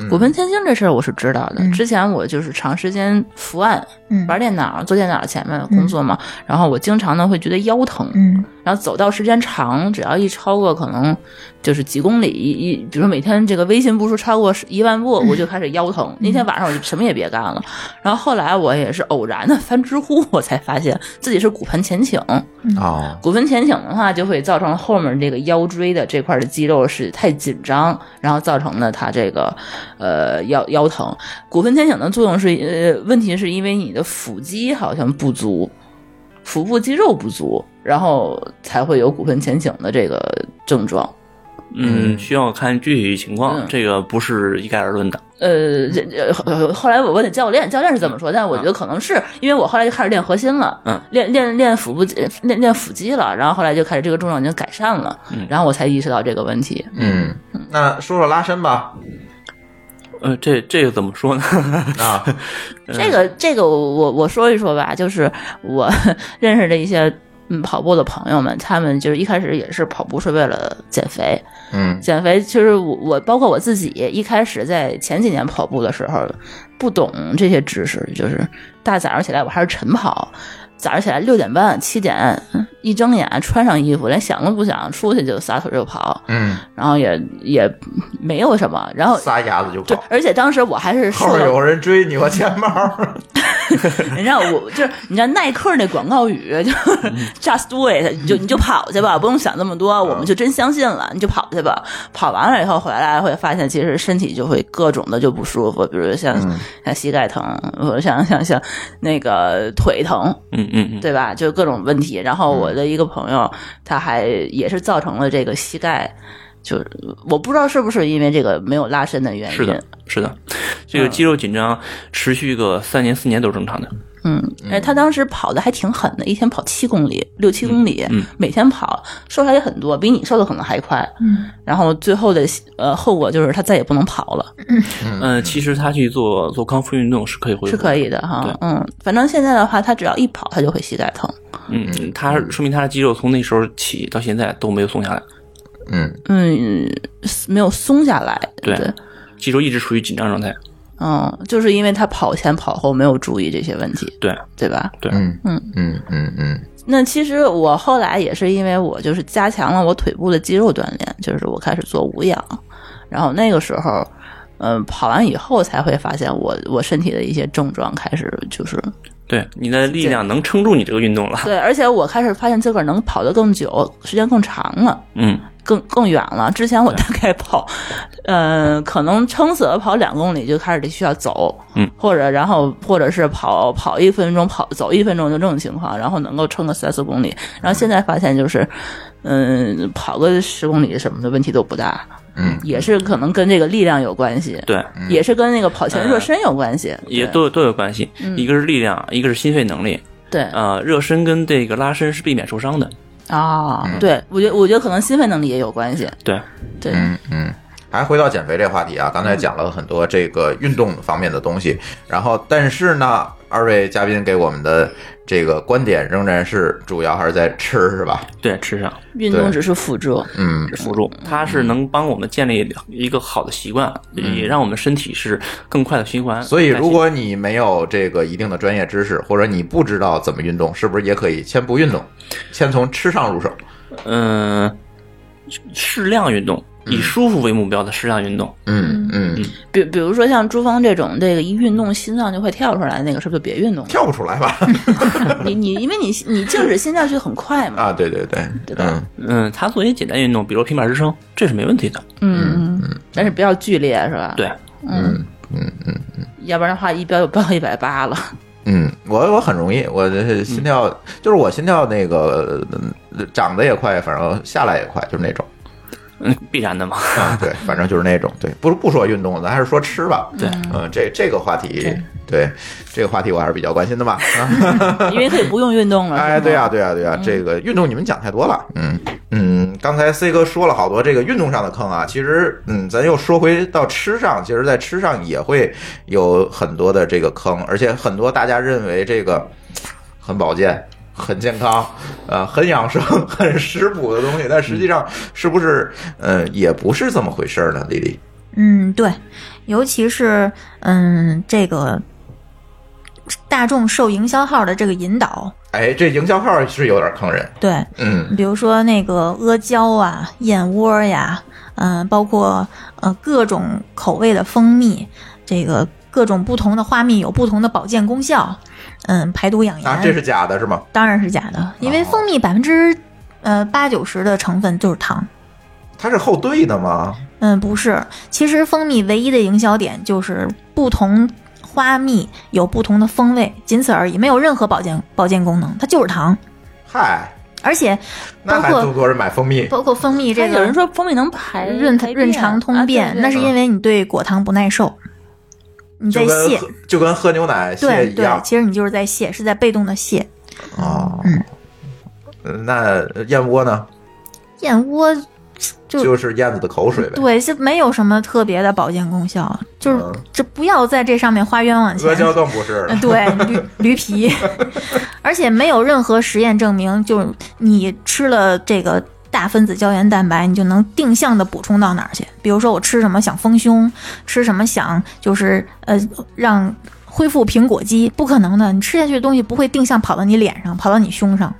Speaker 3: 嗯
Speaker 4: 骨盆前倾这事儿我是知道的，
Speaker 6: 嗯
Speaker 4: 之前我就是长时间伏案、
Speaker 6: 嗯，
Speaker 4: 玩电脑、坐电脑前面工作嘛，然后我经常呢会觉得腰疼，
Speaker 6: 嗯
Speaker 4: 然后走道时间长，只要一超过可能就是几公里，一一比如说每天这个微信步数超过一万步，我就开始腰疼。那天晚上我就什么也别干了。然后后来我也是偶然的翻知乎，我才发现自己是骨盆前倾。
Speaker 3: 哦，
Speaker 4: 骨盆前倾的话，就会造成后面这个腰椎的这块的肌肉是太紧张，然后造成了它这个呃腰腰疼。骨盆前倾的作用是呃，问题是因为你的腹肌好像不足，腹部肌肉不足，然后才会有骨盆前倾的这个症状。
Speaker 5: 嗯，需要看具体情况，
Speaker 4: 嗯
Speaker 5: 这个不是一概而论的。
Speaker 4: 呃，这这后后来我问的教练，教练是这么说，但我觉得可能是因为我后来就开始练核心了，
Speaker 5: 嗯，
Speaker 4: 练练练腹部练练腹肌了，然后后来就开始这个症状已经改善了，
Speaker 5: 嗯
Speaker 4: 然后我才意识到这个问题。
Speaker 3: 嗯，那说说拉伸吧。
Speaker 5: 呃，这这个怎
Speaker 4: <laughs>
Speaker 5: 么说呢？
Speaker 3: 啊，
Speaker 4: 这个这个我我我说一说吧，就是我 <laughs> 认识的一些嗯跑步的朋友们，他们就是一开始也是跑步是为了减肥，
Speaker 3: 嗯
Speaker 4: 减肥其实我我包括我自己，一开始在前几年跑步的时候不懂这些知识，就是大早上起来我还是晨跑。早上起来六点半七点，一睁眼穿上衣服，连想都不想，出去就撒腿就跑，
Speaker 3: 嗯，
Speaker 4: 然后也也没有什么，然后
Speaker 3: 撒丫子就
Speaker 4: 哦对
Speaker 3: 跑，，哎
Speaker 4: 而且当时我还
Speaker 3: <laughs>
Speaker 4: 是
Speaker 3: 后
Speaker 4: 瘦了
Speaker 3: 边有人追你，我钱包。
Speaker 4: 你知道我就是你知道耐克那广告语就是 just do it，你就你就跑去吧，不用想那么多，我们就真相信了，你就跑去吧。跑完了以后回来会发现，其实身体就会各种的就不舒服，比如像、
Speaker 5: 嗯
Speaker 4: 像膝盖疼，或者像像像那个腿疼，
Speaker 5: 嗯嗯嗯，
Speaker 4: 对吧？就各种问题。然后我的一个朋友，他还也是造成了这个膝盖。就是我不知道是不是因为这个没有拉伸的原因，
Speaker 5: 是的，是的，这个肌肉紧张持续个三年四年都是正常的。
Speaker 4: 嗯，哎，他当时跑的还挺狠的，一天跑七公里、六七公里，
Speaker 5: 嗯
Speaker 4: 每天跑，瘦下来也很多，比你瘦的可能还快。
Speaker 6: 嗯，
Speaker 4: 然后最后的呃后果就是他再也不能跑了，
Speaker 5: 嗯、其实他去做做康复运动是可以恢复，
Speaker 4: 是可以。的哈
Speaker 5: 对。
Speaker 4: 嗯，反正现在的话，他只要一跑，他就会膝盖疼。
Speaker 5: 嗯，他说明他的肌肉从那时候起到现在都没有松下来，
Speaker 3: 嗯，
Speaker 4: 嗯，没有松下来。
Speaker 5: 对肌肉一直处于紧张状态。
Speaker 4: 嗯，就是因为他跑前跑后没有注意这些问题，
Speaker 5: 对，
Speaker 4: 对吧？
Speaker 3: 嗯
Speaker 4: 嗯
Speaker 3: 嗯嗯嗯
Speaker 4: 那其实我后来也是因为我就是加强了我腿部的肌肉锻炼，就是我开始做无氧，然后那个时候，嗯，跑完以后才会发现我我身体的一些症状开始就是
Speaker 5: 对，你的力量能撑住你这个运动了。
Speaker 4: 对，而且我开始发现自个儿能跑得更久，时间更长了。
Speaker 5: 嗯，
Speaker 4: 更更远了。之前我大概跑，呃，可能撑死了跑两公里就开始得需要走，
Speaker 5: 嗯，
Speaker 4: 或者然后或者是跑跑一分钟，跑走一分钟就这种情况，然后能够撑个三四公里。然后现在发现就是，嗯、跑个十公里什么的问题都不大，
Speaker 3: 嗯，
Speaker 4: 也是可能跟这个力量有关系，
Speaker 5: 对，呃
Speaker 4: 也是跟那个跑前热身有关系，
Speaker 5: 也
Speaker 4: 嗯对嗯
Speaker 5: 都有都有关系，一个是力量，一个是心肺能力。
Speaker 4: 对
Speaker 5: 呃，热身跟这个拉伸是避免受伤的。
Speaker 4: 啊，
Speaker 5: 嗯
Speaker 4: 对我觉得我觉得可能心肺能力也有关系，
Speaker 5: 对，
Speaker 4: 对，
Speaker 3: 嗯嗯。还回到减肥这话题啊，刚才讲了很多这个运动方面的东西，然后但是呢，二位嘉宾给我们的这个观点仍然是主要还是在吃，是吧？
Speaker 5: 对，吃上。
Speaker 4: 运
Speaker 3: 对
Speaker 4: 动只是辅助，
Speaker 3: 嗯
Speaker 5: 辅助，它是能帮我们建立一个好的习惯，也让我们身体是更快的循环。
Speaker 3: 嗯所以，如果你没有这个一定的专业知识，或者你不知道怎么运动，是不是也可以先不运动，先从吃上入手？
Speaker 5: 嗯、适量运动，以舒服为目标的适量运动。
Speaker 3: 嗯嗯，
Speaker 8: 比比如说像朱峰这种，这个一运动心脏就快跳出来的那个，是不是就别运动了？
Speaker 3: 跳不出来吧？ <laughs>
Speaker 8: 你你因为你你静止心跳就很快嘛，
Speaker 3: 啊，对对对，
Speaker 8: 对吧
Speaker 3: 嗯，
Speaker 5: 嗯，他做一些简单运动，比如平板支撑，这是没问题的。
Speaker 3: 啊
Speaker 8: 嗯，嗯但是不要剧烈是吧？，
Speaker 5: 对，
Speaker 8: 要不然的话一标就标一百八了。
Speaker 3: 嗯，我我很容易，我这心跳、就是我心跳那个嗯涨得也快，反正下来也快，就是那种
Speaker 5: 嗯，必然的嘛。
Speaker 3: 啊，对，反正就是那种对，不不说运动了，咱还是说吃吧，
Speaker 5: 对
Speaker 3: 嗯，这这个话题，对这个话题我还是比较关心的吧，啊
Speaker 8: 因为可以不用运
Speaker 4: 啊
Speaker 3: <laughs>
Speaker 8: 动了。
Speaker 3: 哎，
Speaker 8: 是吗
Speaker 3: 对呀、，对呀、对呀、这个运动你们讲太多了，嗯嗯，刚才 C 哥说了好多这个运动上的坑啊，其实嗯，咱又说回到吃上，其实在吃上也会有很多的这个坑，而且很多大家认为这个很保健。很健康，呃，很养生、 <laughs> 很食补的东西，但实际上是不是，呃，也不是这么回事儿呢？丽丽，
Speaker 6: 嗯，对，尤其是嗯这个大众受营销号的这个引导，
Speaker 3: 哎，这营销号是有点坑人，
Speaker 6: 对，
Speaker 3: 嗯
Speaker 6: 比如说那个阿胶啊、燕窝呀，嗯、包括呃各种口味的蜂蜜，这个各种不同的花蜜有不同的保健功效，嗯，排毒养颜，
Speaker 3: 啊，这是假的是吗？
Speaker 6: 当然是假的，因为蜂蜜百分之呃八九十的成分就是糖。
Speaker 3: 它是后兑的吗？
Speaker 6: 嗯，不是，其实蜂蜜唯一的营销点就是不同花蜜有不同的风味，仅此而已，没有任何保健保健功能，它就是糖，
Speaker 3: 嗨，
Speaker 6: 而且
Speaker 3: 那
Speaker 6: 包
Speaker 3: 还
Speaker 6: 括
Speaker 3: 更多人买蜂蜜，
Speaker 6: 包括蜂蜜这
Speaker 8: 但
Speaker 6: 个
Speaker 8: 有人说蜂蜜能排
Speaker 6: 润
Speaker 8: 排
Speaker 6: 润肠通便，
Speaker 8: 啊对对
Speaker 6: 那是因为你对果糖不耐受，你在
Speaker 3: 就跟
Speaker 6: 泻
Speaker 3: 喝，就跟喝牛奶泻
Speaker 6: 对
Speaker 3: 一
Speaker 6: 对
Speaker 3: 样，
Speaker 6: 其实你就是在泻，是在被动的泻。
Speaker 3: 哦。那燕窝呢？
Speaker 6: 燕窝就
Speaker 3: 就是燕子的口水呗。
Speaker 6: 对是没有什么特别的保健功效，就是
Speaker 3: 嗯
Speaker 6: 这不要在这上面花冤枉钱
Speaker 3: 阿。胶更不是了
Speaker 6: 呃，对，
Speaker 3: <laughs>
Speaker 6: 驴驴皮，而且没有任何实验证明，就是你吃了这个大分子胶原蛋白，你就能定向的补充到哪儿去。比如说，我吃什么想丰胸，吃什么想就是呃让恢复苹果肌，不可能的。你吃下去的东西不会定向跑到你脸上，跑到你胸上，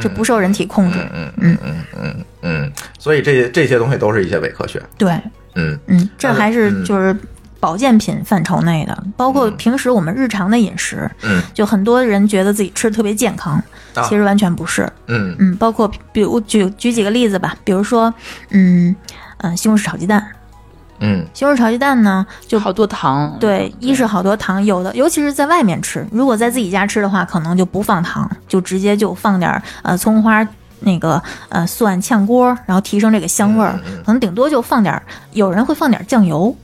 Speaker 6: 这不受人体控制。
Speaker 3: 嗯嗯嗯嗯嗯，所以这这些东西都是一些伪科学。
Speaker 6: 对，
Speaker 3: 嗯
Speaker 6: 嗯，这
Speaker 3: 但是
Speaker 6: 还是
Speaker 3: 嗯
Speaker 6: 就是保健品范畴内的，包括
Speaker 3: 嗯
Speaker 6: 平时我们日常的饮食，
Speaker 3: 嗯
Speaker 6: 就很多人觉得自己吃得特别健康，
Speaker 3: 啊
Speaker 6: 其实完全不是。
Speaker 3: 嗯
Speaker 6: 嗯，包括比如举举几个例子吧，比如说，嗯嗯、呃西红柿炒鸡蛋，
Speaker 3: 嗯
Speaker 6: 西红柿炒鸡蛋呢，就
Speaker 8: 好多糖，
Speaker 6: 对，一是好多糖，有的尤其是在外面吃，如果在自己家吃的话，可能就不放糖，就直接就放点儿呃葱花。那个呃，蒜炝锅，然后提升这个香味儿，
Speaker 3: 嗯
Speaker 6: 可能顶多就放点儿，有人会放点儿酱油，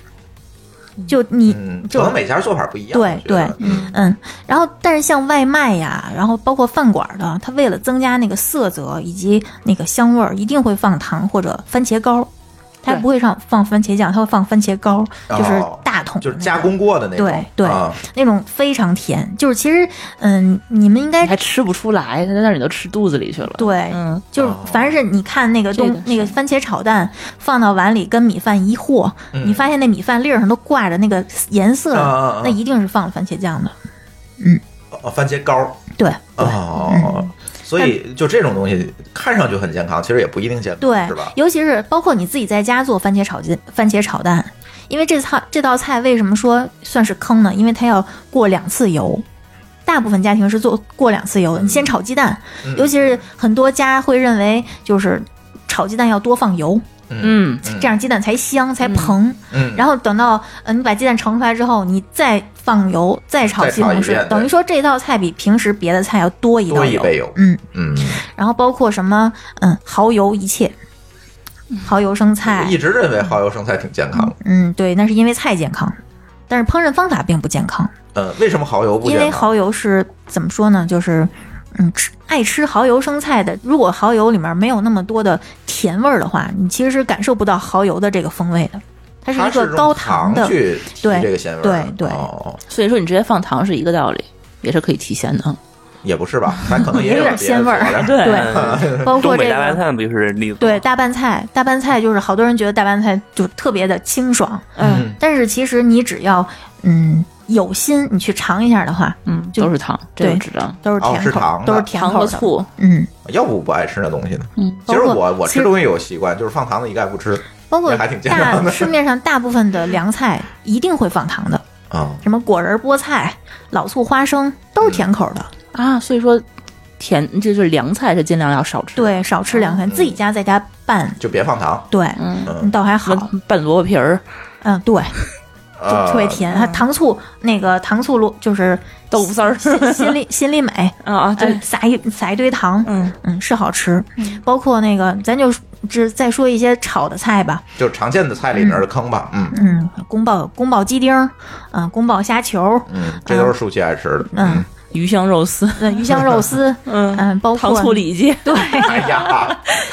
Speaker 6: 就你、
Speaker 3: 嗯，可
Speaker 6: 就
Speaker 3: 能每家做法不一样。
Speaker 6: 对
Speaker 3: 我觉得
Speaker 6: 对嗯，然后但是像外卖呀，然后包括饭馆儿的，它为了增加那个色泽以及那个香味儿，一定会放糖或者番茄膏，它
Speaker 8: 对
Speaker 6: 不会上放番茄酱，它会放番茄膏，就是
Speaker 3: 哦
Speaker 6: 大桶的
Speaker 3: 就
Speaker 6: 那种、
Speaker 3: 是加工过的那种。
Speaker 6: 对对
Speaker 3: 啊，
Speaker 6: 那种非常甜，就是其实嗯，你们应该
Speaker 8: 你还吃不出来，但是你都吃肚子里去了。
Speaker 6: 对，
Speaker 3: 哦
Speaker 8: 嗯，
Speaker 6: 就是凡是你看那个
Speaker 8: 这个
Speaker 6: 东、
Speaker 8: 是
Speaker 6: 那个番茄炒蛋放到碗里跟米饭一和，
Speaker 3: 嗯
Speaker 6: 你发现那米饭粒儿上都挂着那个颜色，
Speaker 3: 啊啊啊
Speaker 6: 那一定是放了番茄酱的，
Speaker 3: 哦番茄膏。
Speaker 6: 对。嗯
Speaker 3: 哦，所以就这种东西看上去很健康，其实也不一定健康，
Speaker 6: 对
Speaker 3: 是吧，？
Speaker 6: 尤其是包括你自己在家做番茄炒鸡、番茄炒蛋，因为这套这道菜为什么说算是坑呢？因为它要过两次油。大部分家庭是做过两次油
Speaker 3: 嗯
Speaker 6: 的，你先炒鸡蛋，尤其是很多家会认为就是炒鸡蛋要多放油，
Speaker 8: 嗯，
Speaker 6: 这样鸡蛋才香才蓬。
Speaker 3: 嗯
Speaker 6: 然后等到呃你把鸡蛋盛出来之后，你再放油，再炒
Speaker 3: 再
Speaker 6: 西
Speaker 3: 炒
Speaker 6: 红
Speaker 3: 一遍
Speaker 6: 柿，等于
Speaker 3: 对
Speaker 6: 说这道菜比平时别的菜要多一道
Speaker 3: 多一
Speaker 6: 油。
Speaker 3: 倍油。
Speaker 6: 嗯，
Speaker 3: 嗯，
Speaker 6: 然后包括什么，嗯，蚝油一切，蚝油生
Speaker 3: 我
Speaker 6: 菜
Speaker 3: 一，直认为蚝油生菜挺健康的。
Speaker 6: 嗯，对，那是因为菜健康，但是烹饪方法并不健康，
Speaker 3: 嗯，为什么蚝油不
Speaker 6: 因为
Speaker 3: 健康？
Speaker 6: 蚝油是怎么说呢，就是。嗯，吃爱吃蚝油生菜的，如果蚝油里面没有那么多的甜味儿的话，你其实是感受不到蚝油的这个风味的。它是
Speaker 3: 它
Speaker 6: 一
Speaker 3: 是
Speaker 6: 个
Speaker 3: 用
Speaker 6: 高
Speaker 3: 糖
Speaker 6: 的，
Speaker 3: 去提
Speaker 6: 对
Speaker 3: 这个鲜味儿
Speaker 6: 对对
Speaker 3: 哦，
Speaker 8: 所以说你直接放糖是一个道理，也是可以提鲜的。
Speaker 3: 也不
Speaker 6: <laughs>
Speaker 3: 是吧，它可能
Speaker 6: 有
Speaker 3: 有
Speaker 6: 点
Speaker 3: 别的
Speaker 6: 鲜味儿
Speaker 3: 佐料
Speaker 8: 对
Speaker 5: 嗯
Speaker 6: 包括
Speaker 5: 东
Speaker 6: 这
Speaker 5: 北大白
Speaker 6: 个
Speaker 5: 菜不就是例子？
Speaker 6: 对，大拌菜，大拌菜就是好多人觉得大拌菜就特别的清爽，
Speaker 8: 嗯，
Speaker 6: 但是其实你只要嗯有心你去尝一下的话，
Speaker 4: 嗯，
Speaker 6: 就
Speaker 4: 都是糖，这
Speaker 6: 对
Speaker 4: 个知道。
Speaker 6: 都是
Speaker 3: 哦
Speaker 6: 甜
Speaker 3: 是
Speaker 6: 口，
Speaker 3: 糖的
Speaker 6: 都是甜
Speaker 4: 糖
Speaker 6: 口
Speaker 4: 和
Speaker 6: 的。
Speaker 4: 醋，
Speaker 6: 嗯，
Speaker 3: 要不不爱吃那东西呢。嗯，其实
Speaker 6: 包括
Speaker 3: 我我
Speaker 6: 其
Speaker 3: 吃
Speaker 6: 实
Speaker 3: 东西有习惯，就是放糖的一概不吃
Speaker 6: 包括
Speaker 3: 也还挺健康
Speaker 6: 大
Speaker 3: 的
Speaker 6: 市面上大部分的凉菜一定会
Speaker 4: <laughs>
Speaker 6: 放糖的，
Speaker 3: 啊。
Speaker 6: 什么果仁、菠菜、老醋、花生都是甜口的。
Speaker 4: 啊，所以说甜就是凉菜是尽量要少吃，，
Speaker 6: 对，少吃
Speaker 4: 嗯
Speaker 6: 凉菜，自己家在家拌，
Speaker 3: 就别放糖，
Speaker 6: 对，
Speaker 3: 嗯
Speaker 6: 倒还好。
Speaker 4: 拌萝卜皮儿、
Speaker 6: 嗯，对，就
Speaker 3: 啊，
Speaker 6: 特别甜。还糖醋那个糖醋卤就是
Speaker 4: 嗯豆腐丝儿
Speaker 6: 心心里心里美，
Speaker 4: 啊啊，
Speaker 6: 呃，撒一撒一堆糖，嗯嗯，是好吃。包括那个，咱就只再说一些炒的菜吧，
Speaker 3: 就是常见的菜里面的坑吧。嗯
Speaker 6: 嗯，宫保宫保鸡丁儿，嗯、宫保虾球，
Speaker 3: 嗯，这都是舒淇爱吃的。
Speaker 6: 嗯，
Speaker 4: 鱼香肉
Speaker 6: <laughs>
Speaker 4: 丝，
Speaker 6: 呃鱼香
Speaker 4: <laughs>
Speaker 6: 肉丝，嗯包括
Speaker 4: 糖醋里脊， <laughs>
Speaker 6: 对，
Speaker 3: 哎
Speaker 6: <laughs>
Speaker 3: 呀，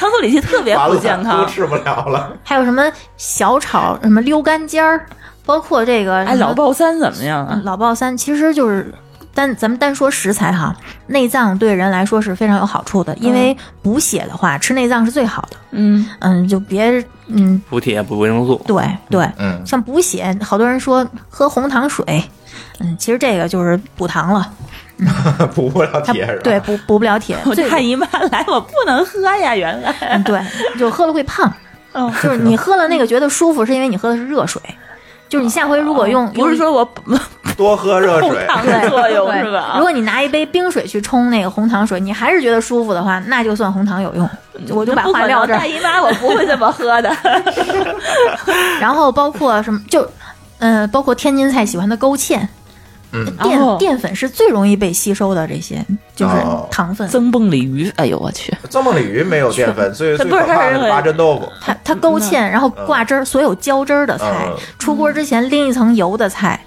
Speaker 4: 糖醋里脊特别
Speaker 3: 完
Speaker 4: 不
Speaker 3: 了，
Speaker 4: 健
Speaker 3: 都
Speaker 4: 康。
Speaker 3: 吃不了了。 <laughs>
Speaker 6: 还有什么小炒什么溜肝尖儿，包括这个
Speaker 4: 哎，
Speaker 6: 什么嗯
Speaker 4: 老爆三怎么样啊？
Speaker 6: 老爆三其实就是单咱们单说食材哈，内脏对人来说是非常有好处的，因为补血的话，吃内脏是最好的。
Speaker 4: 嗯，
Speaker 6: 嗯，就别嗯，
Speaker 5: 补铁补维生素，
Speaker 6: 对对，
Speaker 3: 嗯
Speaker 6: 像补血，好多人说喝红糖水，嗯，其实这个就是补糖了，
Speaker 3: 补不了
Speaker 6: 它
Speaker 3: 铁是吧？
Speaker 6: 对，补补不了铁，
Speaker 4: <laughs> 我
Speaker 6: 最
Speaker 4: 大姨妈来，我不能喝呀，原来
Speaker 6: <laughs> 嗯对，就喝了会胖。
Speaker 4: 哦
Speaker 6: 就是你喝了那个觉得舒服，是因为你喝的是
Speaker 4: <laughs>
Speaker 6: 热水。就是你下回如果用，
Speaker 4: 哦不是
Speaker 6: 用
Speaker 4: 说我
Speaker 3: <laughs> 多喝热
Speaker 4: 补
Speaker 3: 水。
Speaker 4: <laughs> 糖
Speaker 6: 对
Speaker 4: 的作用
Speaker 6: 对
Speaker 4: 是吧？
Speaker 6: 如果你拿一杯冰水去冲那个红糖水，你还是觉得舒服的话，那就算红糖有用。我就把
Speaker 4: 不
Speaker 6: 话
Speaker 4: 可
Speaker 6: 撂
Speaker 4: 能，
Speaker 6: 这儿
Speaker 4: 大。姨妈我不会这么喝
Speaker 6: <laughs>
Speaker 4: 的。
Speaker 6: 然后包括什么，就呃，包括天津菜喜欢的勾芡，
Speaker 3: 嗯
Speaker 6: 淀
Speaker 4: 哦
Speaker 6: 淀粉是最容易被吸收的，这些就是
Speaker 3: 哦
Speaker 6: 糖分。
Speaker 4: 增蹦鲤鱼，哎呦我去，
Speaker 3: 蒸焖鲤鱼没有淀
Speaker 6: <laughs>
Speaker 3: 粉，最
Speaker 4: 它
Speaker 3: 最
Speaker 4: 不是
Speaker 3: 可怕的是八珍豆腐。
Speaker 6: 它它勾芡，
Speaker 4: 嗯
Speaker 6: 然后挂汁儿，所有浇汁儿的菜
Speaker 3: 嗯，
Speaker 6: 出锅之前拎一层油的菜，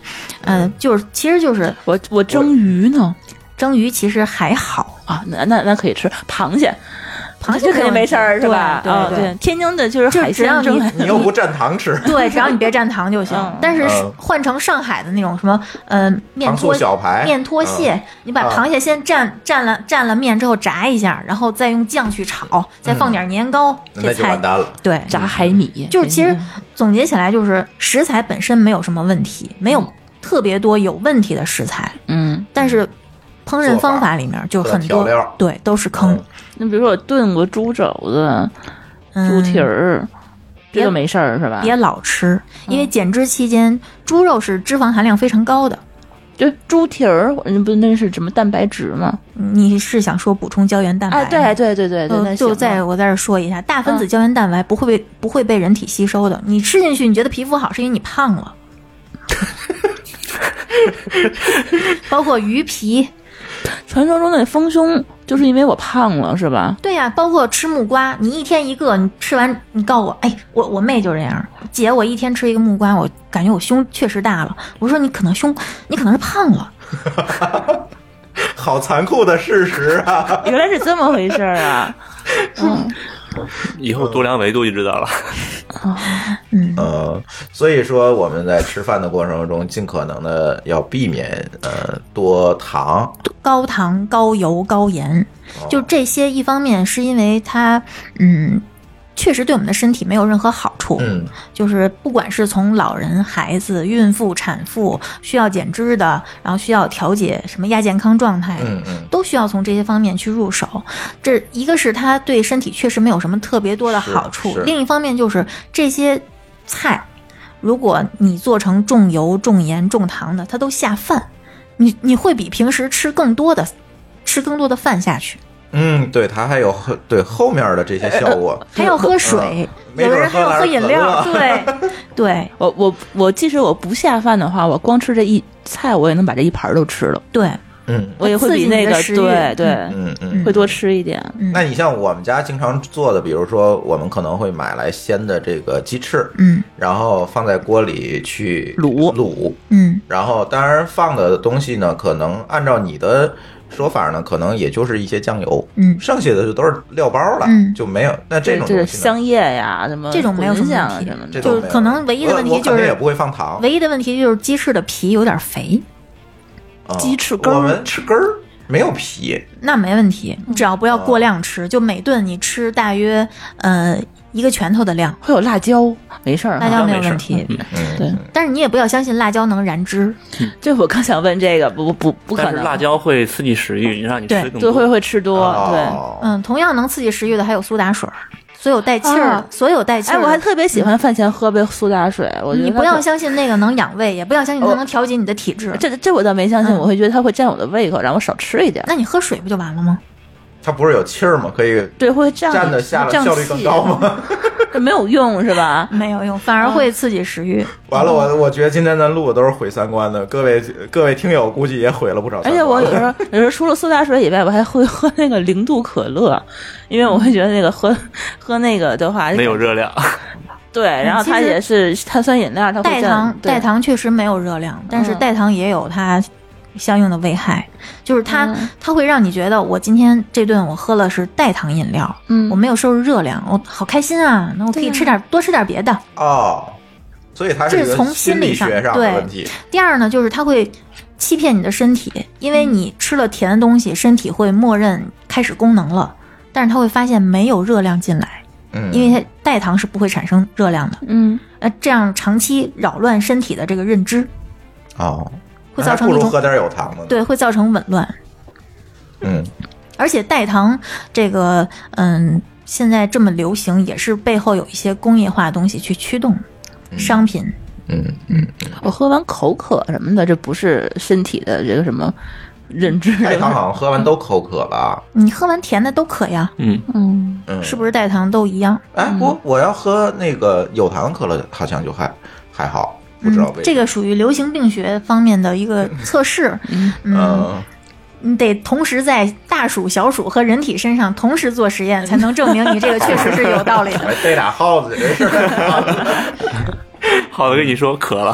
Speaker 6: 嗯，就是其实就是
Speaker 4: 我我蒸鱼呢
Speaker 6: 蒸鱼，其实还好。
Speaker 4: <laughs> 啊，那那那可以吃螃蟹，
Speaker 6: 螃蟹
Speaker 4: 这肯定没事儿是吧？
Speaker 6: 对
Speaker 4: 啊
Speaker 6: 对对，
Speaker 4: 天津的就是
Speaker 6: 就
Speaker 4: 海
Speaker 6: 只要
Speaker 4: 鲜蒸
Speaker 6: 你
Speaker 4: 来
Speaker 3: 你又不蘸糖吃，
Speaker 6: 对，只要你别蘸糖就行
Speaker 4: 嗯。
Speaker 6: 但是是
Speaker 3: 嗯
Speaker 6: 换成上海的那种什么，呃，面
Speaker 3: 糖醋
Speaker 6: 拖
Speaker 3: 小排
Speaker 6: 面拖蟹，你把
Speaker 3: 嗯
Speaker 6: 螃蟹先蘸蘸了蘸了面之后炸一下，然后再用酱去炒，再放点年糕， <laughs> 这
Speaker 3: 嗯那就
Speaker 6: 菜
Speaker 3: 完蛋了。
Speaker 6: 对。
Speaker 4: 炸海米，
Speaker 6: 就是其实总结起来，就是食材本身没有什么问题，没有特别多有问题的食材，
Speaker 4: 嗯，
Speaker 6: 但是烹饪
Speaker 3: 做法
Speaker 6: 方法里面就很
Speaker 3: 和调
Speaker 6: 多
Speaker 3: 料
Speaker 6: 对都是坑
Speaker 3: 嗯。
Speaker 4: 那比如说我炖过猪肘子、
Speaker 6: 嗯
Speaker 4: 猪蹄儿，啊这
Speaker 6: 别
Speaker 4: 都没事儿是吧？
Speaker 6: 别老吃，因为
Speaker 4: 嗯
Speaker 6: 减脂期间猪肉是脂肪含量非常高的。
Speaker 4: 对，猪蹄儿，那不那是什么蛋白质吗？
Speaker 6: 嗯你是想说补充胶原蛋白
Speaker 4: 哎，
Speaker 6: 吗？
Speaker 4: 对对对对对，
Speaker 6: 呃
Speaker 4: 那
Speaker 6: 就
Speaker 4: 行嗯
Speaker 6: 在
Speaker 4: 吧
Speaker 6: 我在这儿说一下，大分子胶原蛋白不会被、不会被人体吸收的。你吃进去，你觉得皮肤好，是因为你胖了。 <laughs> 包括鱼皮，
Speaker 4: 传说中的丰胸，就是因为我胖了是
Speaker 6: <laughs>
Speaker 4: 吧？
Speaker 6: 对呀、包括吃木瓜，你一天一个，你吃完你告诉我，哎，我我妹就这样，姐，我一天吃一个木瓜，我感觉我胸确实大了。我说你可能胸，你可能是胖了。
Speaker 3: <laughs> 好残酷的事实啊！
Speaker 4: 原来是这么回事儿啊！
Speaker 5: 以后多量维度就知道了。
Speaker 3: 嗯，所以说我们在吃饭的过程中，尽可能的要避免呃多糖，
Speaker 6: 高糖、高油、高盐，就这些。一方面是因为它，嗯，确实对我们的身体没有任何好处。
Speaker 3: 嗯，
Speaker 6: 就是不管是从老人、孩子、孕妇、产妇需要减脂的，然后需要调节什么亚健康状态，
Speaker 3: 嗯嗯，
Speaker 6: 都需要从这些方面去入手。这一个是它对身体确实没有什么特别多的好处
Speaker 3: 是，是
Speaker 6: 另一方面就是这些菜，如果你做成重油、重盐、重糖的，它都下饭，你你会比平时吃更多的吃更多的饭下去，
Speaker 3: 嗯，对，它还有后对后面的这些效果，
Speaker 6: 还要喝水，
Speaker 3: 没
Speaker 6: <laughs> 有的
Speaker 3: 准
Speaker 6: 人还要
Speaker 3: 喝
Speaker 6: 喝
Speaker 3: 点
Speaker 6: 饮
Speaker 3: 可
Speaker 6: 料，
Speaker 3: 乐
Speaker 6: 对
Speaker 3: <laughs>
Speaker 6: 对
Speaker 4: 我我我，即使我不下饭的话，我光吃这一菜，我也能把这一盘儿都吃了，
Speaker 6: 对，
Speaker 3: 嗯
Speaker 4: 我也会比那个
Speaker 6: 刺激你的食
Speaker 4: 对
Speaker 6: 欲
Speaker 4: 对，
Speaker 3: 嗯嗯。
Speaker 4: 会多吃一点。
Speaker 3: 那你像我们家经常做的，比如说我们可能会买来鲜的这个鸡翅，
Speaker 6: 嗯
Speaker 3: 然后放在锅里去
Speaker 4: 卤
Speaker 3: 卤，
Speaker 6: 嗯
Speaker 3: 然后当然放的东西呢，可能按照你的说法呢，可能也就是一些酱油，
Speaker 6: 嗯
Speaker 3: 剩下的就都是料包了，
Speaker 6: 嗯
Speaker 3: 就没有。那这
Speaker 4: 对，
Speaker 3: 种
Speaker 4: 就是
Speaker 3: 东西呢，
Speaker 4: 香叶呀，什么
Speaker 6: 这种没有什么
Speaker 4: 茴香啊
Speaker 6: 问题
Speaker 4: 什么的
Speaker 3: 这
Speaker 6: 就
Speaker 3: 都
Speaker 6: 是
Speaker 3: 没有
Speaker 6: 可能唯一的
Speaker 3: 我
Speaker 6: 问题
Speaker 3: 我
Speaker 6: 就
Speaker 3: 肯定
Speaker 6: 是
Speaker 3: 也不会放糖，
Speaker 6: 唯一的问题就是鸡翅的皮有点肥，
Speaker 3: 嗯
Speaker 4: 鸡翅根儿
Speaker 3: 我们吃根儿，没有皮，
Speaker 6: 那没问题，只要不要
Speaker 3: 哦
Speaker 6: 过量吃，就每顿你吃大约呃一个拳头的量，
Speaker 4: 会有辣椒，没事儿哈。
Speaker 6: 辣椒没有
Speaker 5: 没事
Speaker 6: 问题。
Speaker 5: 嗯
Speaker 3: 嗯，
Speaker 4: 对
Speaker 6: 但是你也不要相信辣椒能燃脂，
Speaker 4: 对，我刚想问这个，不不不可
Speaker 5: 但是
Speaker 4: 能，
Speaker 5: 辣椒会刺激食欲，让你吃
Speaker 6: 对
Speaker 5: 更
Speaker 4: 对
Speaker 5: 多。
Speaker 4: 会会吃多，
Speaker 3: 哦，
Speaker 6: 嗯，同样能刺激食欲的还有苏打水儿，所有带气儿、
Speaker 4: 啊
Speaker 6: 所有带气
Speaker 4: 对。
Speaker 6: 儿
Speaker 4: 哎，
Speaker 6: 的。
Speaker 4: 我还特别喜欢饭前喝杯苏打水，我觉得
Speaker 6: 你
Speaker 4: 它
Speaker 6: 不要
Speaker 4: 可
Speaker 6: 相信那个能养胃，也不要相信它能调节你的体质。
Speaker 4: 这这我倒没相信，
Speaker 6: 嗯
Speaker 4: 我会觉得它会占我的胃口，让我少吃一点。
Speaker 6: 那你喝水不就完了吗？
Speaker 3: 它不是有气儿吗？可以
Speaker 4: 对，会胀
Speaker 3: 站得下来，
Speaker 4: 胀
Speaker 3: 效率更高吗？ <laughs>
Speaker 4: 气？啊这没有用是吧？
Speaker 6: 没有用，反而会刺激食欲。
Speaker 3: 完了，我我觉得今天咱录的都是毁三观的，各位各位听友估计也毁了不少
Speaker 4: 而
Speaker 3: 三观。
Speaker 4: 且我有时候有时候除了苏打水以外，我还会喝那个零度可乐，因为我会觉得那个喝喝那个的话
Speaker 5: 没有热量， <laughs>
Speaker 4: 对，然后它
Speaker 6: 其实
Speaker 4: 也是碳酸饮料，它会
Speaker 6: <laughs> 代糖
Speaker 4: 占对
Speaker 6: 代糖确实没有热量，但是代糖也有它相应的危害，就是它、它会让你觉得我今天这顿我喝了是代糖饮料，
Speaker 4: 嗯
Speaker 6: 我没有摄入热量，我好开心啊！那我可以吃点、多吃点别的。
Speaker 3: 哦，所以它是
Speaker 6: 这
Speaker 3: 一
Speaker 6: 是
Speaker 3: 个
Speaker 6: 从
Speaker 3: 心
Speaker 6: 心理上
Speaker 3: 学上
Speaker 6: 对
Speaker 3: 的问题。
Speaker 6: 第二呢，就是它会欺骗你的身体，因为你吃了甜的东西，身体会默认开始功能了，但是它会发现没有热量进来，
Speaker 3: 嗯，
Speaker 6: 因为它代糖是不会产生热量的。
Speaker 4: 嗯，
Speaker 6: 呃，这样长期扰乱身体的这个认知，
Speaker 3: 哦，
Speaker 6: 会造成
Speaker 3: 那还不
Speaker 6: 一
Speaker 3: 如
Speaker 6: 种
Speaker 3: 喝点有糖的。，
Speaker 6: 对，会造成紊乱。
Speaker 3: 嗯，
Speaker 6: 而且代糖这个，嗯，现在这么流行，也是背后有一些工业化的东西去驱动商品。
Speaker 3: 嗯嗯，
Speaker 4: 我喝完口渴什么的，这不是身体的这个什么认知
Speaker 3: 代糖好像喝完都口渴吧？
Speaker 6: 你喝完甜的都可呀，
Speaker 5: 嗯，
Speaker 4: 嗯，
Speaker 3: 嗯，
Speaker 6: 是不嗯是代糖都一样？
Speaker 3: 哎，不，我要喝那个有糖可乐，好像就还还好，不知道
Speaker 6: 嗯
Speaker 3: 为，
Speaker 6: 这
Speaker 3: 个，
Speaker 6: 个属于流行病学方面的一个测试。嗯，
Speaker 3: <laughs> 嗯，
Speaker 6: 你得同时在大鼠、小鼠和人体身上同时做实验，才能证明你这个确实是有道理的。
Speaker 3: <laughs> 还逮俩耗子这事儿。
Speaker 5: 好的跟你说渴了，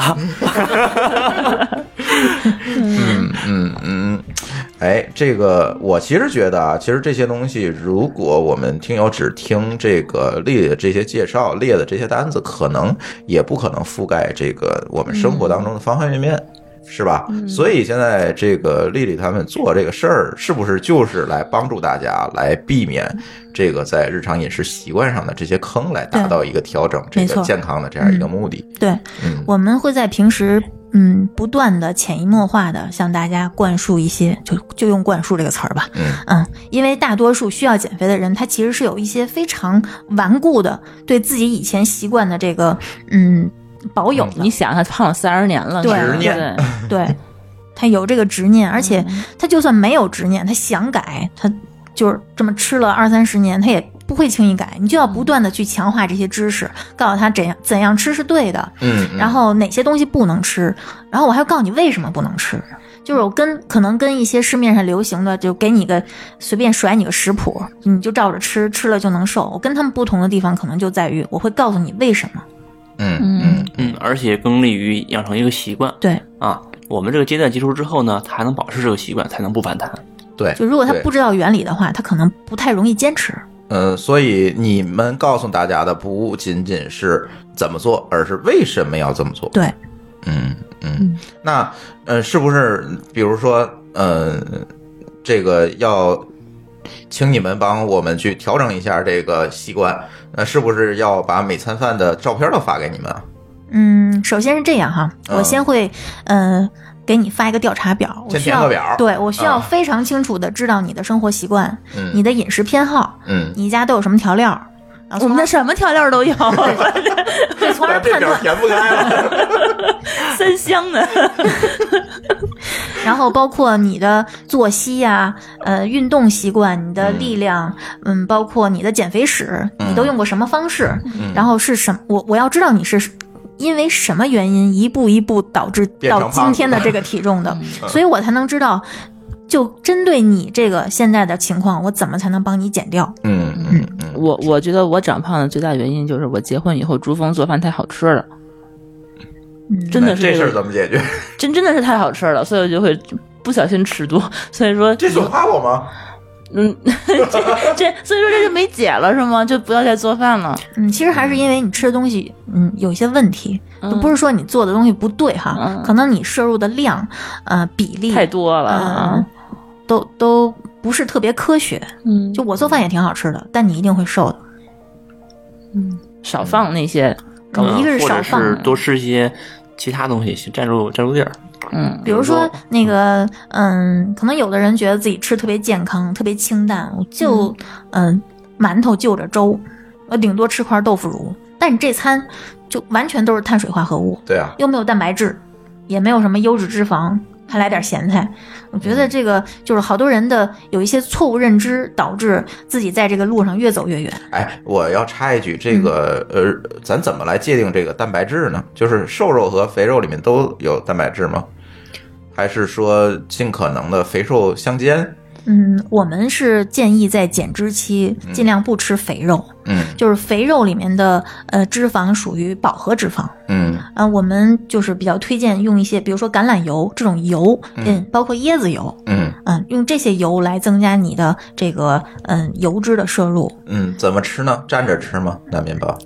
Speaker 3: 嗯嗯嗯，哎，这个我其实觉得啊，其实这些东西，如果我们听友只听这个列的这些介绍列的这些单子，可能也不可能覆盖这个我们生活当中的方方面面。是吧？
Speaker 6: 嗯
Speaker 3: 所以现在这个丽丽他们做这个事儿，是不是就是来帮助大家来避免
Speaker 6: 嗯
Speaker 3: 这个在日常饮食习惯上的这些坑，来达
Speaker 6: 对
Speaker 3: 到一个调整这
Speaker 6: 没
Speaker 3: 个
Speaker 6: 错
Speaker 3: 健康的这样一个
Speaker 6: 嗯
Speaker 3: 目的？
Speaker 6: 对，
Speaker 3: 嗯，
Speaker 6: 我们会在平时，嗯，不断的潜移默化的向大家灌输一些，就就用“灌输”这个词儿吧，
Speaker 3: 嗯
Speaker 6: 因为大多数需要减肥的人，他其实是有一些非常顽固的对自己以前习惯的这个，嗯，保有的，
Speaker 4: 你想他胖了三十年了，
Speaker 6: 对
Speaker 4: 对
Speaker 6: 执
Speaker 3: 念
Speaker 6: <laughs>
Speaker 4: 对
Speaker 6: 对，他有这个执念，而且
Speaker 3: 嗯
Speaker 6: 他就算没有执念，他想改，他就是这么吃了二三十年，他也不会轻易改，你就要
Speaker 3: 嗯
Speaker 6: 不断的去强化这些知识，告诉他怎样怎样吃是对的，
Speaker 3: 嗯，嗯
Speaker 6: 然后哪些东西不能吃，然后我还要告诉你为什么不能吃。就是我跟可能跟一些市面上流行的，就给你个随便甩你个食谱，你就照着吃，吃了就能瘦。我跟他们不同的地方，可能就在于我会告诉你为什么。
Speaker 3: 嗯嗯
Speaker 5: 嗯，而且更利于养成一个习惯
Speaker 6: 对，
Speaker 5: 啊。我们这个阶段接触之后呢，他还能保持这个习惯，才能不反弹。
Speaker 3: 对，
Speaker 6: 就如果他
Speaker 3: 对
Speaker 6: 不知道原理的话，他可能不太容易坚持。
Speaker 3: 嗯，所以你们告诉大家的不仅仅是怎么做，而是为什么要这么做。
Speaker 6: 对，
Speaker 3: 嗯嗯，那呃，是不是比如说，呃，这个要请你们帮我们去调整一下这个习惯？那是不是要把每餐饭的照片都发给你们啊？
Speaker 6: 嗯，首先是这样哈，
Speaker 3: 嗯
Speaker 6: 我先会，呃，给你发一个调查表，我
Speaker 3: 先
Speaker 6: 需
Speaker 3: 填
Speaker 6: 要
Speaker 3: 个表
Speaker 6: 对我需要
Speaker 3: 嗯
Speaker 6: 非常清楚的知道你的生活习惯、
Speaker 3: 嗯
Speaker 6: 你的饮食偏好、
Speaker 3: 嗯，
Speaker 6: 你家都有什么调料，然后
Speaker 4: 我
Speaker 6: 从
Speaker 4: 们
Speaker 6: 而
Speaker 4: 的什么调料都有，
Speaker 6: <laughs> 对从而
Speaker 3: 这
Speaker 6: 判
Speaker 3: 表 <laughs>
Speaker 6: 断，
Speaker 3: 填不开了。
Speaker 4: 三香
Speaker 6: 啊
Speaker 4: 的。
Speaker 6: 然后包括你的作息呀、呃，运动习惯、你的
Speaker 3: 嗯
Speaker 6: 力量，嗯，包括你的减肥史，你都
Speaker 3: 嗯
Speaker 6: 用过什么方式，
Speaker 3: 嗯
Speaker 6: <laughs> 然后是什么，我我要知道你是因为什么原因一步一步导致
Speaker 3: 变成
Speaker 6: 到
Speaker 3: 胖
Speaker 6: 今
Speaker 3: 子
Speaker 6: 天的
Speaker 3: 了嗯
Speaker 6: 这个体重
Speaker 3: <laughs>
Speaker 6: 的，所以我才能知道，就针对你这个现在的情况，我怎么才能帮你减掉。
Speaker 3: 嗯嗯嗯
Speaker 4: 我我觉得我长胖的最大原因就是我结婚以后，珠峰做饭太好吃了，
Speaker 6: 嗯，
Speaker 4: 真的
Speaker 3: 那
Speaker 4: 是
Speaker 3: 这事
Speaker 4: 个
Speaker 3: 儿怎么解
Speaker 6: <laughs>
Speaker 3: 决？
Speaker 4: 真真的是太好吃了，所以我就会不小心吃多。所以说，
Speaker 3: 这损害我吗？
Speaker 4: 嗯，这这所以说这就没解了是吗？就不要再做饭了。
Speaker 6: 嗯，其实还是因为你吃的东西，嗯，有一些问题，
Speaker 4: 嗯
Speaker 6: 就不是说你做的东西不对哈，
Speaker 4: 嗯
Speaker 6: 可能你摄入的量，呃，比例
Speaker 4: 太多了
Speaker 6: 嗯
Speaker 4: 啊，
Speaker 6: 都都不是特别科学。
Speaker 4: 嗯
Speaker 6: 就我做饭也挺好吃的，但你一定会瘦的。
Speaker 4: 少放那些，
Speaker 6: 一个
Speaker 5: 嗯，或
Speaker 6: 少
Speaker 5: 者
Speaker 6: 放，
Speaker 5: 是多吃一些其他东西，先占住占住地儿。
Speaker 4: 嗯，
Speaker 6: 比如说
Speaker 5: 比如说
Speaker 6: 那个，嗯，可能有的人觉得自己吃特别健康、特别清淡，我就嗯馒头就着粥，我顶多吃块豆腐乳，但你这餐就完全都是碳水化合物，
Speaker 3: 对啊，
Speaker 6: 又没有蛋白质，也没有什么优质脂肪，还来点咸菜。我觉得这个就是好多人的有一些错误认知，导致自己在这个路上越走越远。
Speaker 3: 哎，我要插一句，这个
Speaker 6: 嗯
Speaker 3: 呃，咱怎么来界定这个蛋白质呢？就是瘦肉和肥肉里面都有蛋白质吗？还是说尽可能的肥瘦相间？
Speaker 6: 嗯，我们是建议在减脂期尽量不吃肥肉，
Speaker 3: 嗯
Speaker 6: 就是肥肉里面的呃脂肪属于饱和脂肪。
Speaker 3: 嗯
Speaker 6: 啊，我们就是比较推荐用一些，比如说橄榄油这种油，
Speaker 3: 嗯
Speaker 6: 嗯，包括椰子油，
Speaker 3: 嗯
Speaker 6: 嗯，用这些油来增加你的这个嗯油脂的摄入，
Speaker 3: 嗯，怎么吃呢？蘸着吃吗？那面包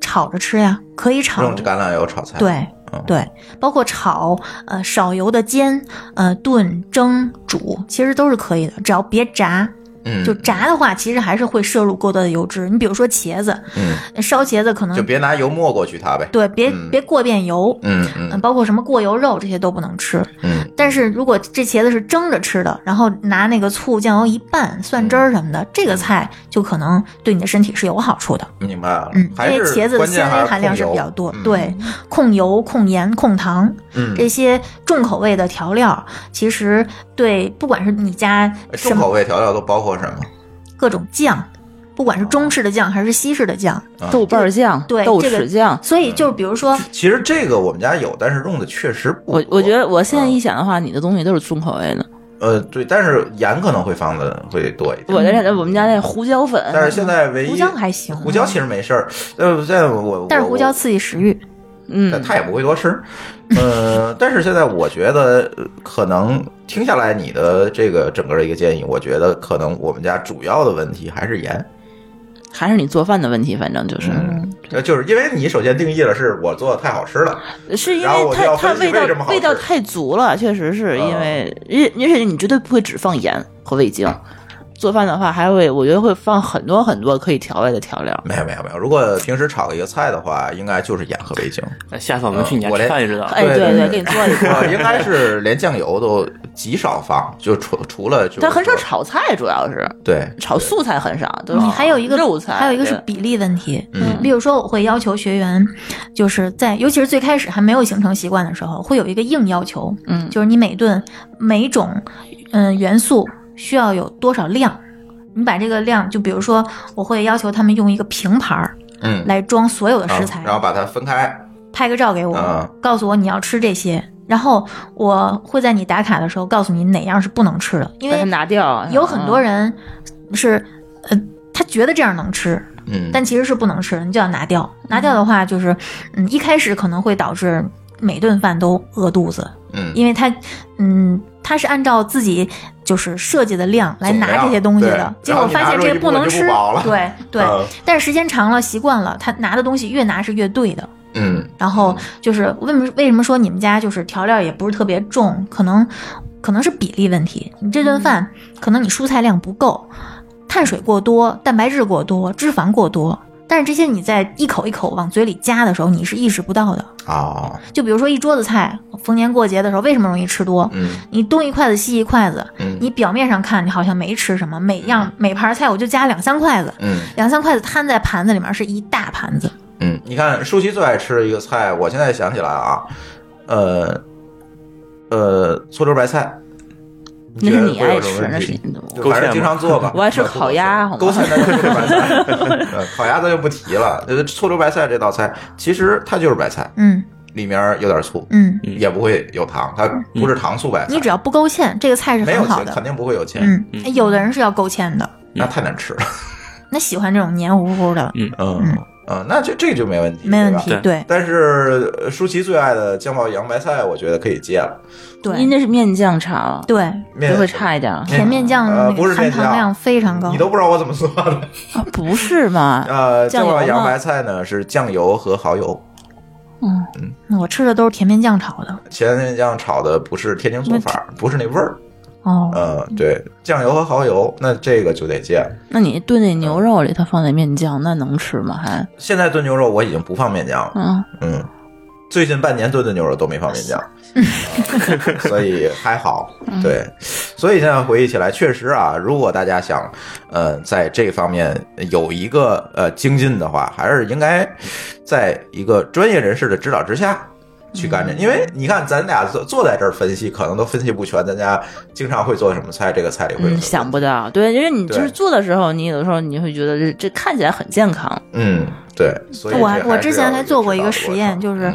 Speaker 6: 炒着吃呀，可以炒，
Speaker 3: 用橄榄油炒菜？
Speaker 6: 对
Speaker 3: 嗯，
Speaker 6: 对，包括炒，呃，少油的煎，呃，炖、蒸、煮，其实都是可以的，只要别炸。
Speaker 3: 嗯，
Speaker 6: 就炸的话，其实还是会摄入过多的油脂。你比如说茄子，
Speaker 3: 嗯，
Speaker 6: 烧茄子可能
Speaker 3: 就别拿油没过去它呗。
Speaker 6: 对，别、
Speaker 3: 嗯
Speaker 6: 别过遍油，
Speaker 3: 嗯
Speaker 6: 嗯，
Speaker 3: 嗯
Speaker 6: 包括什么过油肉这些都不能吃。
Speaker 3: 嗯
Speaker 6: 但是如果这茄子是蒸着吃的，然后拿那个醋、酱油一拌，蒜汁儿什么
Speaker 3: 嗯
Speaker 6: 的，这个菜就可能对你的身体是有好处的。
Speaker 3: 嗯，明白了。
Speaker 6: 嗯，因
Speaker 3: 还
Speaker 6: 为
Speaker 3: 是
Speaker 6: 茄子的
Speaker 3: 关键
Speaker 6: 纤
Speaker 3: 还
Speaker 6: 维
Speaker 3: 是
Speaker 6: 含量是
Speaker 3: 控
Speaker 6: 比
Speaker 3: 油
Speaker 6: 较多，
Speaker 3: 嗯
Speaker 6: 对，控油、控盐、控糖
Speaker 3: 嗯，
Speaker 6: 这些重口味的调料，其实对不管是你加什
Speaker 3: 哎重
Speaker 6: 么
Speaker 3: 口味调料都包括什么？
Speaker 6: 各种酱，不管是中式的酱还是西式的酱，
Speaker 4: 豆瓣酱、
Speaker 6: 对
Speaker 4: 豆
Speaker 6: 啊这个
Speaker 4: 豉酱。
Speaker 6: 所以就是比如说，
Speaker 3: 啊其实这个我们家有，但是用的确实不
Speaker 4: 我
Speaker 3: 多
Speaker 4: 我觉得我现在一想的话，你的东西都是重口味的。
Speaker 3: 呃对，但是盐可能会放的会多一点。
Speaker 4: 我的
Speaker 6: 嗯
Speaker 4: 感觉我们家那胡椒粉，
Speaker 3: 但是现在唯一
Speaker 6: 胡椒还行
Speaker 3: 胡椒其实没事儿。呃，现在我
Speaker 6: 但是
Speaker 3: 我
Speaker 6: 胡椒刺激食欲，
Speaker 3: 但
Speaker 4: 嗯，
Speaker 3: 他也不会多吃。呃，但是现在我觉得，呃可能听下来你的这个整个的一个建议，我觉得可能我们家主要的问题还是盐。
Speaker 4: 还是你做饭的问题，反正就是，
Speaker 3: 嗯，呃就是因为你首先定义了是我做的太好吃了，
Speaker 4: 是因
Speaker 3: 然后我
Speaker 4: 为
Speaker 3: 就要
Speaker 4: 它它
Speaker 3: 分析
Speaker 4: 味
Speaker 3: 为什么
Speaker 4: 道
Speaker 3: 好吃嗯
Speaker 4: 味道太足了，确实是因为，而而且你绝对不会只放盐和味精。做饭的话，还会我觉得会放很多很多可以调味的调料。
Speaker 3: 没有没有没有。如果平时炒一个菜的话，应该就是盐和味精。
Speaker 5: 那哎下啊次我们去
Speaker 3: 嗯
Speaker 5: 你家
Speaker 3: 我
Speaker 5: 吃
Speaker 3: 连
Speaker 5: 饭就知道了。
Speaker 4: 哎，
Speaker 3: 对对
Speaker 4: 对
Speaker 3: 对
Speaker 4: 给你做一
Speaker 3: 我
Speaker 4: 个。
Speaker 3: 应该是连酱油都极少放，就除除了就
Speaker 4: 但很少
Speaker 3: 说
Speaker 4: 炒菜，主要是
Speaker 3: 对
Speaker 4: 炒素菜很少，都是
Speaker 6: 你还有一个
Speaker 4: 啊肉菜，
Speaker 6: 还有一个是
Speaker 4: 对
Speaker 6: 比例问题。
Speaker 3: 嗯
Speaker 6: 例如说，我会要求学员，就是在尤其是最开始还没有形成习惯的时候，会有一个硬要求，
Speaker 4: 嗯
Speaker 6: 就是你每顿每种嗯、元素需要有多少量。你把这个量，就比如说，我会要求他们用一个平盘儿
Speaker 3: 嗯
Speaker 6: 来装所有的
Speaker 3: 啊
Speaker 6: 食材，
Speaker 3: 然后把它分开。
Speaker 6: 拍个照给我，
Speaker 3: 啊
Speaker 6: 告诉我你要吃这些，然后我会在你打卡的时候告诉你哪样是不能吃的，因
Speaker 4: 把它
Speaker 6: 为
Speaker 4: 拿掉。
Speaker 6: 有很多
Speaker 4: 嗯
Speaker 6: 人是，呃，他觉得这样能吃，
Speaker 3: 嗯，
Speaker 6: 但其实是不能吃的，你就要拿掉。拿掉的话，就是，嗯，一开始可能会导致每顿饭都饿肚子，
Speaker 3: 嗯
Speaker 6: 因为它，嗯，它是按照自己就是设计的量来拿这些东西
Speaker 3: 总
Speaker 6: 的
Speaker 3: 量，对
Speaker 6: 结果发现这
Speaker 3: 然后你拿
Speaker 6: 个能吃
Speaker 3: 出一部分就不饱了，
Speaker 6: 对对
Speaker 3: 嗯。
Speaker 6: 但是时间长了习惯了，他拿的东西越拿是越对的。
Speaker 3: 嗯
Speaker 6: 然后就是为什么为什么说你们家就是调料也不是特别重，可能可能是比例问题。你这
Speaker 3: 嗯
Speaker 6: 顿饭、可能你蔬菜量不够，碳水过多，蛋白质过多，脂肪过多。但是这些你在一口一口往嘴里夹的时候，你是意识不到的。
Speaker 3: 哦
Speaker 6: 就比如说一桌子菜，逢年过节的时候为什么容易吃多？
Speaker 3: 嗯
Speaker 6: 你东一筷子西一筷子，
Speaker 3: 嗯
Speaker 6: 你表面上看你好像没吃什么，每样每盘菜我就夹两三筷子，
Speaker 3: 嗯
Speaker 6: 两三筷子摊在盘子里面是一大盘子。
Speaker 3: 嗯，你看舒淇最爱吃的一个菜，我现在想起来啊，呃呃，醋溜白菜，
Speaker 4: 那是你
Speaker 3: 嗯觉得会
Speaker 4: 爱
Speaker 3: 有什
Speaker 4: 吃
Speaker 3: 么，
Speaker 4: 那
Speaker 3: 问
Speaker 4: 是
Speaker 3: 题
Speaker 4: 你的。
Speaker 3: 就反正经常做吧。
Speaker 4: <laughs> 我爱吃烤鸭好吗
Speaker 3: 勾芡那就是
Speaker 4: <laughs>
Speaker 3: 白菜，呃烤鸭咱就不提了。呃醋溜白菜这道菜，其实它就是白菜，
Speaker 6: 嗯
Speaker 3: 里面有点醋，
Speaker 6: 嗯，
Speaker 3: 也不会有糖，它不是糖醋白菜。
Speaker 6: 你只要不勾芡，这个菜是
Speaker 3: 没有
Speaker 6: 很好
Speaker 3: 钱，肯
Speaker 6: 的。
Speaker 3: 定不会有钱，
Speaker 6: 嗯，有的人是要勾芡的，
Speaker 3: 那太难吃了。
Speaker 6: 那喜欢这种黏糊糊的，
Speaker 3: 嗯嗯，那就这个就没问题，
Speaker 6: 没问
Speaker 3: 对吧
Speaker 6: 题。
Speaker 5: 对
Speaker 6: 对
Speaker 3: 但是呃舒淇最爱的酱爆洋白菜，我觉得可以戒了。
Speaker 4: 因
Speaker 6: 对
Speaker 4: 为那是面酱茶，
Speaker 6: 对，
Speaker 3: 面
Speaker 4: 就会差一点儿。
Speaker 6: 甜面酱
Speaker 3: 嗯呃
Speaker 6: 那
Speaker 3: 不
Speaker 6: 个
Speaker 3: 是
Speaker 6: 含
Speaker 3: 面酱
Speaker 6: 糖量非常高
Speaker 3: 你。都不知道我怎么做的。
Speaker 4: 啊 <laughs> 不是嘛？
Speaker 3: 呃，
Speaker 4: 酱
Speaker 3: <laughs> 酱
Speaker 4: 油
Speaker 3: 爆
Speaker 4: 吗
Speaker 3: 洋白菜呢是酱油和蚝油，
Speaker 6: 我吃的都是甜面酱炒的，
Speaker 3: 甜面酱炒的不是天津做法，不是那味儿。
Speaker 6: 哦，
Speaker 3: 呃，对，酱油和蚝油，那这个就得戒。
Speaker 4: 那你炖那牛肉里头放点面酱，那能吃吗？还
Speaker 3: 现在炖牛肉我已经不放面酱了，
Speaker 4: 嗯，
Speaker 3: 嗯，最近半年炖的牛肉都没放面
Speaker 6: <laughs>
Speaker 3: 酱，呃所以还好。
Speaker 6: 嗯
Speaker 3: 对，所以现在回忆起来，确实啊，如果大家想，呃，在这方面有一个呃精进的话，还是应该在一个专业人士的指导之下。去干
Speaker 6: 嗯
Speaker 3: 这，因为你看咱俩坐坐在这儿分析，可能都分析不全。咱家经常会做什么菜，这个菜里会有
Speaker 4: 嗯，
Speaker 3: 什么
Speaker 4: 想不到，对，因为你就是
Speaker 3: 对
Speaker 4: 做的时候，你有的时候你会觉得这这看起来很健康，
Speaker 3: 嗯，对，所以
Speaker 6: 我
Speaker 3: 这
Speaker 6: 我
Speaker 3: 还是
Speaker 6: 之前
Speaker 3: 要
Speaker 6: 还做过
Speaker 3: 指
Speaker 6: 一
Speaker 3: 导
Speaker 6: 个
Speaker 3: 的
Speaker 6: 实
Speaker 3: 过
Speaker 6: 验
Speaker 3: 程
Speaker 6: 就是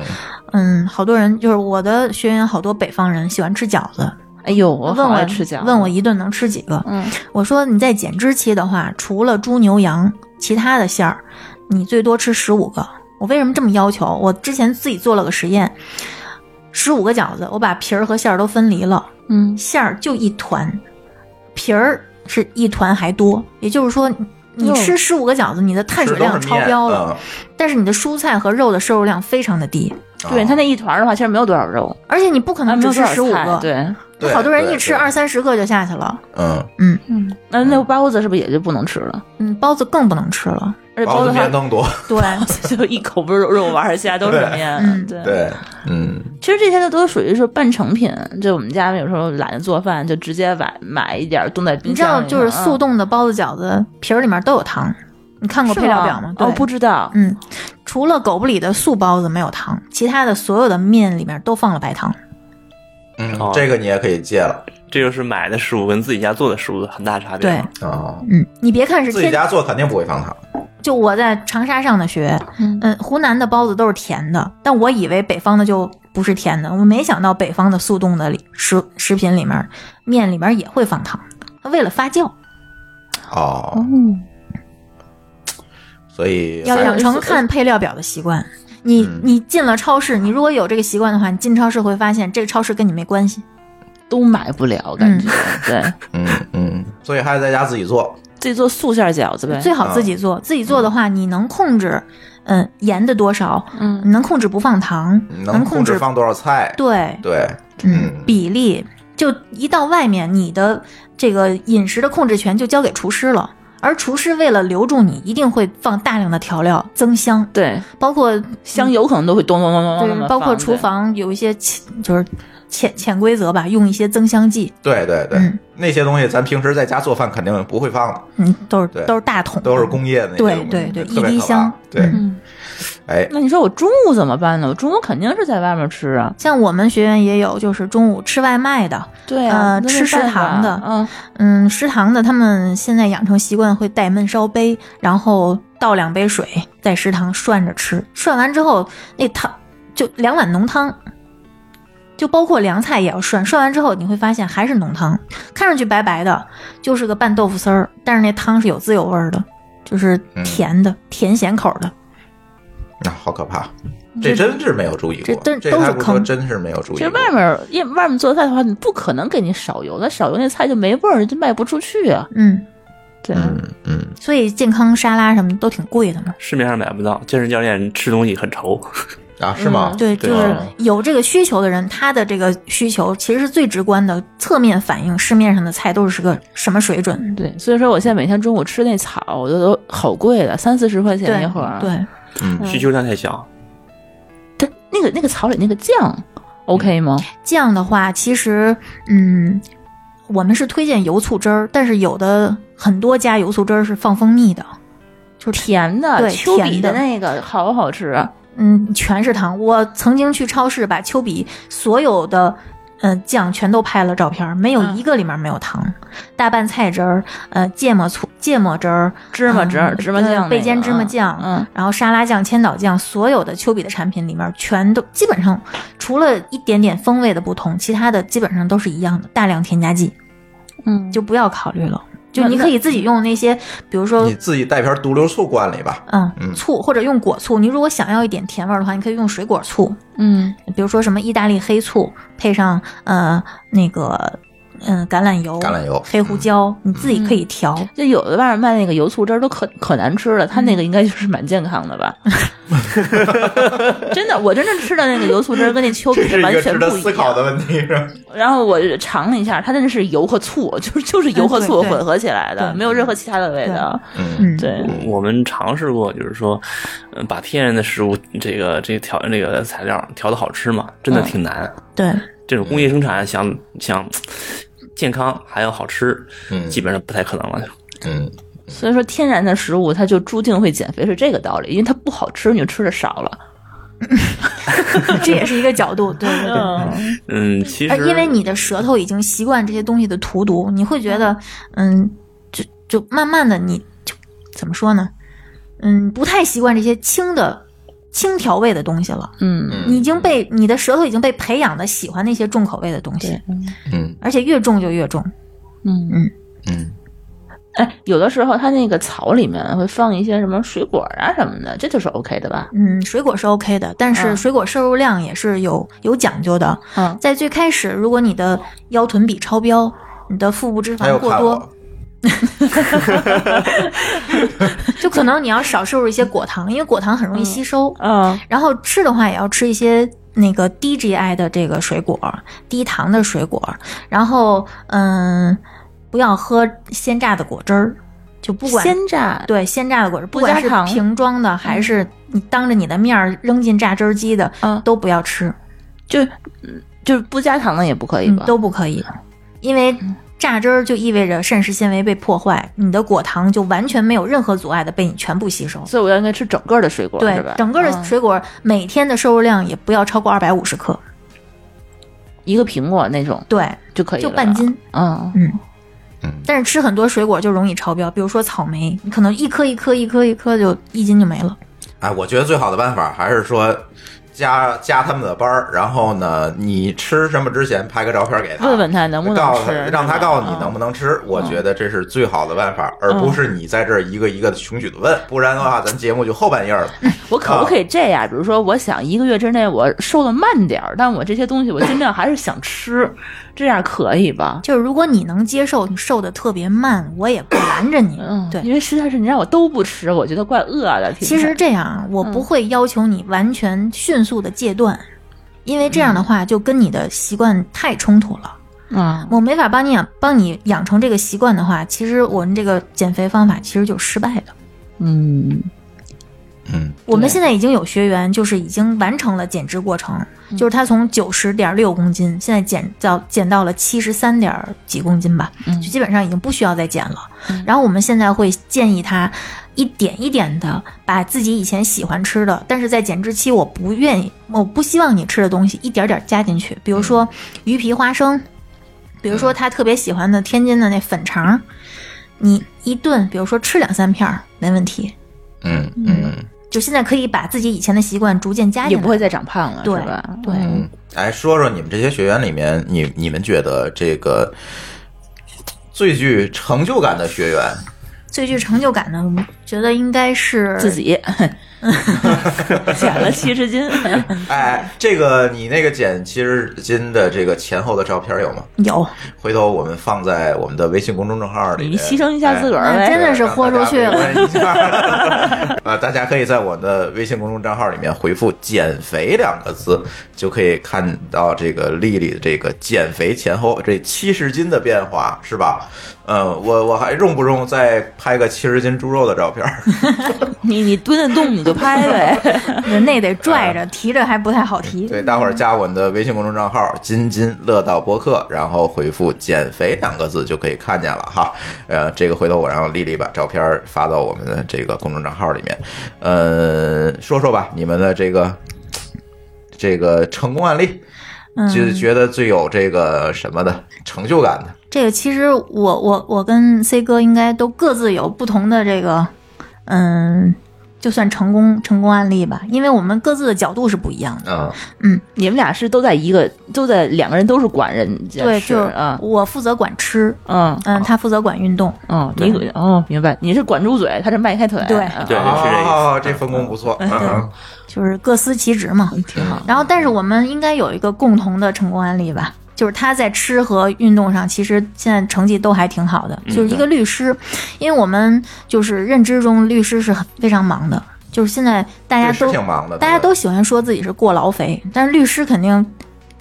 Speaker 3: 嗯
Speaker 6: 嗯，好多人就是我的学员，好多北方人喜欢吃饺子，
Speaker 4: 哎呦，我
Speaker 6: 问
Speaker 4: 好
Speaker 6: 我
Speaker 4: 爱吃饺子，
Speaker 6: 问我一顿能吃几个？
Speaker 4: 嗯，
Speaker 6: 我说你在减脂期的话，除了猪牛羊，其他的馅儿，你最多吃十五个。我为什么这么要求？我之前自己做了个实验，十五个饺子，我把皮儿和馅儿都分离了，
Speaker 4: 嗯
Speaker 6: 馅儿就一团，皮儿是一团还多。也就是说，你
Speaker 4: 哟
Speaker 6: 吃十五个饺子，你的碳水
Speaker 3: 吃都
Speaker 6: 量
Speaker 3: 是
Speaker 6: 超
Speaker 3: 面
Speaker 6: 标了，，但是你的蔬菜和肉的摄入量非常的低，
Speaker 3: 嗯
Speaker 4: 对
Speaker 3: 啊
Speaker 4: 它那一团的话，其实没有多少肉，
Speaker 6: 而且你不可
Speaker 4: 啊，
Speaker 6: 能
Speaker 4: 没
Speaker 6: 嗯只
Speaker 4: 有多
Speaker 6: 吃
Speaker 4: 少
Speaker 6: 十五
Speaker 4: 菜
Speaker 6: 个，
Speaker 4: 对，
Speaker 3: 对
Speaker 6: 好多人
Speaker 3: 对
Speaker 6: 一吃
Speaker 3: 对
Speaker 6: 二三十个就下去了。
Speaker 3: 嗯，
Speaker 4: 那那包子是不是也就不能吃了？
Speaker 6: 嗯，包子更不能吃了。
Speaker 4: 而且
Speaker 3: 包
Speaker 4: 包
Speaker 3: 子
Speaker 4: 子
Speaker 3: 面
Speaker 4: 它
Speaker 3: 更多，
Speaker 6: 对，
Speaker 4: <laughs> 就一口不是肉肉丸儿，其他都是
Speaker 3: 对
Speaker 4: 面
Speaker 6: 嗯，
Speaker 4: 对
Speaker 3: 对，嗯，
Speaker 4: 其实这些它都属于是半成品，就我们家有时候懒得做饭，就直接买买一点儿冻在
Speaker 6: 你
Speaker 4: 冰
Speaker 6: 知道
Speaker 4: 箱里头。
Speaker 6: 就是速
Speaker 4: 冻
Speaker 6: 冻的包子饺子皮儿里面都有糖，你看过配料表吗？对，
Speaker 4: 哦，不，知道。
Speaker 6: 嗯，除了狗不理的素包子没有糖，其他的所有的面里面都放了白糖。
Speaker 3: 嗯，
Speaker 5: 哦
Speaker 3: 这个你也可以戒了
Speaker 5: 这就是买的食物跟自己家做的食物很大差别。
Speaker 6: 对，
Speaker 3: 啊。
Speaker 6: 嗯，你别看是
Speaker 3: 自己
Speaker 6: 天，
Speaker 3: 家做肯定不会放糖，
Speaker 6: 就我在长沙上的学，
Speaker 4: 嗯
Speaker 6: 嗯，湖南的包子都是甜的，但我以为北方的就不是甜的，我没想到北方的速冻的里食食品里面面里面也会放糖，为了发酵。
Speaker 3: 哦，
Speaker 6: 嗯
Speaker 3: 所以
Speaker 6: 要
Speaker 3: 还 <laughs>
Speaker 6: 养成看配料表的习惯。你
Speaker 3: 嗯
Speaker 6: 你进了超市，你如果有这个习惯的话，你进超市会发现这个超市跟你没关系。
Speaker 4: 都买不了，感觉、对，
Speaker 3: 嗯嗯，所以还得在家自己做，
Speaker 4: 自己做素馅儿饺子
Speaker 3: 哎
Speaker 4: 呗。
Speaker 6: 最好自己
Speaker 3: 啊
Speaker 6: 做，自己做
Speaker 3: 嗯
Speaker 6: 的话，你能控制，嗯，盐的多少，
Speaker 4: 嗯
Speaker 6: 你能控制不放糖，
Speaker 3: 嗯能控
Speaker 6: 控
Speaker 3: 制
Speaker 6: 制
Speaker 3: 放多少菜，
Speaker 6: 对，
Speaker 3: 对，
Speaker 6: 嗯，比例。就一到外面，你的这个饮食的控制权就交给厨师了。而厨师为了留住你，一定会放大量的调料增香，
Speaker 4: 对，
Speaker 6: 包括
Speaker 4: 香油可能都会咚咚咚咚咚那
Speaker 6: 嗯对，
Speaker 4: 么
Speaker 6: 包括
Speaker 4: 放
Speaker 6: 厨，房有一些潜就是潜潜规则吧，用一些增香剂，
Speaker 3: 对对对
Speaker 6: 嗯，
Speaker 3: 那些东西咱平时在家做饭肯定不会放的，
Speaker 6: 嗯，都是
Speaker 3: 对
Speaker 6: 都是大桶，
Speaker 3: 都是工业的那些
Speaker 6: 对
Speaker 3: 东西
Speaker 6: 嗯对对
Speaker 3: 特别
Speaker 6: 一滴
Speaker 3: 可怕
Speaker 6: 香
Speaker 3: 对，
Speaker 4: 嗯
Speaker 3: 哎
Speaker 4: 对。那你说我中午怎么办呢？我中午肯定是在外面吃啊，
Speaker 6: 像我们学院也有，就是中午吃外卖的，
Speaker 4: 对
Speaker 6: 呃
Speaker 4: 那
Speaker 6: 吃
Speaker 4: 没
Speaker 6: 食
Speaker 4: 办法
Speaker 6: 堂的
Speaker 4: 嗯，
Speaker 6: 嗯，食堂的他们现在养成习惯会带焖烧杯，然后倒两杯水，在食堂涮着吃，涮完之后那汤就两碗浓汤，就包括凉菜也要涮，涮完之后你会发现还是浓汤，看上去白白的，就是个拌豆腐丝儿，但是那汤是有滋有味儿的，就是
Speaker 3: 嗯
Speaker 6: 甜的，甜咸口的。
Speaker 3: 那好可怕，这真是没有注意过
Speaker 6: 嗯这，真
Speaker 3: 这
Speaker 6: 都是
Speaker 3: 还不说
Speaker 6: 坑
Speaker 3: 真是没有注意
Speaker 4: 其实
Speaker 3: 过。
Speaker 4: 外面因为外面做菜的话，你不可能给你少油，那少油那菜就没味儿，就卖不出去啊。
Speaker 6: 嗯，
Speaker 4: 对，
Speaker 3: 嗯嗯，
Speaker 6: 所以健康沙拉什么都挺贵的嘛。
Speaker 5: 市面上买不到，健身教练吃东西很愁。
Speaker 3: 啊，是吗？
Speaker 6: 嗯对，就是
Speaker 3: 吗
Speaker 6: 有这个需求的人，他的这个需求其实是最直观的，侧面反映市面上的菜都是个什么水准。
Speaker 4: 对，所以说我现在每天中午吃那草，我都都好贵的，三四十块钱一盒儿。啊
Speaker 6: 对，
Speaker 3: 嗯，
Speaker 5: 需求量太小，
Speaker 4: 但那个那个草里那个
Speaker 3: 嗯
Speaker 4: 酱，OK 吗？
Speaker 6: 这样的话，其实嗯，我们是推荐油醋汁儿，但是有的很多家油醋汁儿是放蜂蜜的，就是
Speaker 4: 甜的，
Speaker 6: 对
Speaker 4: 丘比
Speaker 6: 甜
Speaker 4: 的
Speaker 6: 的
Speaker 4: 那个好好吃啊！
Speaker 6: 嗯，全是糖。我曾经去超市把丘比所有的。嗯，酱全都拍了照片儿，没有
Speaker 4: 嗯
Speaker 6: 一个里面没有糖。大拌菜汁儿，呃，芥末醋、芥末汁儿、
Speaker 4: 芝麻汁儿、
Speaker 6: 嗯
Speaker 4: 芝麻
Speaker 6: 对
Speaker 4: 酱那个、
Speaker 6: 焙煎芝麻酱，
Speaker 4: 嗯，
Speaker 6: 然后沙拉酱、千岛酱，所有的丘比的产品里面，全都基本上除了一点点风味的不同，其他的基本上都是一样的，大量添加剂
Speaker 4: 嗯，
Speaker 6: 就不要考虑了。就
Speaker 4: 那
Speaker 6: 你可以自己用那些，比如说
Speaker 3: 你自己带瓶毒瘤醋灌里吧。
Speaker 6: 嗯
Speaker 3: 嗯
Speaker 6: 醋或者用果醋，你如果想要一点甜味儿的话，你可以用水果醋，
Speaker 4: 嗯
Speaker 6: 比如说什么意大利黑醋配上呃那个嗯橄榄油、
Speaker 3: 橄榄油嗯
Speaker 6: 黑胡椒，你自己可以调。
Speaker 4: 就有的外面卖那个油醋汁儿都可可难吃了，他那个应该就是蛮健康的吧？ <laughs> 真的，我真正吃的那个油醋汁儿
Speaker 3: <laughs>
Speaker 4: 跟那丘比
Speaker 3: 这是
Speaker 4: 特
Speaker 3: 一
Speaker 4: 完
Speaker 3: 个值
Speaker 4: 全
Speaker 3: 得
Speaker 4: 不
Speaker 3: 思
Speaker 4: 一
Speaker 3: 考
Speaker 4: 样。
Speaker 3: 的问题，是吧？
Speaker 4: 然后我尝了一下，它真的是油和醋，就是就是油和醋
Speaker 6: 嗯对对
Speaker 4: 混合起来的，
Speaker 6: 对
Speaker 4: 没有任何其他的味道。
Speaker 3: 嗯，
Speaker 4: 对，
Speaker 5: 我们尝试过，就是说，嗯，把天然的食物这个这个调这个材料调的好吃嘛，真的挺难。
Speaker 6: 对，
Speaker 3: <laughs>
Speaker 5: 这种工业生产想想健康还要好吃，
Speaker 3: 嗯
Speaker 5: 基本上不太可能了。
Speaker 3: 嗯，
Speaker 4: 所以说天然的食物它就注定会减肥是这个道理，因为它不好吃你就吃的少了。
Speaker 6: 这也是一个角度，对对对。
Speaker 4: 嗯，
Speaker 5: 嗯，其
Speaker 6: 而
Speaker 5: 实
Speaker 6: 哎呃因为你的舌头已经习惯这些东西的荼毒，你会觉得，嗯，就就慢慢的你就怎么说呢？嗯，不太习惯这些轻的轻调味的东西了。
Speaker 4: 嗯，
Speaker 6: 你已经被你的舌头已经被培养的喜欢那些重口味的东西，
Speaker 3: 嗯
Speaker 6: 而且越重就越重。
Speaker 3: 嗯
Speaker 4: 哎，有的时候它那个草里面会放一些什么水果啊什么的，这就是 OK 的吧？
Speaker 6: 嗯，水果是 OK 的，但是
Speaker 4: 嗯
Speaker 6: 水果摄入量也是有有讲究的。
Speaker 4: 嗯，
Speaker 6: 在最开始，如果你的腰臀比超标，你的腹部脂
Speaker 3: 他
Speaker 6: 肪
Speaker 3: 又
Speaker 6: 过
Speaker 3: 看
Speaker 6: 多，
Speaker 3: 我，
Speaker 6: 就可能你要少摄入一些果糖，因为果糖很容易吸收。
Speaker 4: 嗯
Speaker 6: 然后吃的话也要吃一些那个低 GI 的这个水果，低糖的水果。然后嗯，不要喝鲜榨的果汁儿，就不管
Speaker 4: 鲜榨，
Speaker 6: 对鲜榨的果汁，不
Speaker 4: 加
Speaker 6: 管是
Speaker 4: 糖
Speaker 6: 瓶装的还是你当着你的面儿扔进榨汁儿机的，
Speaker 4: 嗯
Speaker 6: 都不要吃，
Speaker 4: 就嗯就是不加糖的也不可以
Speaker 6: 嗯
Speaker 4: 吧？，嗯
Speaker 6: 都不可以，因为。榨汁儿就意味着膳食纤维被破坏，你的果糖就完全没有任何阻碍的被你全部吸收。
Speaker 4: 所以我要应该吃整个的水果，
Speaker 6: 对
Speaker 4: 是吧？，
Speaker 6: 整个的
Speaker 4: 嗯
Speaker 6: 水果每天的摄入量也不要超过二百五十克，
Speaker 4: 嗯一个苹果那种
Speaker 6: 对，
Speaker 4: 就可以，
Speaker 6: 就半。斤。
Speaker 4: 嗯，
Speaker 6: 但是吃很多水果就容易超标，比如说草莓，你可能一颗一颗一颗一颗就一斤就没了。
Speaker 3: 哎，我觉得最好的办法还是说加加他们的班儿，然后呢，你吃什么之前拍个照片给他，
Speaker 4: 问问他能不
Speaker 3: 告
Speaker 4: 能
Speaker 3: 诉他
Speaker 4: 吃，嗯
Speaker 3: 让他
Speaker 4: 是吧
Speaker 3: 告诉你能不能吃，我觉得这是最好的办法，而不是你在这儿一个一个的穷举的
Speaker 4: 嗯
Speaker 3: 问，不然的话，咱节目就后半夜了。
Speaker 4: 我可不可以这样？比如说，我想一个月之内我瘦的慢点儿，但我这些东西我尽量还是想
Speaker 6: <laughs>
Speaker 4: 吃，这样可以吧？
Speaker 6: 就是如果你能接受你瘦的特别慢，我也不拦着你。
Speaker 4: 嗯，
Speaker 6: 对，
Speaker 4: 因为实在是你让我都不吃，我觉得怪饿的。挺
Speaker 6: 其实这样啊，
Speaker 4: 嗯
Speaker 6: 我不会要求你完全迅速的戒断，因为这样的话就跟你的习惯太冲突了。
Speaker 4: 啊，
Speaker 6: 我没法帮你养帮你养成这个习惯的话，其实我们这个减肥方法其实就失败的。
Speaker 4: 嗯，
Speaker 3: 嗯
Speaker 6: 我们
Speaker 4: 对
Speaker 6: 现在已经有学员，就是已经完成了减脂过程，
Speaker 4: 嗯
Speaker 6: 就是他从九十点六公斤，现在减到减到了七十三点几公斤吧，
Speaker 4: 嗯
Speaker 6: 就基本上已经不需要再减了。然后我们现在会建议他一点一点的把自己以前喜欢吃的，但是在减脂期我不愿意，我不希望你吃的东西一点点加进去，
Speaker 4: 嗯
Speaker 6: 比如说鱼皮、花生，比如说他特别喜欢的天津的那粉肠，你一顿比如说吃两三片儿没问题，
Speaker 3: 嗯嗯
Speaker 6: 就现在可以把自己以前的习惯逐渐加进
Speaker 4: 也
Speaker 6: 来，
Speaker 4: 不会再长胖了，
Speaker 6: 对
Speaker 4: 是吧？
Speaker 6: 对
Speaker 4: 嗯
Speaker 3: 嗯，哎，说说你们这些学员里面，你你们觉得这个最具成就感的学员，
Speaker 6: 最具成就感呢，我觉得应该是
Speaker 4: 自。己 <laughs> 减了七十斤，
Speaker 3: 哎，这个你那个减七十斤的这个前后的照片有吗？
Speaker 6: 有，
Speaker 3: 回头我们放在我们的微信公众号里面。
Speaker 4: 你牺牲一下自个儿
Speaker 6: 哎真
Speaker 4: 呗。
Speaker 6: 的是豁出去了
Speaker 3: 了。 <laughs> 啊，大家可以在我的微信公众账号里面回复“减肥”两个字，就可以看到这个丽丽这个减肥前后这七十斤的变化，是吧？嗯，我我还用不用再拍个七十斤猪肉的照片？
Speaker 4: 你你蹲得动你就拍呗。
Speaker 6: <laughs>
Speaker 4: <laughs>
Speaker 6: 人那得拽着提着还不太好
Speaker 3: <laughs>
Speaker 6: 提。
Speaker 3: 对，大伙儿加我们的微信公众账号“津津乐道播客”，然后回复“减肥”两个字就可以看见了哈。呃，这个回头我让丽丽把照片儿发到我们的这个公众账号里面。呃，说说吧，你们的这个这个成功案例，
Speaker 6: 嗯
Speaker 3: 就是觉得最有这个什么的成就感的。
Speaker 6: 这个其实我我我跟 C 哥应该都各自有不同的这个，嗯，就算成功成功案例吧，因为我们各自的角度是不一样的。
Speaker 3: 嗯
Speaker 4: 你们俩是都在一个，都在两个人都是管人家
Speaker 6: 对，
Speaker 4: 事
Speaker 6: 就是
Speaker 4: 啊，
Speaker 6: 我负责管吃，
Speaker 4: 嗯
Speaker 6: 嗯，他负责管运动。
Speaker 4: 哦，你哦，明白，你是管住嘴，他是迈开腿，
Speaker 6: 对
Speaker 4: 啊
Speaker 5: 对，是这意思。
Speaker 3: 哦，这分工不错。嗯
Speaker 6: 就是各司其职嘛，挺好。然后，但是我们应该有一个共同的成功案例吧？就是他在吃和运动上，其实现在成绩都还挺好
Speaker 3: 嗯
Speaker 6: 的。就是一个律师，因为我们就是认知中律师是很非常忙的，就是现在嗯大家
Speaker 3: 确实
Speaker 6: 都
Speaker 3: 挺忙的，
Speaker 6: 大家
Speaker 3: 对
Speaker 6: 都喜欢说自己是过劳肥，但是律师肯定，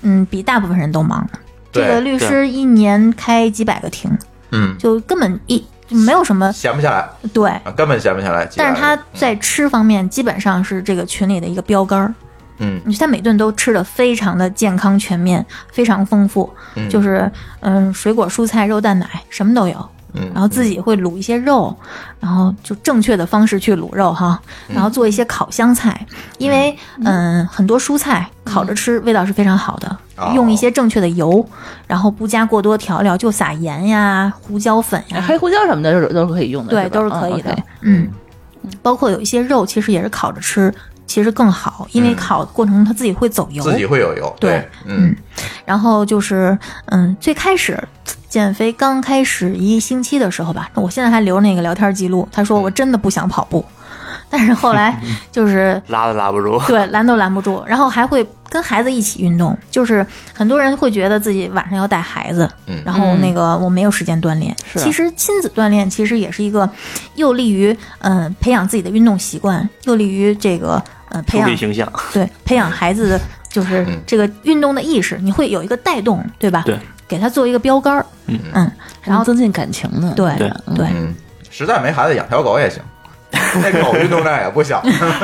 Speaker 6: 嗯，比大部分人都忙。这个
Speaker 3: 对，
Speaker 6: 律师一年开几百个庭，
Speaker 3: 嗯，
Speaker 6: 就根本一就没有什么
Speaker 3: 闲不下来，
Speaker 6: 对。
Speaker 3: 啊根本闲不下来。
Speaker 6: 但是他
Speaker 3: 基本上
Speaker 6: 在吃方面基本上是这个群里的一个标杆儿，
Speaker 3: 嗯
Speaker 6: 你他每顿都吃的非常的健康全面，非常丰富，
Speaker 3: 嗯
Speaker 6: 就是嗯水果、蔬菜、肉、蛋奶什么都有。
Speaker 3: 嗯，
Speaker 6: 然后自己会卤一些肉，然后就正确的方式去卤肉哈，
Speaker 3: 嗯
Speaker 6: 然后做一些烤香菜，因为嗯、很多蔬菜烤着吃味道是非常好的，
Speaker 3: 哦
Speaker 6: 用一些正确的油，然后不加过多调料，就撒盐呀、胡椒粉
Speaker 4: 哎
Speaker 6: 呀、
Speaker 8: 黑胡椒什么的都是都是可以用的，
Speaker 6: 对，
Speaker 8: 吧
Speaker 6: 都是可以的
Speaker 8: 嗯，OK。
Speaker 6: 嗯，包括有一些肉其实也是烤着吃，其实更好，因为
Speaker 3: 嗯
Speaker 6: 烤的过程中它自己会走油。
Speaker 3: 自己会有油，对
Speaker 6: 对，
Speaker 3: 嗯
Speaker 6: 然后就是，嗯，最开始减肥刚开始一星期的时候吧，我现在还留着那个聊天记录，他说
Speaker 5: 嗯
Speaker 6: 我真的不想跑步，但是后来就是
Speaker 5: <laughs> 拉都拉不住。
Speaker 6: <laughs> 对，拦都拦不住，然后还会跟孩子一起运动，就是很多人会觉得自己晚上要带孩子，
Speaker 3: 嗯
Speaker 6: 然后那个我没有时间锻炼。
Speaker 5: 啊
Speaker 8: 是
Speaker 6: 其实亲子锻炼其实也是一个又利于嗯、呃培养自己的运动习惯，又利于这个呃培
Speaker 5: 树
Speaker 6: 养
Speaker 5: 立形象，
Speaker 6: 对培养孩子的就是
Speaker 3: 嗯
Speaker 6: 这个运动的意识，你会有一个带动，对吧？
Speaker 5: 对，
Speaker 6: 给他做一个标杆儿，
Speaker 5: 嗯
Speaker 6: 然后
Speaker 8: 增进感情呢。
Speaker 6: 对
Speaker 5: 对
Speaker 6: 对，
Speaker 3: 嗯，实在没孩子养条狗也行，那狗运动量也不小。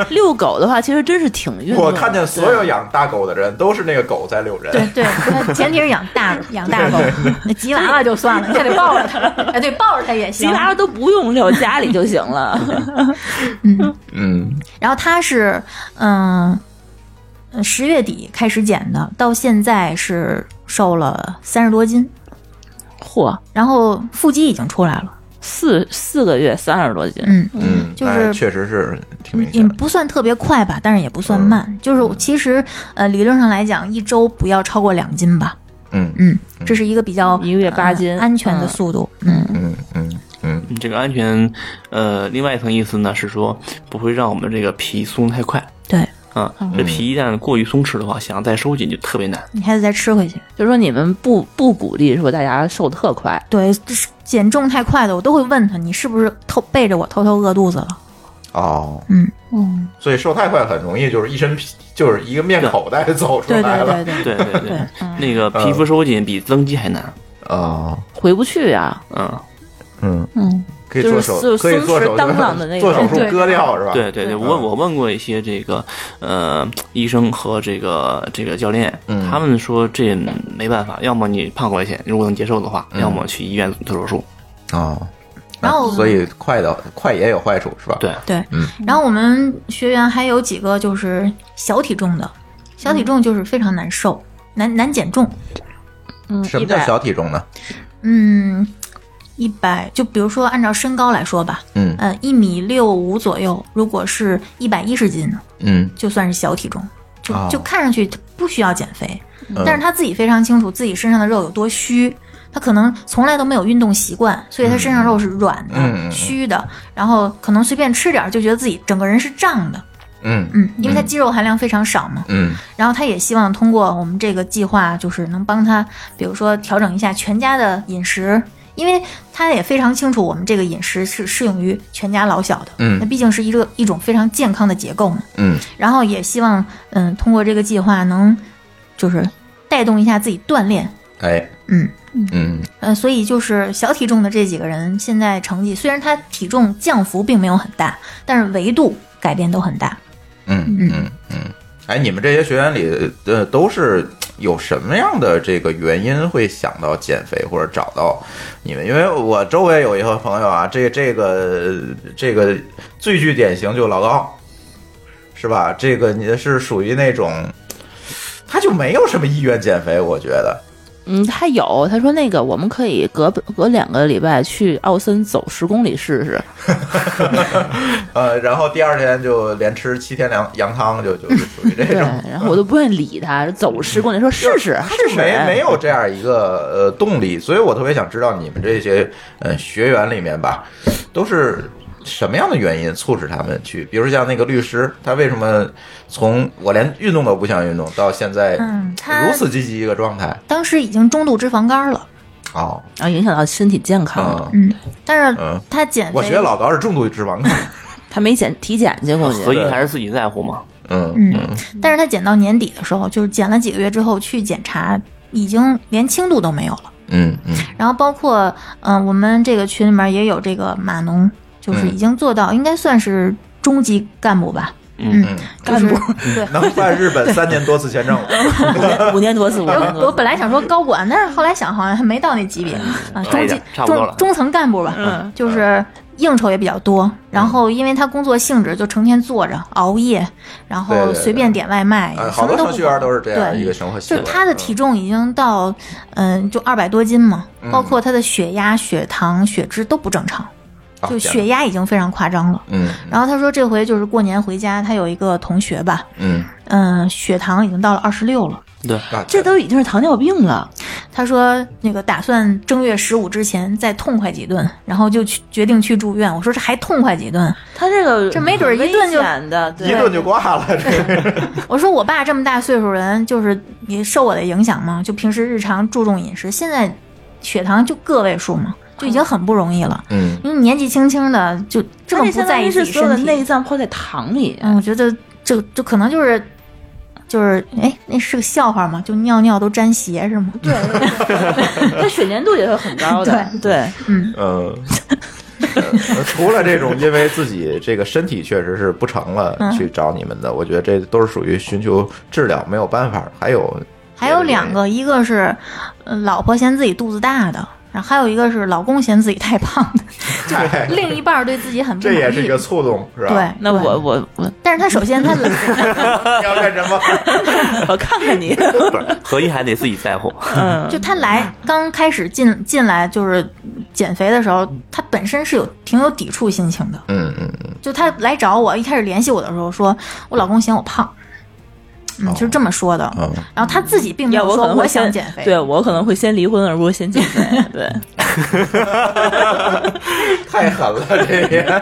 Speaker 8: 遛狗的话，其实真是挺运动的。
Speaker 3: 我看见所有养大狗的人都是那个狗在遛人，
Speaker 6: 对对，它前提是养大养大狗，那吉娃娃就算了，你还得抱着它，哎，对，抱着它也
Speaker 8: 吉
Speaker 6: 行。
Speaker 8: 娃娃都不用遛，家里就行
Speaker 3: <laughs>
Speaker 8: 了。
Speaker 3: 嗯，
Speaker 6: 然后他是，嗯，呃十月底开始减的，到现在是瘦了三十多斤，
Speaker 8: 嚯，
Speaker 6: 然后腹肌已经出来了，
Speaker 8: 四四个月三十多斤，
Speaker 6: 嗯，
Speaker 3: 嗯，
Speaker 6: 就是
Speaker 3: 那嗯确实是挺明
Speaker 6: 嗯也
Speaker 3: 显的。
Speaker 6: 不算特别快吧，但是也不算慢，就是其实，呃，理论上来讲，一周不要超过两斤吧，
Speaker 3: 嗯
Speaker 6: 嗯，这是一个比较
Speaker 8: 一个月八
Speaker 6: 呃
Speaker 8: 斤
Speaker 6: 安全的
Speaker 8: 嗯
Speaker 6: 速度，嗯，
Speaker 3: 嗯嗯嗯，
Speaker 5: 这个安全，呃，另外一层意思呢是说不会让我们这个皮松太快
Speaker 6: 对
Speaker 5: 啊。
Speaker 6: 嗯
Speaker 5: 这皮一旦过于松弛的话，想要再收紧就特别难。
Speaker 6: 你还得再吃回去，
Speaker 8: 就是说你们不不鼓励说大家瘦得特快，
Speaker 6: 对，这是减重太快的，我都会问他，你是不是偷背着我偷偷饿肚子了？
Speaker 3: 哦，
Speaker 6: 嗯
Speaker 3: 嗯，所以瘦太快很容易就是一身皮，就是一个面口袋走出
Speaker 6: 对对
Speaker 3: 来了。
Speaker 6: 对
Speaker 3: <laughs>
Speaker 6: 对
Speaker 5: 对对对
Speaker 6: <laughs> 对，嗯
Speaker 5: 那个皮肤收紧比增肌还难。
Speaker 3: 哦，
Speaker 8: 回不去啊。
Speaker 5: 嗯，
Speaker 3: 嗯
Speaker 8: 嗯，
Speaker 3: 可以做
Speaker 8: 就
Speaker 3: 手，
Speaker 8: 是
Speaker 3: 可以做手
Speaker 8: 松弛当当的那
Speaker 3: 做
Speaker 8: 种
Speaker 3: 手术割掉是吧？
Speaker 5: 对对对，我我问过一些这个呃医生和这个这个教练，
Speaker 3: 嗯
Speaker 5: 他们说这没办法，要么你胖过一些，如果能接受的话，要么去医院做手术。
Speaker 3: 哦，
Speaker 6: 然后
Speaker 3: 所以快的快也有坏处是吧？
Speaker 5: 对，
Speaker 6: 对，
Speaker 3: 嗯
Speaker 6: 然后我们学员还有几个就是小体重的，小
Speaker 3: 嗯
Speaker 6: 体重就是非常难瘦，难难减重。
Speaker 8: 嗯，
Speaker 3: 什
Speaker 8: 一
Speaker 3: 么叫
Speaker 8: 百
Speaker 3: 小体重呢？
Speaker 6: 嗯，一百就比如说按照身高来说吧，
Speaker 3: 嗯
Speaker 6: 呃，一米六五左右，如果是一百一十斤呢，
Speaker 3: 嗯，
Speaker 6: 就算是小体重，就、
Speaker 3: 哦
Speaker 6: 就看上去不需要减肥，
Speaker 3: 嗯
Speaker 6: 但是他自己非常清楚自己身上的肉有多虚。他可能从来都没有运动习惯，所以他身上肉是软的、
Speaker 3: 嗯嗯嗯
Speaker 6: 虚的，然后可能随便吃点儿就觉得自己整个人是胀的，
Speaker 3: 嗯
Speaker 6: 嗯，因为他肌肉含量非常少嘛。
Speaker 3: 嗯
Speaker 6: 然后他也希望通过我们这个计划，就是能帮他，比如说调整一下全家的饮食，因为他也非常清楚我们这个饮食是适用于全家老小的。
Speaker 3: 嗯
Speaker 6: 那毕竟是一个一种非常健康的结构嘛。
Speaker 3: 嗯
Speaker 6: 然后也希望，嗯，通过这个计划能，就是带动一下自己锻炼。
Speaker 3: 哎
Speaker 6: 嗯
Speaker 3: 嗯
Speaker 6: 呃，所以就是小体重的这几个人，现在成绩虽然他体重降幅并没有很大，但是维度改变都很大。
Speaker 3: 嗯嗯嗯，哎，你们这些学员里，呃，都是有什么样的这个原因会想到减肥或者找到你们？因为我周围有一个朋友啊，这这个这个最具典型就老高，是吧？这个你是属于那种。他就没有什么意愿减肥，我觉得， <laughs>
Speaker 8: 嗯，他有，他说那个我们可以隔隔两个礼拜去奥森走十公里试试。
Speaker 3: 呃，然后第二天就连吃七天羊羊汤就，就就属于这
Speaker 8: 对，
Speaker 3: 种，
Speaker 8: 然后我都不愿意理他，走十公里说试试
Speaker 4: 哎
Speaker 8: 哎
Speaker 3: 他
Speaker 8: 试
Speaker 3: 就
Speaker 8: 试。
Speaker 3: 没没有这样一个呃动力，所以我特别想知道你们这些呃学员里面吧，都是什么样的原因促使他们去？比如像那个律师，他为什么从我连运动都不想运动，到现在
Speaker 6: 嗯他
Speaker 3: 如此积极一个状态？
Speaker 6: 当时已经中度脂肪肝了，
Speaker 3: 哦，
Speaker 4: 然后影响到身体健康了。
Speaker 3: 嗯，
Speaker 6: 嗯，但
Speaker 3: 嗯
Speaker 6: 是他减肥，
Speaker 3: 我觉得老高是重度脂肪肝。
Speaker 4: 他没检体检去，我觉
Speaker 5: 所
Speaker 4: 得
Speaker 5: 以还是自己在乎嘛。
Speaker 3: 嗯，
Speaker 6: 嗯，但是他减到年底的时候，就是减了几个月之后去检查，已经连轻度都没有了。
Speaker 3: 嗯
Speaker 6: <laughs>
Speaker 3: 嗯
Speaker 6: 然后包括嗯、呃我们这个群里面也有这个码农，就是已经做到、应该算是中级干部吧，
Speaker 5: 嗯
Speaker 3: 嗯，
Speaker 6: 就是对。
Speaker 3: 能办日本三年多次签证了。
Speaker 6: 嗯
Speaker 4: 五年多次，五年
Speaker 6: 我
Speaker 4: 多
Speaker 6: <laughs> 我
Speaker 4: 次。
Speaker 6: 本来想说高管，但是后来想好像还没到那级
Speaker 5: 嗯
Speaker 6: 别啊，
Speaker 5: 差
Speaker 6: 中
Speaker 5: 一
Speaker 6: 级
Speaker 5: 点哎差不多
Speaker 6: 中
Speaker 5: 了嗯
Speaker 6: 中层干部吧，嗯就是应酬也比较多。然后因为他工作性质就成天坐着熬夜，然
Speaker 3: 对
Speaker 6: 后
Speaker 3: 对对
Speaker 6: 随便点外卖，
Speaker 3: 呃，
Speaker 6: 嗯什么
Speaker 3: 好多
Speaker 6: 都
Speaker 3: 程
Speaker 6: 不
Speaker 3: 序员
Speaker 6: 管
Speaker 3: 都是这样
Speaker 6: 对
Speaker 3: 一个生活习
Speaker 6: 就
Speaker 3: 惯。
Speaker 6: 是他的体重已经到，嗯，就二百多斤嘛，包括他的血压、血糖、血脂都不正常，
Speaker 3: 嗯
Speaker 6: 就血，压已经非常夸张了。
Speaker 3: 嗯
Speaker 6: 然后他说这回就是过年回家，他有一个同学吧，
Speaker 3: 嗯，
Speaker 6: 嗯，血糖已经到了二十六了。
Speaker 5: <laughs> 对，
Speaker 3: 啊
Speaker 4: 这都已经是糖尿病了，
Speaker 6: 他说那个打算正月十五之前再痛快几顿，然后就去决定去住院。我说这还痛快
Speaker 4: <laughs>
Speaker 6: 几顿？
Speaker 4: 他这个
Speaker 6: 这没准儿一顿就
Speaker 4: 危险的，
Speaker 3: 一
Speaker 4: 对，
Speaker 3: 顿就挂了，这
Speaker 6: 我说我爸这么大岁数人，就是也受我的影响嘛，就平时日常注重饮食，现在血糖就个位数嘛，就已经很不容易了。
Speaker 3: 嗯
Speaker 6: 因为年纪轻轻的就这
Speaker 4: 他
Speaker 6: 么不
Speaker 4: 相
Speaker 6: 在
Speaker 4: 当
Speaker 6: 意
Speaker 4: 于
Speaker 6: 自
Speaker 4: 是
Speaker 6: 己
Speaker 4: 所有的
Speaker 6: 身
Speaker 4: 内
Speaker 6: 体，
Speaker 4: 脏泡在糖里，
Speaker 6: <laughs> 嗯，我觉得这这可能就是就是哎，那是个笑话嘛，就尿尿都沾鞋是吗？对，
Speaker 4: 他血粘度也会很高的。对，
Speaker 3: 嗯。呃除了这种因为自己这个身体确实是不成了
Speaker 6: 嗯
Speaker 3: 去找你们的，我觉得这都是属于寻求治疗，没有办法。还有
Speaker 6: 还有两个，一个是呃老婆嫌自己肚子大的，然后还有一个是老公嫌自己太胖的，
Speaker 3: 对，
Speaker 6: <laughs> 另一半儿对自己很
Speaker 3: <laughs>
Speaker 6: 不
Speaker 3: 这
Speaker 6: 满意。
Speaker 3: 也是一个触动，是吧？
Speaker 6: 对，，
Speaker 4: 那
Speaker 6: 对
Speaker 4: 我，嗯我
Speaker 6: <laughs>
Speaker 4: 我
Speaker 6: 但是他首先
Speaker 4: <laughs>
Speaker 6: 他
Speaker 3: 你要干什
Speaker 6: <laughs>
Speaker 3: 么？
Speaker 4: 我看看你，
Speaker 5: 不是合一还得自己在乎。
Speaker 4: 嗯，
Speaker 6: 就他来刚开始进进来就是减肥的时候，他本身是有挺有抵触心情的。
Speaker 3: 嗯嗯嗯，
Speaker 6: 就他来找我，一开始联系我的时候说，我老公嫌我胖，嗯，
Speaker 3: 哦
Speaker 6: 就是这么说的。
Speaker 3: 嗯
Speaker 6: 然后他自己并没
Speaker 4: 要
Speaker 6: 有
Speaker 4: 我可
Speaker 6: 说
Speaker 4: 能会
Speaker 6: 想
Speaker 4: 先
Speaker 6: 减肥，
Speaker 4: 对我可能会先离婚，而不是先减肥。
Speaker 6: <laughs>
Speaker 4: 对，
Speaker 3: 太狠了，这也。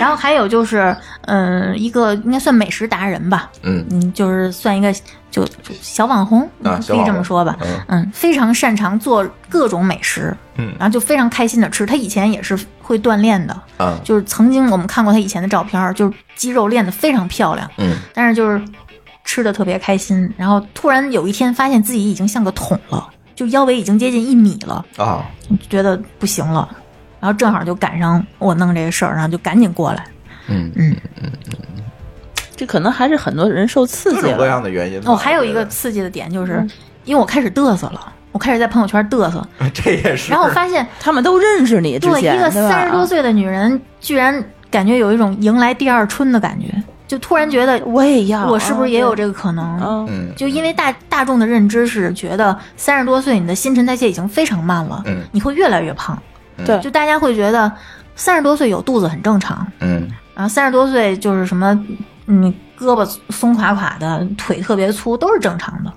Speaker 6: 然后还有就是，嗯、一个应该算美食达人吧，
Speaker 3: 嗯
Speaker 6: 嗯，就是算一个就就小网红，
Speaker 3: 啊
Speaker 6: 嗯
Speaker 3: 小网
Speaker 6: 可
Speaker 3: 红
Speaker 6: 以这么说吧，
Speaker 3: 嗯
Speaker 6: 嗯，非常擅长做各种美食，
Speaker 3: 嗯
Speaker 6: 然后就非常开心的吃。他以前也是会锻炼的，
Speaker 3: 啊
Speaker 6: 就是曾经我们看过他以前的照片儿，就是肌肉练得非常漂亮，
Speaker 3: 嗯
Speaker 6: 但是就是吃的特别开心。然后突然有一天发现自己已经像个桶了，就腰围已经接近一米了，
Speaker 3: 啊，
Speaker 6: 觉得不行了。然后正好就赶上我弄这个事儿，然后就赶紧过来。
Speaker 3: 嗯，
Speaker 4: 这可能还是很多人受刺
Speaker 3: 各
Speaker 4: 激
Speaker 3: 种各
Speaker 4: 了。
Speaker 3: 样的原因吧。
Speaker 6: 哦，还有一
Speaker 3: 我
Speaker 6: 个
Speaker 3: 觉
Speaker 6: 刺激的点就是，因为我开始嘚瑟了，我开始在朋友圈嘚瑟，
Speaker 3: 得，这也是。
Speaker 6: 然后我发现，
Speaker 4: 他们都认识你之
Speaker 6: 对
Speaker 4: 前，
Speaker 6: 一个
Speaker 4: 对吧
Speaker 6: 三十多岁的女人，居然感觉有一种迎来第二春的感觉，就突然觉得
Speaker 4: 我也要，
Speaker 6: 我是不是也有
Speaker 4: 这？
Speaker 6: 这个可能？
Speaker 4: 嗯，
Speaker 3: 嗯，
Speaker 6: 就因为大大众的认知是觉得三十多岁你的新陈代谢已经非常慢了
Speaker 3: 嗯，
Speaker 6: 你会越来越胖。
Speaker 4: 对
Speaker 6: 就大家会觉得三十多岁有肚子很正常，
Speaker 3: 嗯
Speaker 6: 然后三十多岁就是什么，嗯，胳膊松垮垮的，腿特别粗，都是正常的。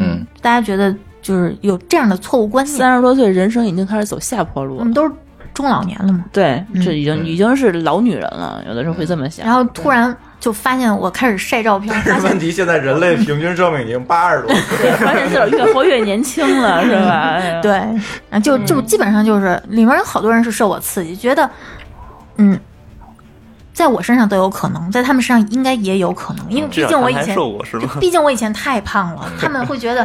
Speaker 3: 嗯
Speaker 6: 大家觉得就是有这样的错误观念，
Speaker 4: 三十多岁人生已经开始走下坡路
Speaker 6: 我
Speaker 4: 了
Speaker 6: 们。都是中老年了嘛。
Speaker 4: 对，
Speaker 6: 嗯
Speaker 4: 这已
Speaker 3: 嗯
Speaker 4: 经已经是老女人了，有的人会这么想。
Speaker 6: 然后突然就发现我开始晒照
Speaker 3: <laughs>
Speaker 6: 片，发
Speaker 3: 但是问
Speaker 6: 现
Speaker 3: 题现在人类平均寿命已经八十多岁，
Speaker 4: 发现自个儿越活越年轻了，是
Speaker 6: <laughs>
Speaker 4: 吧？哎呀
Speaker 6: 对，啊
Speaker 3: 嗯
Speaker 6: 就就基本上就是里面有好多人是受我刺激，觉得嗯。在我身上都有可能，在他们身上应该也有可能，因为
Speaker 5: <laughs> 至
Speaker 6: 毕
Speaker 5: 少
Speaker 6: 竟我以
Speaker 5: 他还
Speaker 6: 前
Speaker 5: 瘦过是吗
Speaker 6: 毕竟我以前太胖了，他们会觉得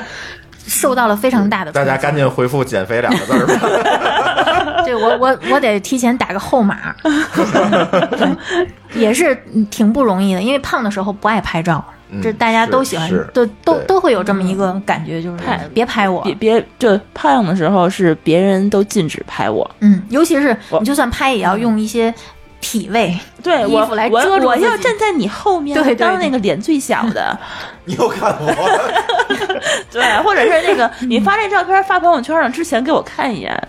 Speaker 6: 受到了非常 <laughs> 大的
Speaker 3: 大
Speaker 6: 冲击。
Speaker 3: 家赶紧回复“减肥”两个字儿吧。 <laughs>
Speaker 6: 对我我我得提前打个后码， <laughs> 对，也是嗯挺不容易的，因为胖的时候不爱拍照，
Speaker 3: 嗯
Speaker 6: 这大家
Speaker 3: 是
Speaker 6: 都喜欢
Speaker 3: 是，
Speaker 6: 都都
Speaker 3: 对
Speaker 6: 都会有这么一个感觉，就是
Speaker 4: 拍
Speaker 6: 别拍我
Speaker 4: 别，别就胖的时候是别人都禁止拍我，
Speaker 6: 嗯，尤其是
Speaker 4: 我
Speaker 6: 你就算拍也
Speaker 3: 嗯
Speaker 6: 要用一些体位，
Speaker 4: 对我
Speaker 6: 衣服来
Speaker 4: 我
Speaker 6: 遮住
Speaker 4: 我
Speaker 6: 自己
Speaker 4: 要站在你后面，
Speaker 6: 对对
Speaker 4: 我当那个脸最小的，
Speaker 3: 你又看我，
Speaker 4: 对，或者是那
Speaker 6: <laughs>
Speaker 4: 个你发这照片发朋友圈上之前给我看一眼，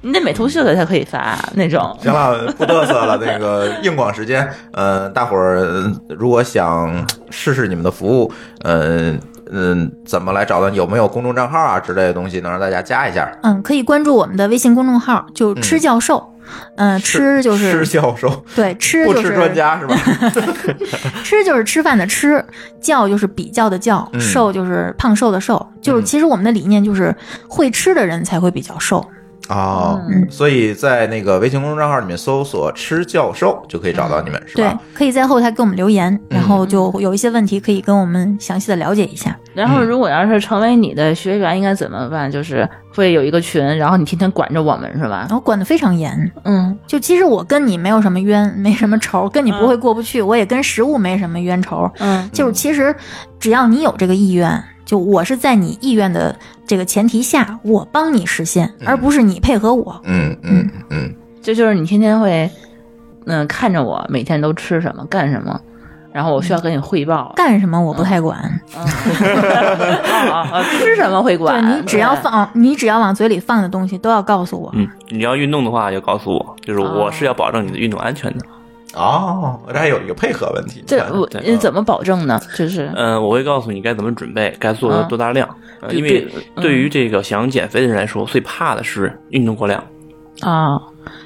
Speaker 4: 你得美图秀秀才可以发那种。
Speaker 3: 行了，不嘚瑟了。那个硬广时间，呃，大伙儿呃如果想试试你们的服务，呃，嗯，怎么来找到你？有没有公众账号啊之类的东西能让大家加一下？
Speaker 6: 嗯，可以关注我们的微信公众号，就
Speaker 3: 嗯
Speaker 6: 吃教授。嗯，吃就
Speaker 3: 吃
Speaker 6: 是
Speaker 3: 教授，
Speaker 6: 对吃
Speaker 3: 不
Speaker 6: 就
Speaker 3: 吃
Speaker 6: 是
Speaker 3: 专家是
Speaker 6: <laughs>
Speaker 3: 吧？
Speaker 6: 吃就是吃饭的吃，教就是比较的教，
Speaker 3: 嗯
Speaker 6: 瘦就是胖瘦的瘦，就是
Speaker 3: 嗯
Speaker 6: 其实我们的理念就是会吃的人才会比较瘦。
Speaker 3: 哦，
Speaker 6: 嗯
Speaker 3: 所以在那个微信公众账号里面搜索“吃教授”就可以找到你们，是
Speaker 6: 对
Speaker 3: 吧？，嗯
Speaker 6: 可以在后台给我们留言，然后就有一些问题可以跟我们详细的了解一下。
Speaker 4: 然后，
Speaker 3: 嗯
Speaker 4: 如果要是成为你的学员，应该怎么办？就是会有一个群，然后你天天管着我们，是吧
Speaker 6: 然？后管得非常严，
Speaker 4: 嗯，
Speaker 6: 就其实我跟你没有什么冤，没什么仇，跟你
Speaker 3: 嗯
Speaker 6: 不会过不去，我也跟食物没什么冤仇。
Speaker 4: 嗯，
Speaker 6: 就是其实只要你有这个意愿，就我是在你意愿的这个前提下，我帮你实现，
Speaker 5: 嗯
Speaker 6: 而不是你配合我。
Speaker 3: 嗯嗯嗯，
Speaker 4: 这就是你天天会，嗯、看着我每天都吃什么、干什么，然后我需要跟你汇报。嗯
Speaker 6: 干什么我不
Speaker 5: 嗯
Speaker 6: 太管，
Speaker 4: <laughs> 啊啊吃什么会管？
Speaker 6: 嗯对你只要放，你只要往嘴里放的东西都要告诉我。
Speaker 5: <laughs> 嗯，你要运动的话，要告诉我，就是我
Speaker 4: 哦
Speaker 5: 是要保证你的运动安全的。
Speaker 3: 哦，这还有一个配合问题，
Speaker 4: 对。
Speaker 3: 你
Speaker 4: 这
Speaker 3: 看
Speaker 4: 我
Speaker 5: 对
Speaker 4: 呃怎么保证呢？就是
Speaker 5: 嗯，我会告诉你该怎么准备，该做
Speaker 4: 啊
Speaker 6: 嗯
Speaker 5: 多大量。呃
Speaker 4: 就
Speaker 5: 因为
Speaker 4: 对
Speaker 5: 对于这个想减肥的人来说，最怕的是运动过量。
Speaker 4: 啊、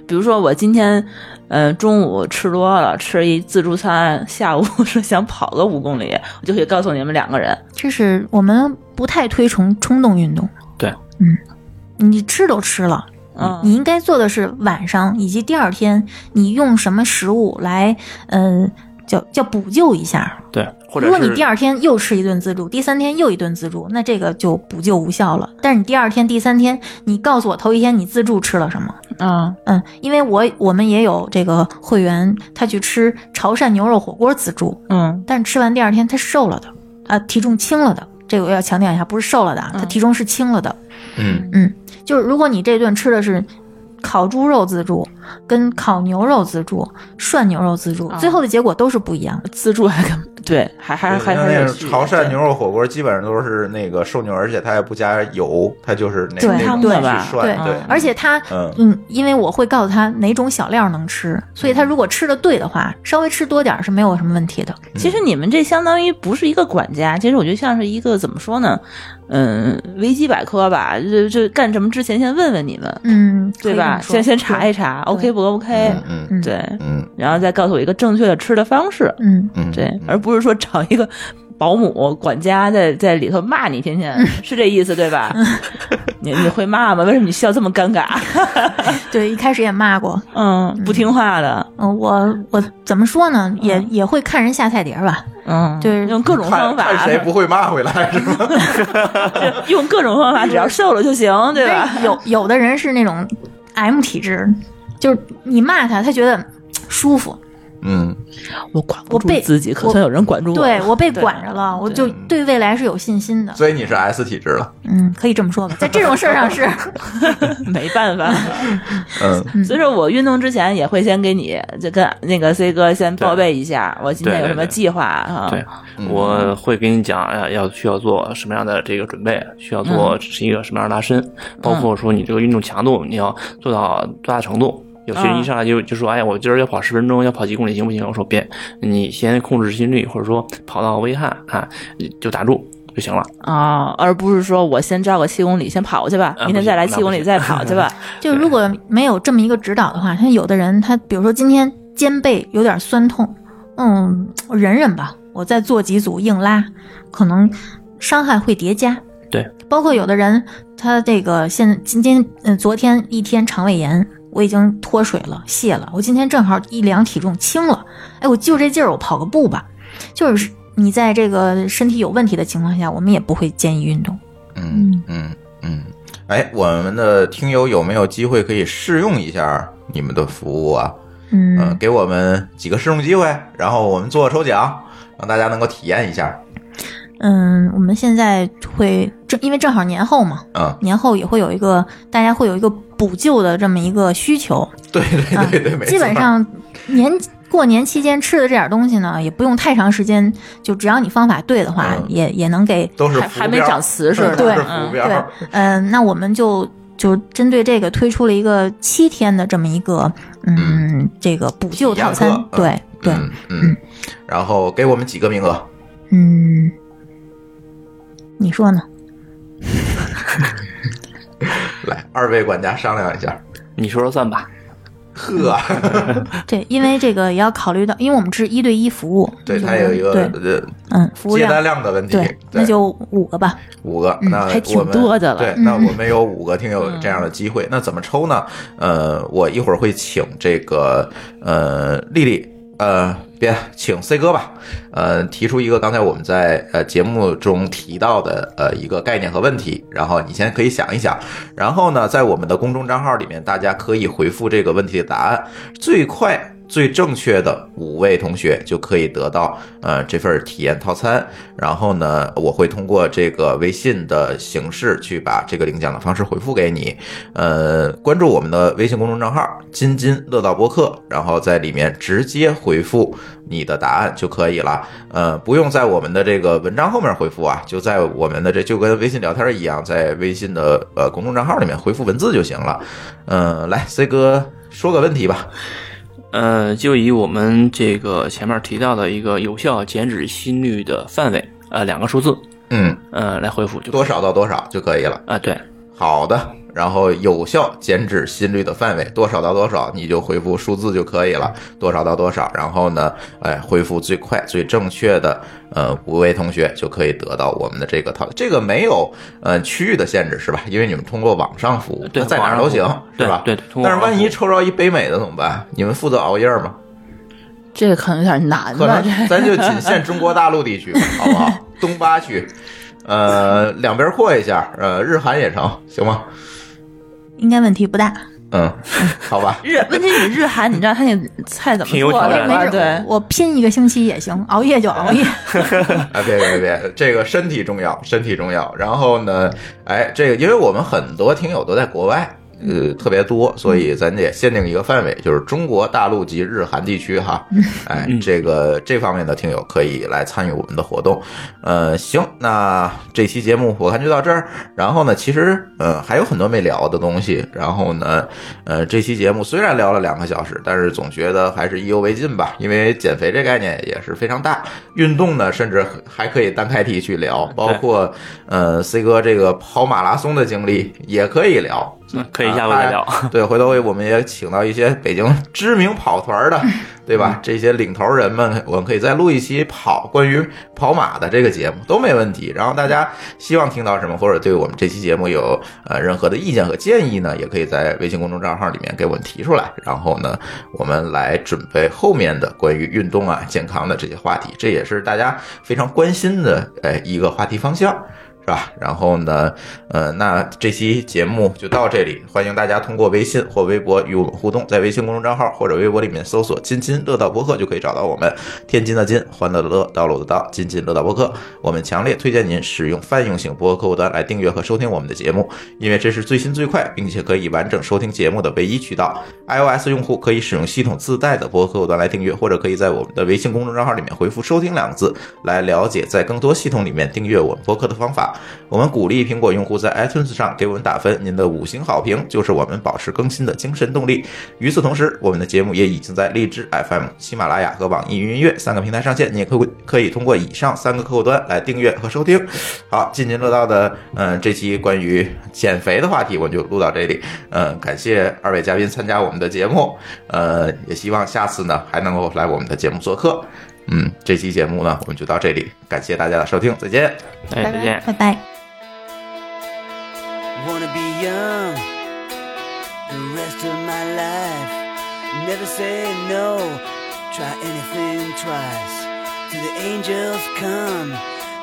Speaker 4: 比如说我今天，呃，中午吃多了，吃一自助餐，下午 <laughs> 说想跑个五公里，我就可以告诉你们两个人，
Speaker 6: 这是我们不太推崇冲动运动。
Speaker 5: 对，
Speaker 6: 嗯，你吃都吃了，
Speaker 4: 嗯，
Speaker 6: 你应该做的是晚上以及第二天，你用什么食物来，嗯、叫叫补救一下。
Speaker 5: 对，或者
Speaker 6: 如
Speaker 5: 是
Speaker 6: 果你第二天又吃一顿自助，第三天又一顿自助，那这个就补救无效了。但是你第二天、第三天，你告诉我头一天你自助吃了什么？
Speaker 4: 啊
Speaker 6: 嗯，因为我我们也有这个会员，他去吃潮汕牛肉火锅自助，
Speaker 4: 嗯
Speaker 6: 但是吃完第二天他是瘦了的，啊，体重轻了的。这个我要强调一下，不是瘦了的啊，他体重是轻了的。
Speaker 3: 嗯
Speaker 6: 就是如果你这顿吃的是烤猪肉自助、跟烤牛肉自助、涮牛肉自助，
Speaker 5: 嗯
Speaker 6: 最后的结果都是不一样的。
Speaker 4: 自助还跟对，还还还还
Speaker 3: 那
Speaker 4: 是
Speaker 3: 个
Speaker 4: 有区别
Speaker 3: 潮汕牛肉火锅基本上都是那个瘦牛，而且它也不加油，它就是那
Speaker 6: 对
Speaker 3: 那种
Speaker 6: 汤的
Speaker 4: 吧
Speaker 3: 去涮，
Speaker 6: 对
Speaker 3: 对，
Speaker 6: 而且他，
Speaker 3: 嗯
Speaker 6: 嗯，因为我会告诉他哪种小料能吃，
Speaker 3: 嗯
Speaker 6: 所以他如果吃的对的话，稍微吃多点儿是没有什么问题的。
Speaker 4: 其实你们这相当于不是一个管家，其实我觉得像是一个怎么说呢，嗯，维基百科吧，就就干什么之前先问问你们，
Speaker 6: 嗯，
Speaker 4: 对吧？
Speaker 6: 可以这么说
Speaker 4: 先先查一查
Speaker 6: 对
Speaker 4: ，OK 不 OK？
Speaker 3: 嗯嗯
Speaker 6: 嗯
Speaker 4: 对，
Speaker 3: 嗯
Speaker 4: 然后再告诉我一个正确的吃的方式，
Speaker 6: 嗯，
Speaker 3: 嗯，
Speaker 4: 对，
Speaker 3: 嗯
Speaker 4: 而不是说找一个保姆管家在在里头骂你，天天是这意思对吧？你你会骂吗？为什么你笑这么尴尬？
Speaker 6: 对，一开始也骂过，
Speaker 4: 嗯，不听话的，
Speaker 6: 嗯、我我怎么说呢，也、也会看人下菜碟儿吧，
Speaker 4: 嗯，
Speaker 6: 对
Speaker 4: 用各种
Speaker 3: 看
Speaker 4: 方法，
Speaker 3: 看谁不会骂回来是吧？
Speaker 6: <laughs>
Speaker 4: 用各种方法，只要瘦了就行，对吧？
Speaker 6: 但是有有的人是那种 M 体质，就是你骂他，他觉得舒服，
Speaker 3: 嗯，
Speaker 4: 我管不
Speaker 6: 我
Speaker 4: 住
Speaker 6: 被
Speaker 4: 自己，可
Speaker 6: 我
Speaker 4: 算有人管住我。
Speaker 6: 对我被管着了，我就
Speaker 3: 嗯
Speaker 6: 对未来是有信心的。
Speaker 3: 所以你是 S 体质了，
Speaker 6: 嗯，可以这么说吧，在这种事儿上是，
Speaker 4: 没办法。
Speaker 3: 嗯
Speaker 4: 所以说我运动之前也会先给你，就跟那个 C 哥先报备一下，我今天有什么计划啊？
Speaker 5: 对，
Speaker 3: 嗯
Speaker 5: 我会跟你讲，哎呀，要需要做什么样的这个准备，需要做
Speaker 3: 嗯
Speaker 5: 是一个什么样的拉伸，包括说你这个运动强度，你要做到多大程度。有
Speaker 3: 嗯
Speaker 5: 些人一上来就就说，哎呀，我今儿要跑十分钟，要跑几公里，行不行？我说别，你先控制心率，或者说跑到危害啊，就打住就行了。
Speaker 4: 啊，而不是说我先照个七公里先跑去吧，
Speaker 5: 啊
Speaker 4: 明天再来
Speaker 5: 不行
Speaker 4: 七公里再跑去吧。
Speaker 6: 就如果没有这么一个指导的话，像有的人他，比如说今天肩背有点酸痛，嗯，我忍忍吧，我再做几组硬拉，可能伤害会叠加。
Speaker 5: 对，
Speaker 6: 包括有的人他这个现今天嗯、昨天一天肠胃炎，我已经脱水了泻了，我今天正好一量体重轻了，哎，我就这劲儿，我跑个步吧。就是你在这个身体有问题的情况下，我们也不会建议运动。
Speaker 3: 嗯嗯嗯，哎，我们的听友有没有机会可以试用一下你们的服务啊？嗯，
Speaker 6: 嗯，
Speaker 3: 给我们几个试用机会，然后我们做抽奖，让大家能够体验一下。
Speaker 6: 嗯，我们现在会正因为正好年后嘛，
Speaker 3: 嗯，
Speaker 6: 年后也会有一个大家会有一个补救的这么一个需求，
Speaker 3: 对对对对，
Speaker 6: 啊
Speaker 3: 没错。
Speaker 6: 基本上年过年期间吃的这点东西呢，也不用太长时间，就只要你方法对的话，
Speaker 3: 嗯
Speaker 6: 也也能给
Speaker 3: 都是
Speaker 4: 还
Speaker 3: 浮
Speaker 4: 还没
Speaker 3: 标
Speaker 4: 长瓷实呢
Speaker 3: 都是
Speaker 6: 对
Speaker 3: 浮
Speaker 6: 对
Speaker 3: 标。，
Speaker 6: 嗯、那我们就。就针对这个推出了一个七天的这么一个，嗯，这个补救套餐
Speaker 3: 体验，课
Speaker 6: 对对，
Speaker 3: 嗯嗯嗯，然后给我们几个名额？
Speaker 6: 嗯，你说呢？
Speaker 3: 来，二位管家商量一下。
Speaker 5: 你说了算吧。
Speaker 3: 呵，
Speaker 6: 嗯对，因为这个也要考虑到，因为我们是一对一服务，
Speaker 3: 对，
Speaker 6: 就是
Speaker 3: 它有一个
Speaker 6: 对，
Speaker 3: 呃
Speaker 6: 嗯，服务
Speaker 3: 接单量
Speaker 6: 量，
Speaker 3: 的问题，
Speaker 6: 对，那就五个吧。
Speaker 3: 五个，那
Speaker 4: 嗯还挺
Speaker 3: 我们
Speaker 4: 多的了嗯
Speaker 3: 对，那我们有五个听友有这样的机会，那怎么抽呢？呃，我一会儿会请这个呃丽丽，呃，别请 C 哥吧，呃，提出一个刚才我们在呃节目中提到的呃一个概念和问题，然后你先可以想一想，然后呢，在我们的公众账号里面，大家可以回复这个问题的答案，最快。最正确的五位同学就可以得到呃这份体验套餐，然后呢，我会通过这个微信的形式去把这个领奖的方式回复给你。呃，关注我们的微信公众账号“津津乐道播客”，然后在里面直接回复你的答案就可以了。呃，不用在我们的这个文章后面回复啊，就在我们的这就跟微信聊天一样，在微信的呃公众账号里面回复文字就行了。嗯、来，C 哥说个问题吧。
Speaker 5: 呃，就以我们这个前面提到的一个有效减脂心率的范围，呃，两个数字，
Speaker 3: 嗯，
Speaker 5: 呃，来回复就可以
Speaker 3: 多少到多少就可以了。
Speaker 5: 啊、对，
Speaker 3: 好的，然后有效减脂心率的范围多少到多少，你就回复数字就可以了，多少到多少，然后呢，哎，回复最快最正确的呃五位同学就可以得到我们的这个套，这个没有呃区域的限制是吧？因为你们通过网上服务，
Speaker 5: 对
Speaker 3: 那在哪儿都行
Speaker 5: 网上服务
Speaker 3: 是吧？
Speaker 5: 对对通过
Speaker 3: 但是万
Speaker 5: 网上服
Speaker 3: 一
Speaker 5: 务
Speaker 3: 抽着一北美的怎么办？你们负责熬夜吗？
Speaker 4: 这个可能有点难
Speaker 3: 可
Speaker 4: 吧？这
Speaker 3: 能咱就仅限中国大陆地区，好不好？东八区，呃，两边扩一下，呃，日韩也成，行吗？
Speaker 6: 应该问题不大，
Speaker 3: 嗯，好吧，
Speaker 4: 日问题你日韩，你知道他那菜怎么
Speaker 5: 挺有
Speaker 4: 做
Speaker 5: 挑
Speaker 4: 的
Speaker 5: 战
Speaker 4: 吗？
Speaker 5: 的
Speaker 4: 对，
Speaker 6: 我拼一个星期也行，熬夜就
Speaker 3: <laughs>
Speaker 6: 熬夜。
Speaker 3: 啊，别别别，这个身体重要，身体重要。然后呢，哎，这个因为我们很多听友都在国外。呃，特别多，所以咱得限定一个范围，就是中国大陆及日韩地区哈。哎，这个这方面的听友可以来参与我们的活动。呃，行，那这期节目我看就到这儿。然后呢，其实呃还有很多没聊的东西。然后呢，呃，这期节目虽然聊了两个小时，但是总觉得还是意犹未尽吧，因为减肥这概念也是非常大。运动呢，甚至还可以单开题去聊，包括呃 C 哥这个跑马拉松的经历也可以聊。
Speaker 5: 嗯可以下回再聊。
Speaker 3: 啊 <laughs> 对，回头我们也请到一些北京知名跑团的，对吧？这些领头人们，我们可以再录一期跑关于跑马的这个节目，都没问题。然后大家希望听到什么，或者对我们这期节目有呃任何的意见和建议呢，也可以在微信公众账号里面给我们提出来。然后呢，我们来准备后面的关于运动啊、健康的这些话题，这也是大家非常关心的呃一个话题方向。是吧？然后呢，呃，那这期节目就到这里，欢迎大家通过微信或微博与我们互动，在微信公众账号或者微博里面搜索“津津乐道播客”就可以找到我们。天津的津，欢乐的乐，道路的道，津津乐道播客。我们强烈推荐您使用泛用型播客客户端来订阅和收听我们的节目，因为这是最新最快，并且可以完整收听节目的唯一渠道。iOS 用户可以使用系统自带的播客客户端来订阅，或者可以在我们的微信公众账号里面回复“收听”两个字，来了解在更多系统里面订阅我们播客的方法。我们鼓励苹果用户在 iTunes 上给我们打分，您的五星好评就是我们保持更新的精神动力。与此同时，我们的节目也已经在荔枝 FM、喜马拉雅和网易云音乐三个平台上线，你也可以可以通过以上三个客户端来订阅和收听。好，津津乐道的，嗯、这期关于减肥的话题我就录到这里。嗯、感谢二位嘉宾参加我们的节目，呃，也希望下次呢还能够来我们的节目做客。嗯，这期节目呢我们就到这里，感谢大家的收听，再见。
Speaker 5: 哎，再见。
Speaker 6: 拜拜。
Speaker 9: Wanna be young the rest of my life. Never say no, try anything twice. Till the angels come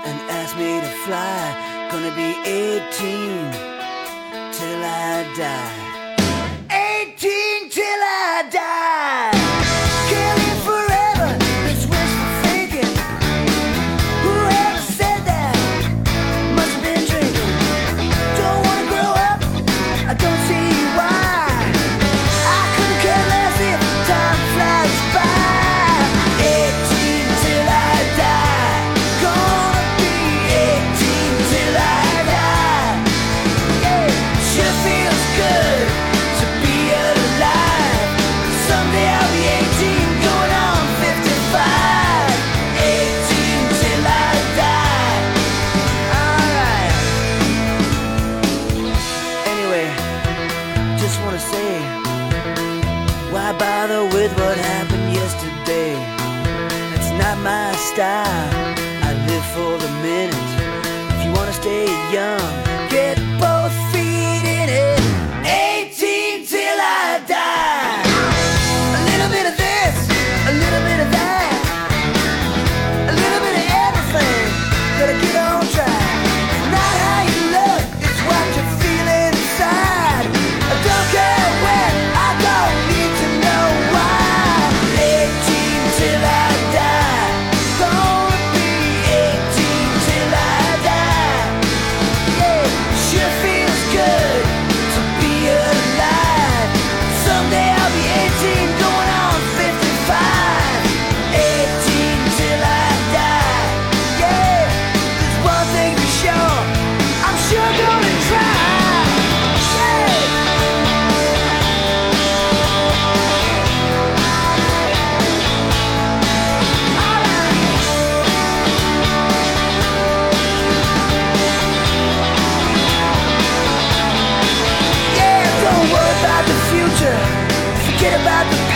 Speaker 9: and ask me to fly. Gonna be 18 till I die. 18 till I die. Can't live forever, that's wishful thinking. Whoever said that must have been drinking. Don't wanna grow up. I don't see why. I couldn't care less if time flies by. 18 till I die. Gonna be 18 till I die. Yeah, sure feels good. Why bother with what happened yesterday? That's not my style. I live for the minute. If you wanna stay young, get both feet in it. 18 till I die. A little bit of this, a little bit of that. A little bit of everything. Gotta get on track. It's not how you look, it's what you feel inside. I don't care when, I don't need to know why. 18 till I die. Gonna be 18 till I die. Yeah, sure feels good to be alive. Someday I'll be 18, going on 55. 18 till I die. Yeah, there's one thing for sure. I'm sure gonna try. Yeah. Yeah, don't worry about the future. Forget about the